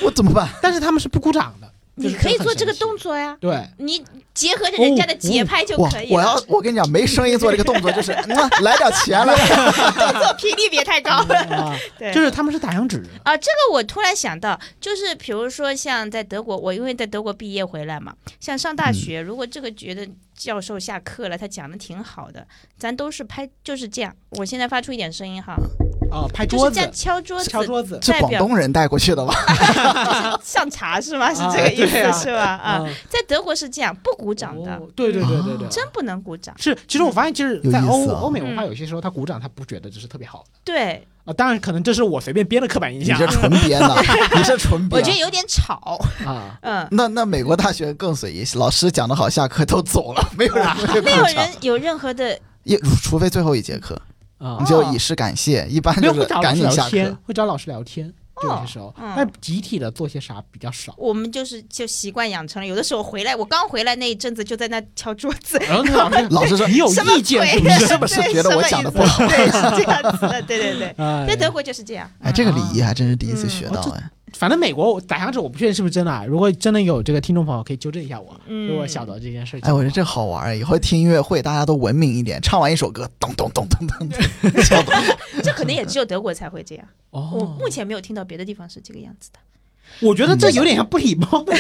我怎 么办？
但是他们是不鼓掌的，就
你
是
可以
很
做这个
神奇哦
动作呀，
对，
你结合着人家的节拍就
我
可以
我要
了。
我跟你讲，没声音做这个动作就是，嗯，来点钱来点。
动作频率别太高 了。
啊，
对，
就是他们是打响指。
啊，这个我突然想到，就是比如说像在德国，我因为在德国毕业回来嘛，像上
嗯
大学，如果这个觉得教授下课了，他讲的挺好的，咱都是拍，就是这样。我现在发出一点声音哈，
啊，拍
就是
桌子
在、敲桌子，
敲桌子，
是
代
广
表
东人带过去的吧？
上茶是 吗？是
啊
这个意思、
对啊
是吧？啊，
嗯
在德国是这样，不鼓掌的，
哦对对对对对，
真不能鼓掌。
是。其实我发现，就是
嗯有
在
意
欧
思啊嗯
欧美文化，
嗯
有些时候他鼓掌，他不觉得这是特别好的
对，
啊。当然，可能这是我随便编的刻板 印
你
象
这纯编的，你这纯
我
编
觉。得有点吵。
啊。
嗯，
那那美国大学更随意，老师讲的好，下课都走了， 没有人会
没有
鼓掌，
人有任何的
也除非最后一节课，
啊
你，就以示感谢，一般
没有
就
会
是
找老
赶
师
紧
聊
下
天
课。，
会找老师聊天，就有些时候，
嗯
但集体的做些啥比较少。
我们就是就习惯养成了，有的时候回来，我刚回来那一阵子就在那敲桌子，
然后那老师
老师说
你有
什么
哦意见是
鬼
不是？
是不是觉得我讲得不
好？对，是这样子的，对对对，
哎
在德国就是这样。
哎，这个礼仪还真是第一次
嗯
学
哦
到
这
哎。
反正美国，我打响指我不确定是不是真的啊。如果真的有这个听众朋友，可以纠正一下我，
嗯
如果晓得这件事情。
哎，我觉得这好玩儿，以后听音乐会大家都文明一点，唱完一首歌，咚咚咚咚咚咚，
这可能也只有德国才会这样，我
哦，
目前没有听到别的地方是这个样子的。
我觉得这有点像不礼貌的，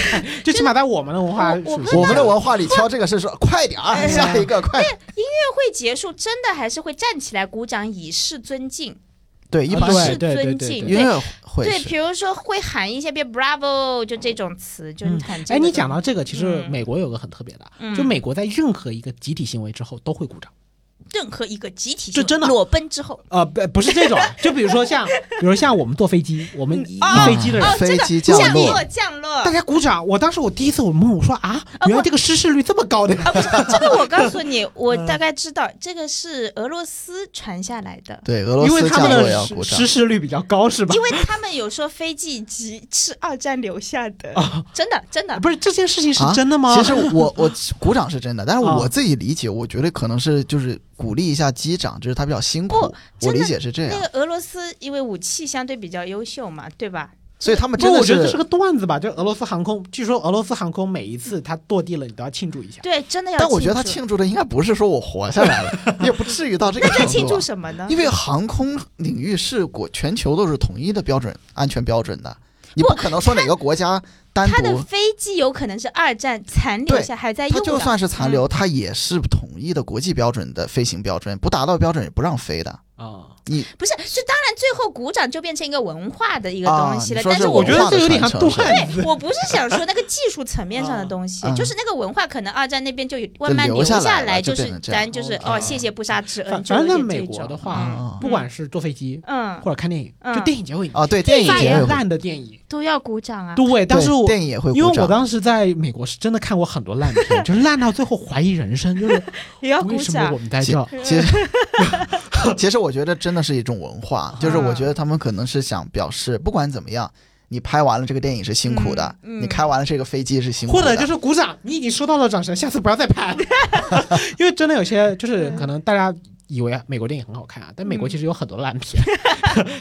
就起码在我们的文化
我
属
我
性。
我们的文化里敲这个是说快点儿，
哎
下一个快。
音乐会结束，真的还是会站起来鼓掌以示尊敬，
对，一
啊
般
对
是
是尊
对
敬。
音乐会
对，
是
比如说会喊一些别 bravo 就这种词，就是喊这
哎，
个
你
的
讲到这个，其实
嗯
美国有个很特别的，
嗯
就美国在任何一个集体行为之后都会鼓掌。
任何一个集体
这
性
真的
裸奔之后，
啊
呃，不不是这种， 就比如说像，比如像我们坐飞机，我们一
啊
一飞机的人
哦，
飞
这个
机
降
降落
降落
大。家鼓掌。我当时我第一次我懵，我说啊，
啊
原来
我
这个失事率这么高的。
啊，不是这个，我告诉你，我
嗯
大概知道这个是俄罗斯传下来的，
对俄罗
因为
斯
他们
降落要
的
鼓掌
失。事率比较高，是吧
因？为他们有说飞机机是二战留下的，
哦
真的真的。
不是这件事情是真的吗？
啊其实我 我鼓掌是真的，但是
啊
我自己理解，我觉得可能是就是鼓励一下机长，就是他比较辛苦
不，
我
真的
理解是这
那
样
个，俄罗斯因为武器相对比较优秀嘛，对吧？
所以他们
不，
真的
我觉得这是个段子吧。就俄罗斯航空，据说俄罗斯航空每一次它落地了，你都要庆祝一下。
对，真的要。
啊但我觉得他，庆祝的应该不是说我活下来 了，也不至于到这个
那在
程
庆
度
祝
吧。
什么呢？
因为航空领域是国全球都是统一的标准安全标准的，你
不
不可能说哪个国家单
他的
独，
飞机有可能是二战残留
对
下还在
它
用
就
的，嗯
算是残留，它也是统一的国际标准的飞行标准，不达到标准也不让飞的。
啊，
你
不是？就当然最后鼓掌就变成一个文化的一个
啊
东西了，
你说
但
是
我
我觉得这有点像段 子。
我不是想说那个技术层面上的东西，
啊
就是那个文化，可能二战那边就有慢
就
慢
留
留
下来了
来，
就变
是
成这样
咱就是
，OK
哦，谢谢不杀之恩，
反
就
反正
有
在
点
美
这
国
种
的
嗯
话
嗯，
不管是坐飞机
嗯，
或者看电影，
嗯
就电影结尾
啊，对，电
最
影
发
也
也
有
很烂的电影。
都要鼓掌啊。
对，但是
对
我
电影也会鼓
因为我
掌。
当时在美国是真的看过很多烂 片，就是烂到最后怀疑人生，就是
也要鼓
为什么
掌
我，们在
其
这儿？
其实 其实我觉得真的是一种文化，就是我觉得他们可能是想表示，不管怎么样，你拍完了这个电影是辛苦的，
嗯嗯
你开完了这个飞机是辛苦
或
的，
者就是鼓掌，你已经收到了掌声，下次不要 再拍，因为真的有些就是可能大家。以为美国电影很好看啊，但美国其实有很多烂片，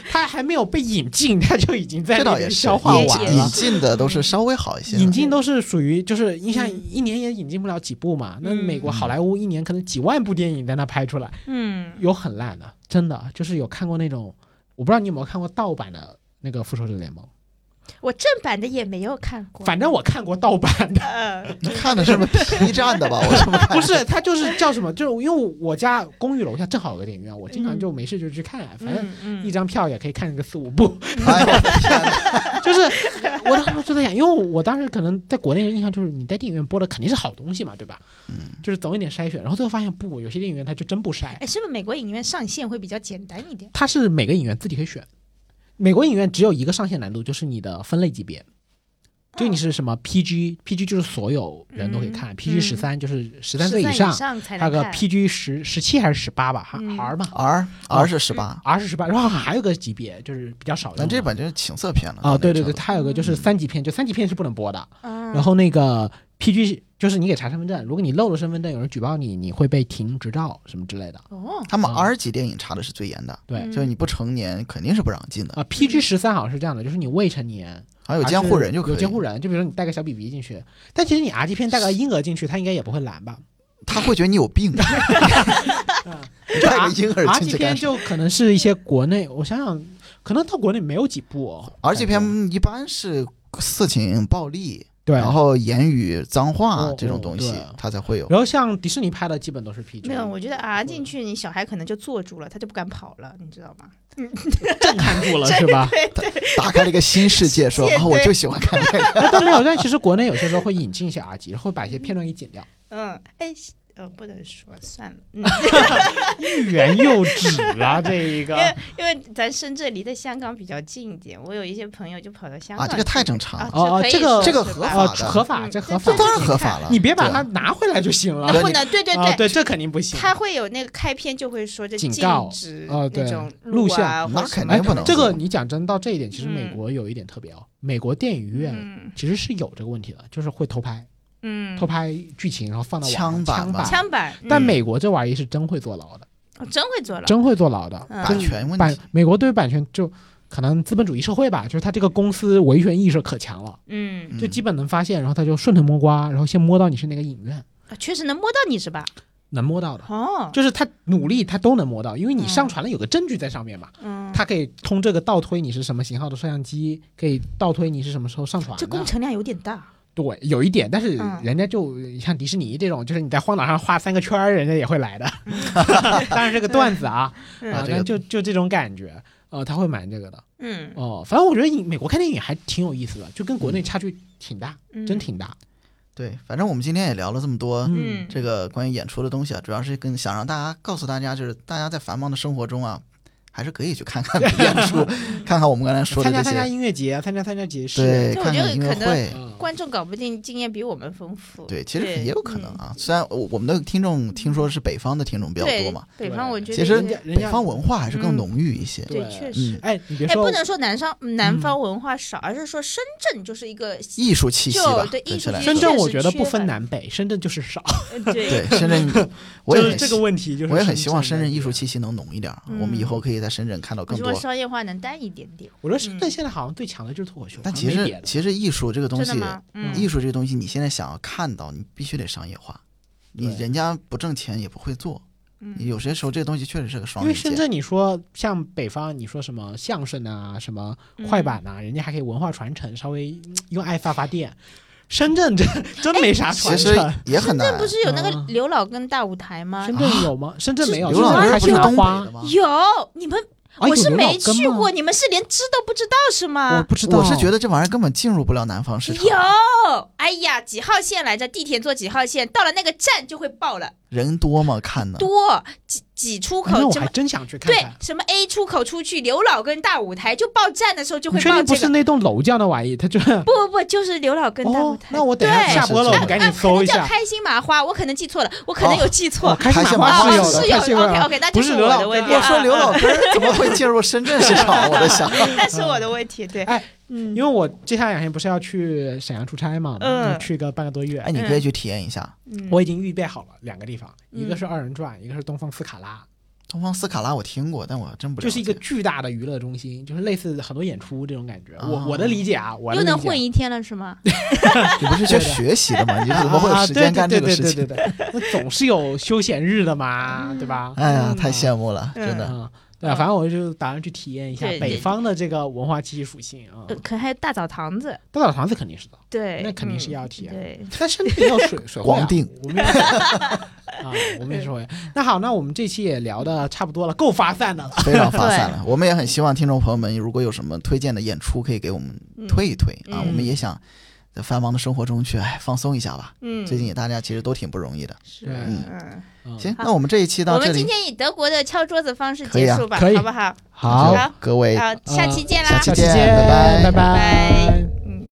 它还没有被引进，它就已经在
这
那
倒
边
也是
消化
引
完
进引
了。
进的都是稍微好一些的。
引进都是属于就是，你想
嗯
一年也引进不了几部嘛。那
嗯
美国好莱坞一年可能几万部电影在那拍出来，
嗯，
有很烂的，真的就是有看过那种，我不知道你有没有看过盗版的那个《复仇者联盟
我正版的也没有看过》，，
反正我看过盗版的。
呃，
你看的是不 是 B 站的吧？我怎么看
不是，它就是叫什么？就是因为我家公寓楼下正好有个电影院，我经常就没事就去看，啊反正
嗯嗯
一张票也可以看个四五部。
哎呦我的天哪！
就是我当时就在想，因为我当时可能在国内的印象就是你在电影院播的肯定是好东西嘛，对吧？嗯，就是总有点筛选，然后最后发现不，有些电影院它就真不筛，
哎，是不是美国影院上线会比较简单一点？
它是每个影院自己可以选。美国影院只有一个上限难度，就是你的分类级别，就你是什么 PG，PG、PG 就是所有人都可以看、
哦嗯
p g 十三就是十三
13
岁
以
以上，
才
还有
能
个
看
PG 十十七还是十八吧哈
嗯
，R 嘛
R
哦
R 是十八，
，R 是十八，然后还有个级别就是比较少
那
用
这
的。
本就是情色片了
啊，对对对，
到
它有个就是三级片，就三级片是不能播的。
嗯
然后那个 PG 就是你给查身份证，如果你漏了身份证，有人举报你，你会被停执照什么之类的。
哦
那，程度他们 R 级电影查的是最严的，
对
嗯
就是你不成年肯定是不让进的，
啊，PG 十三好像是这样的，就是你未成年
还有监护人就可以。
有监护人，就比如说你带个小 BB 进去，但其实你 R 级片带个婴儿进去，他应该也不会拦吧
他会觉得你有 病。你带个婴儿
？R
进
级
去
片
干啥
就可能是一些国内，我想想，可能到国内没有几部、哦。
？R 级
感觉
片一般是色情、暴力
对，
然后言语、脏话
哦
这种东西
对，
它才会有。
然后像迪士尼拍的基本都是 PG，
没有，我觉得 R 进去，你小孩可能就坐住了，他就不敢跑了，你知道吗？
震撼住 了是吧？
打开了一个新世界， 说
世界
啊，我就喜欢看这个。
哎但没有，但其实国内有些时候会引进一些 R 级，然后把一些片段给剪 掉，
嗯，哎，呃，不能说算了，嗯，
欲言又止啊，这一个
因为因为咱深圳离得香港比较近一点，我有一些朋友就跑到香
啊，
港去，
这个太正常
啊
了，
哦
可以
这个
说
这个
是
合
吧
法
啊
的
合法，
嗯
这
这
合法
这，
当然合法了。
你别把它
对
拿回来就行了
对
啊不能，对对
啊，
对，
对，这肯定不行。
他会有那个开篇就会说这
警
禁
告
止
哦对
那种
录
啊
像
或
那
者什
肯
么
哎
定不能。
这个你讲真，到这一点，其实
嗯
美国有一点特别哦，美国电影院
嗯
其实是有这个问题的，就是会偷拍，
嗯
偷拍剧情，然后放到网上
枪版
枪
嘛
版。
枪版，
但
嗯
美国这玩意是真会坐牢的，
哦真会做了，
真会坐牢的。
嗯
版权问
版
题，
美国对版权就可能资本主义社会吧，就是他这个公司维权意识可强了，
嗯，
就基本能发现，然后他就顺藤摸瓜，然后先摸到你是哪个影院，
啊确实能摸到你是吧？
能摸到的。
哦，
就是他努力，他都能摸到，因为你
嗯
上传了有个证据在上面嘛，
嗯，
他可以通这个倒推你是什么型号的摄像机，可以倒推你是什么时候上传
这工
的。
程量有点大，
对，有一点，但是
嗯
人家就像迪士尼这种，就是你在荒岛上画三个圈儿，人家也会来的。 当然是个段子 啊，
嗯
啊，
这个
但就就这种感觉，呃，他会买这个的。
嗯
哦，反正我觉得影美国看电影还挺有意思的，就跟国内差距挺大，
嗯
真挺大。
对，反正我们今天也聊了这么多
嗯
这个关于演出的东西啊，主要是跟想让大家告诉大家，就是大家在繁忙的生活中啊，还是可以去看 看演出，看看我们刚才说的
参加
这
参加
些，
音乐节，参加参加节式，
对，
就我
看
觉
看
得
音乐
可能
会。
嗯
观众搞不定，经验比我们丰富。
对，其实也有可能
嗯
啊。虽然我我们的听众听说是北方的听众比较多嘛，
对北方我觉得
其实
也
人
北
家嗯
方文化还是更浓郁一些。
对，
对
确实。
哎，你别
哎，
说嗯
不，能说南方南方文化少，而是说深圳就是一个
艺术气息
就
吧，
对艺术
这来
气
说
深
息
圳
确
我
实
觉得
缺
不分
乏
南北，深圳就是少，
呃
对深圳，我
就
也
是
很
这
希
个问题，就是
我也很希望深
的
圳
一
艺术
个
气息能浓一点儿啊，
嗯
我们以后可以在深圳看到
我
更
希望
多。
商业化能淡一点点。
我觉得深圳现在好像最强的就是脱口秀，
但
好
其
像没别
实
的
其实艺术这个东
真的
西，
吗？嗯，
艺术这个东西，你现在想要看到，你必须得商业化。你
对
人家不挣钱也不会做，
嗯
有些时候这个东西确实是个双
因为
刃
深
剑。
圳，你说像北方，你说什么相声啊，什么快板啊，人家还可以文化传承，稍微嗯用爱发发电。深圳 这真没啥
哎其
传
实
承，
也很难
那不。是有那个
嗯
刘老根大舞台吗
深？圳有吗？深圳没有，
刘老根
深圳还
不是
有
东
花
北的，吗？
有，你们
啊
我是
有刘
没
老根
去
吗
过，你们是连知都不知道是
我
吗？
不知道，
我是觉得这玩意儿根本进入不了南方市场，
有，哎呀，几号线来着？地铁坐几号线？到了那个站就会爆了，得
人多吗？看呢，
多几几出
哎，那
口
我
什
还
么？
真想去看
对
看。，
什么 A 出口出去，刘老根大舞台就报站的时候就
你
会
确
报
定不
这
是
个。
那栋楼叫那玩意？它就是
不不不，就是刘老根大舞
哦，
台。
那我等一下
对
下播了，
是
我
是
们赶
啊
紧搜一
可能
下
叫。开心麻花，我可能记错了，我可能有记错。
哦开心
开心
麻
麻
花
花
是
有的
的，
是
开
有
心麻
OK
花
OK，那
不
就是
刘
我
老
的问
根
题
我
啊。
说刘老 根儿怎么会进入深圳市场？我在想，
那是我的问题，对，
哎
嗯，
因为我接下来两天不是要去沈阳出差嘛，
嗯
去个半个多月。
哎，你可以去体验一下
嗯
我已经预备好了两个地方，
嗯
一个是二人转，一个是东方斯卡拉，
东方斯卡拉，我听过，但我还真不了
就
解。
是一个巨大的娱乐中心，就是类似很多演出这种感觉。我
哦
我的理解啊，我的
又
理
能
解
混一天了是吗？
你不是去学习的吗？你怎么会有时间干这个事
啊对
情？
对对对对对，那总是有休闲日的嘛，对吧？
哎呀，
嗯
太羡慕了，
嗯
真的。
嗯，对啊，反正我就打算去体验一下
对
北方的这个文化气息属性啊。
呃可还有大澡堂子，
大澡堂子肯定是的，
对，
那肯定是
嗯
要体验
对，
但深圳也有水水会 啊
光腚，
我们也 啊，我们也是会。那好，那我们这期也聊的差不多了，够发散的了。
非常发散了。我们也很希望听众朋友们，如果有什么推荐的演出，可以给我们
嗯
推一推、啊。
嗯
我们也想在繁忙的生活中去哎放松一下吧。
嗯，
最近也大家其实都挺不容易的。
是，
对
嗯，
嗯
行，
好
那我们这一期
我
到这
们今
里，
天以德国的敲桌子方式
可以
结
啊
束吧，
可以
好不好？
好
各位，
好，下期见啦，
下
下
期
期
见
见，
拜拜
拜
拜。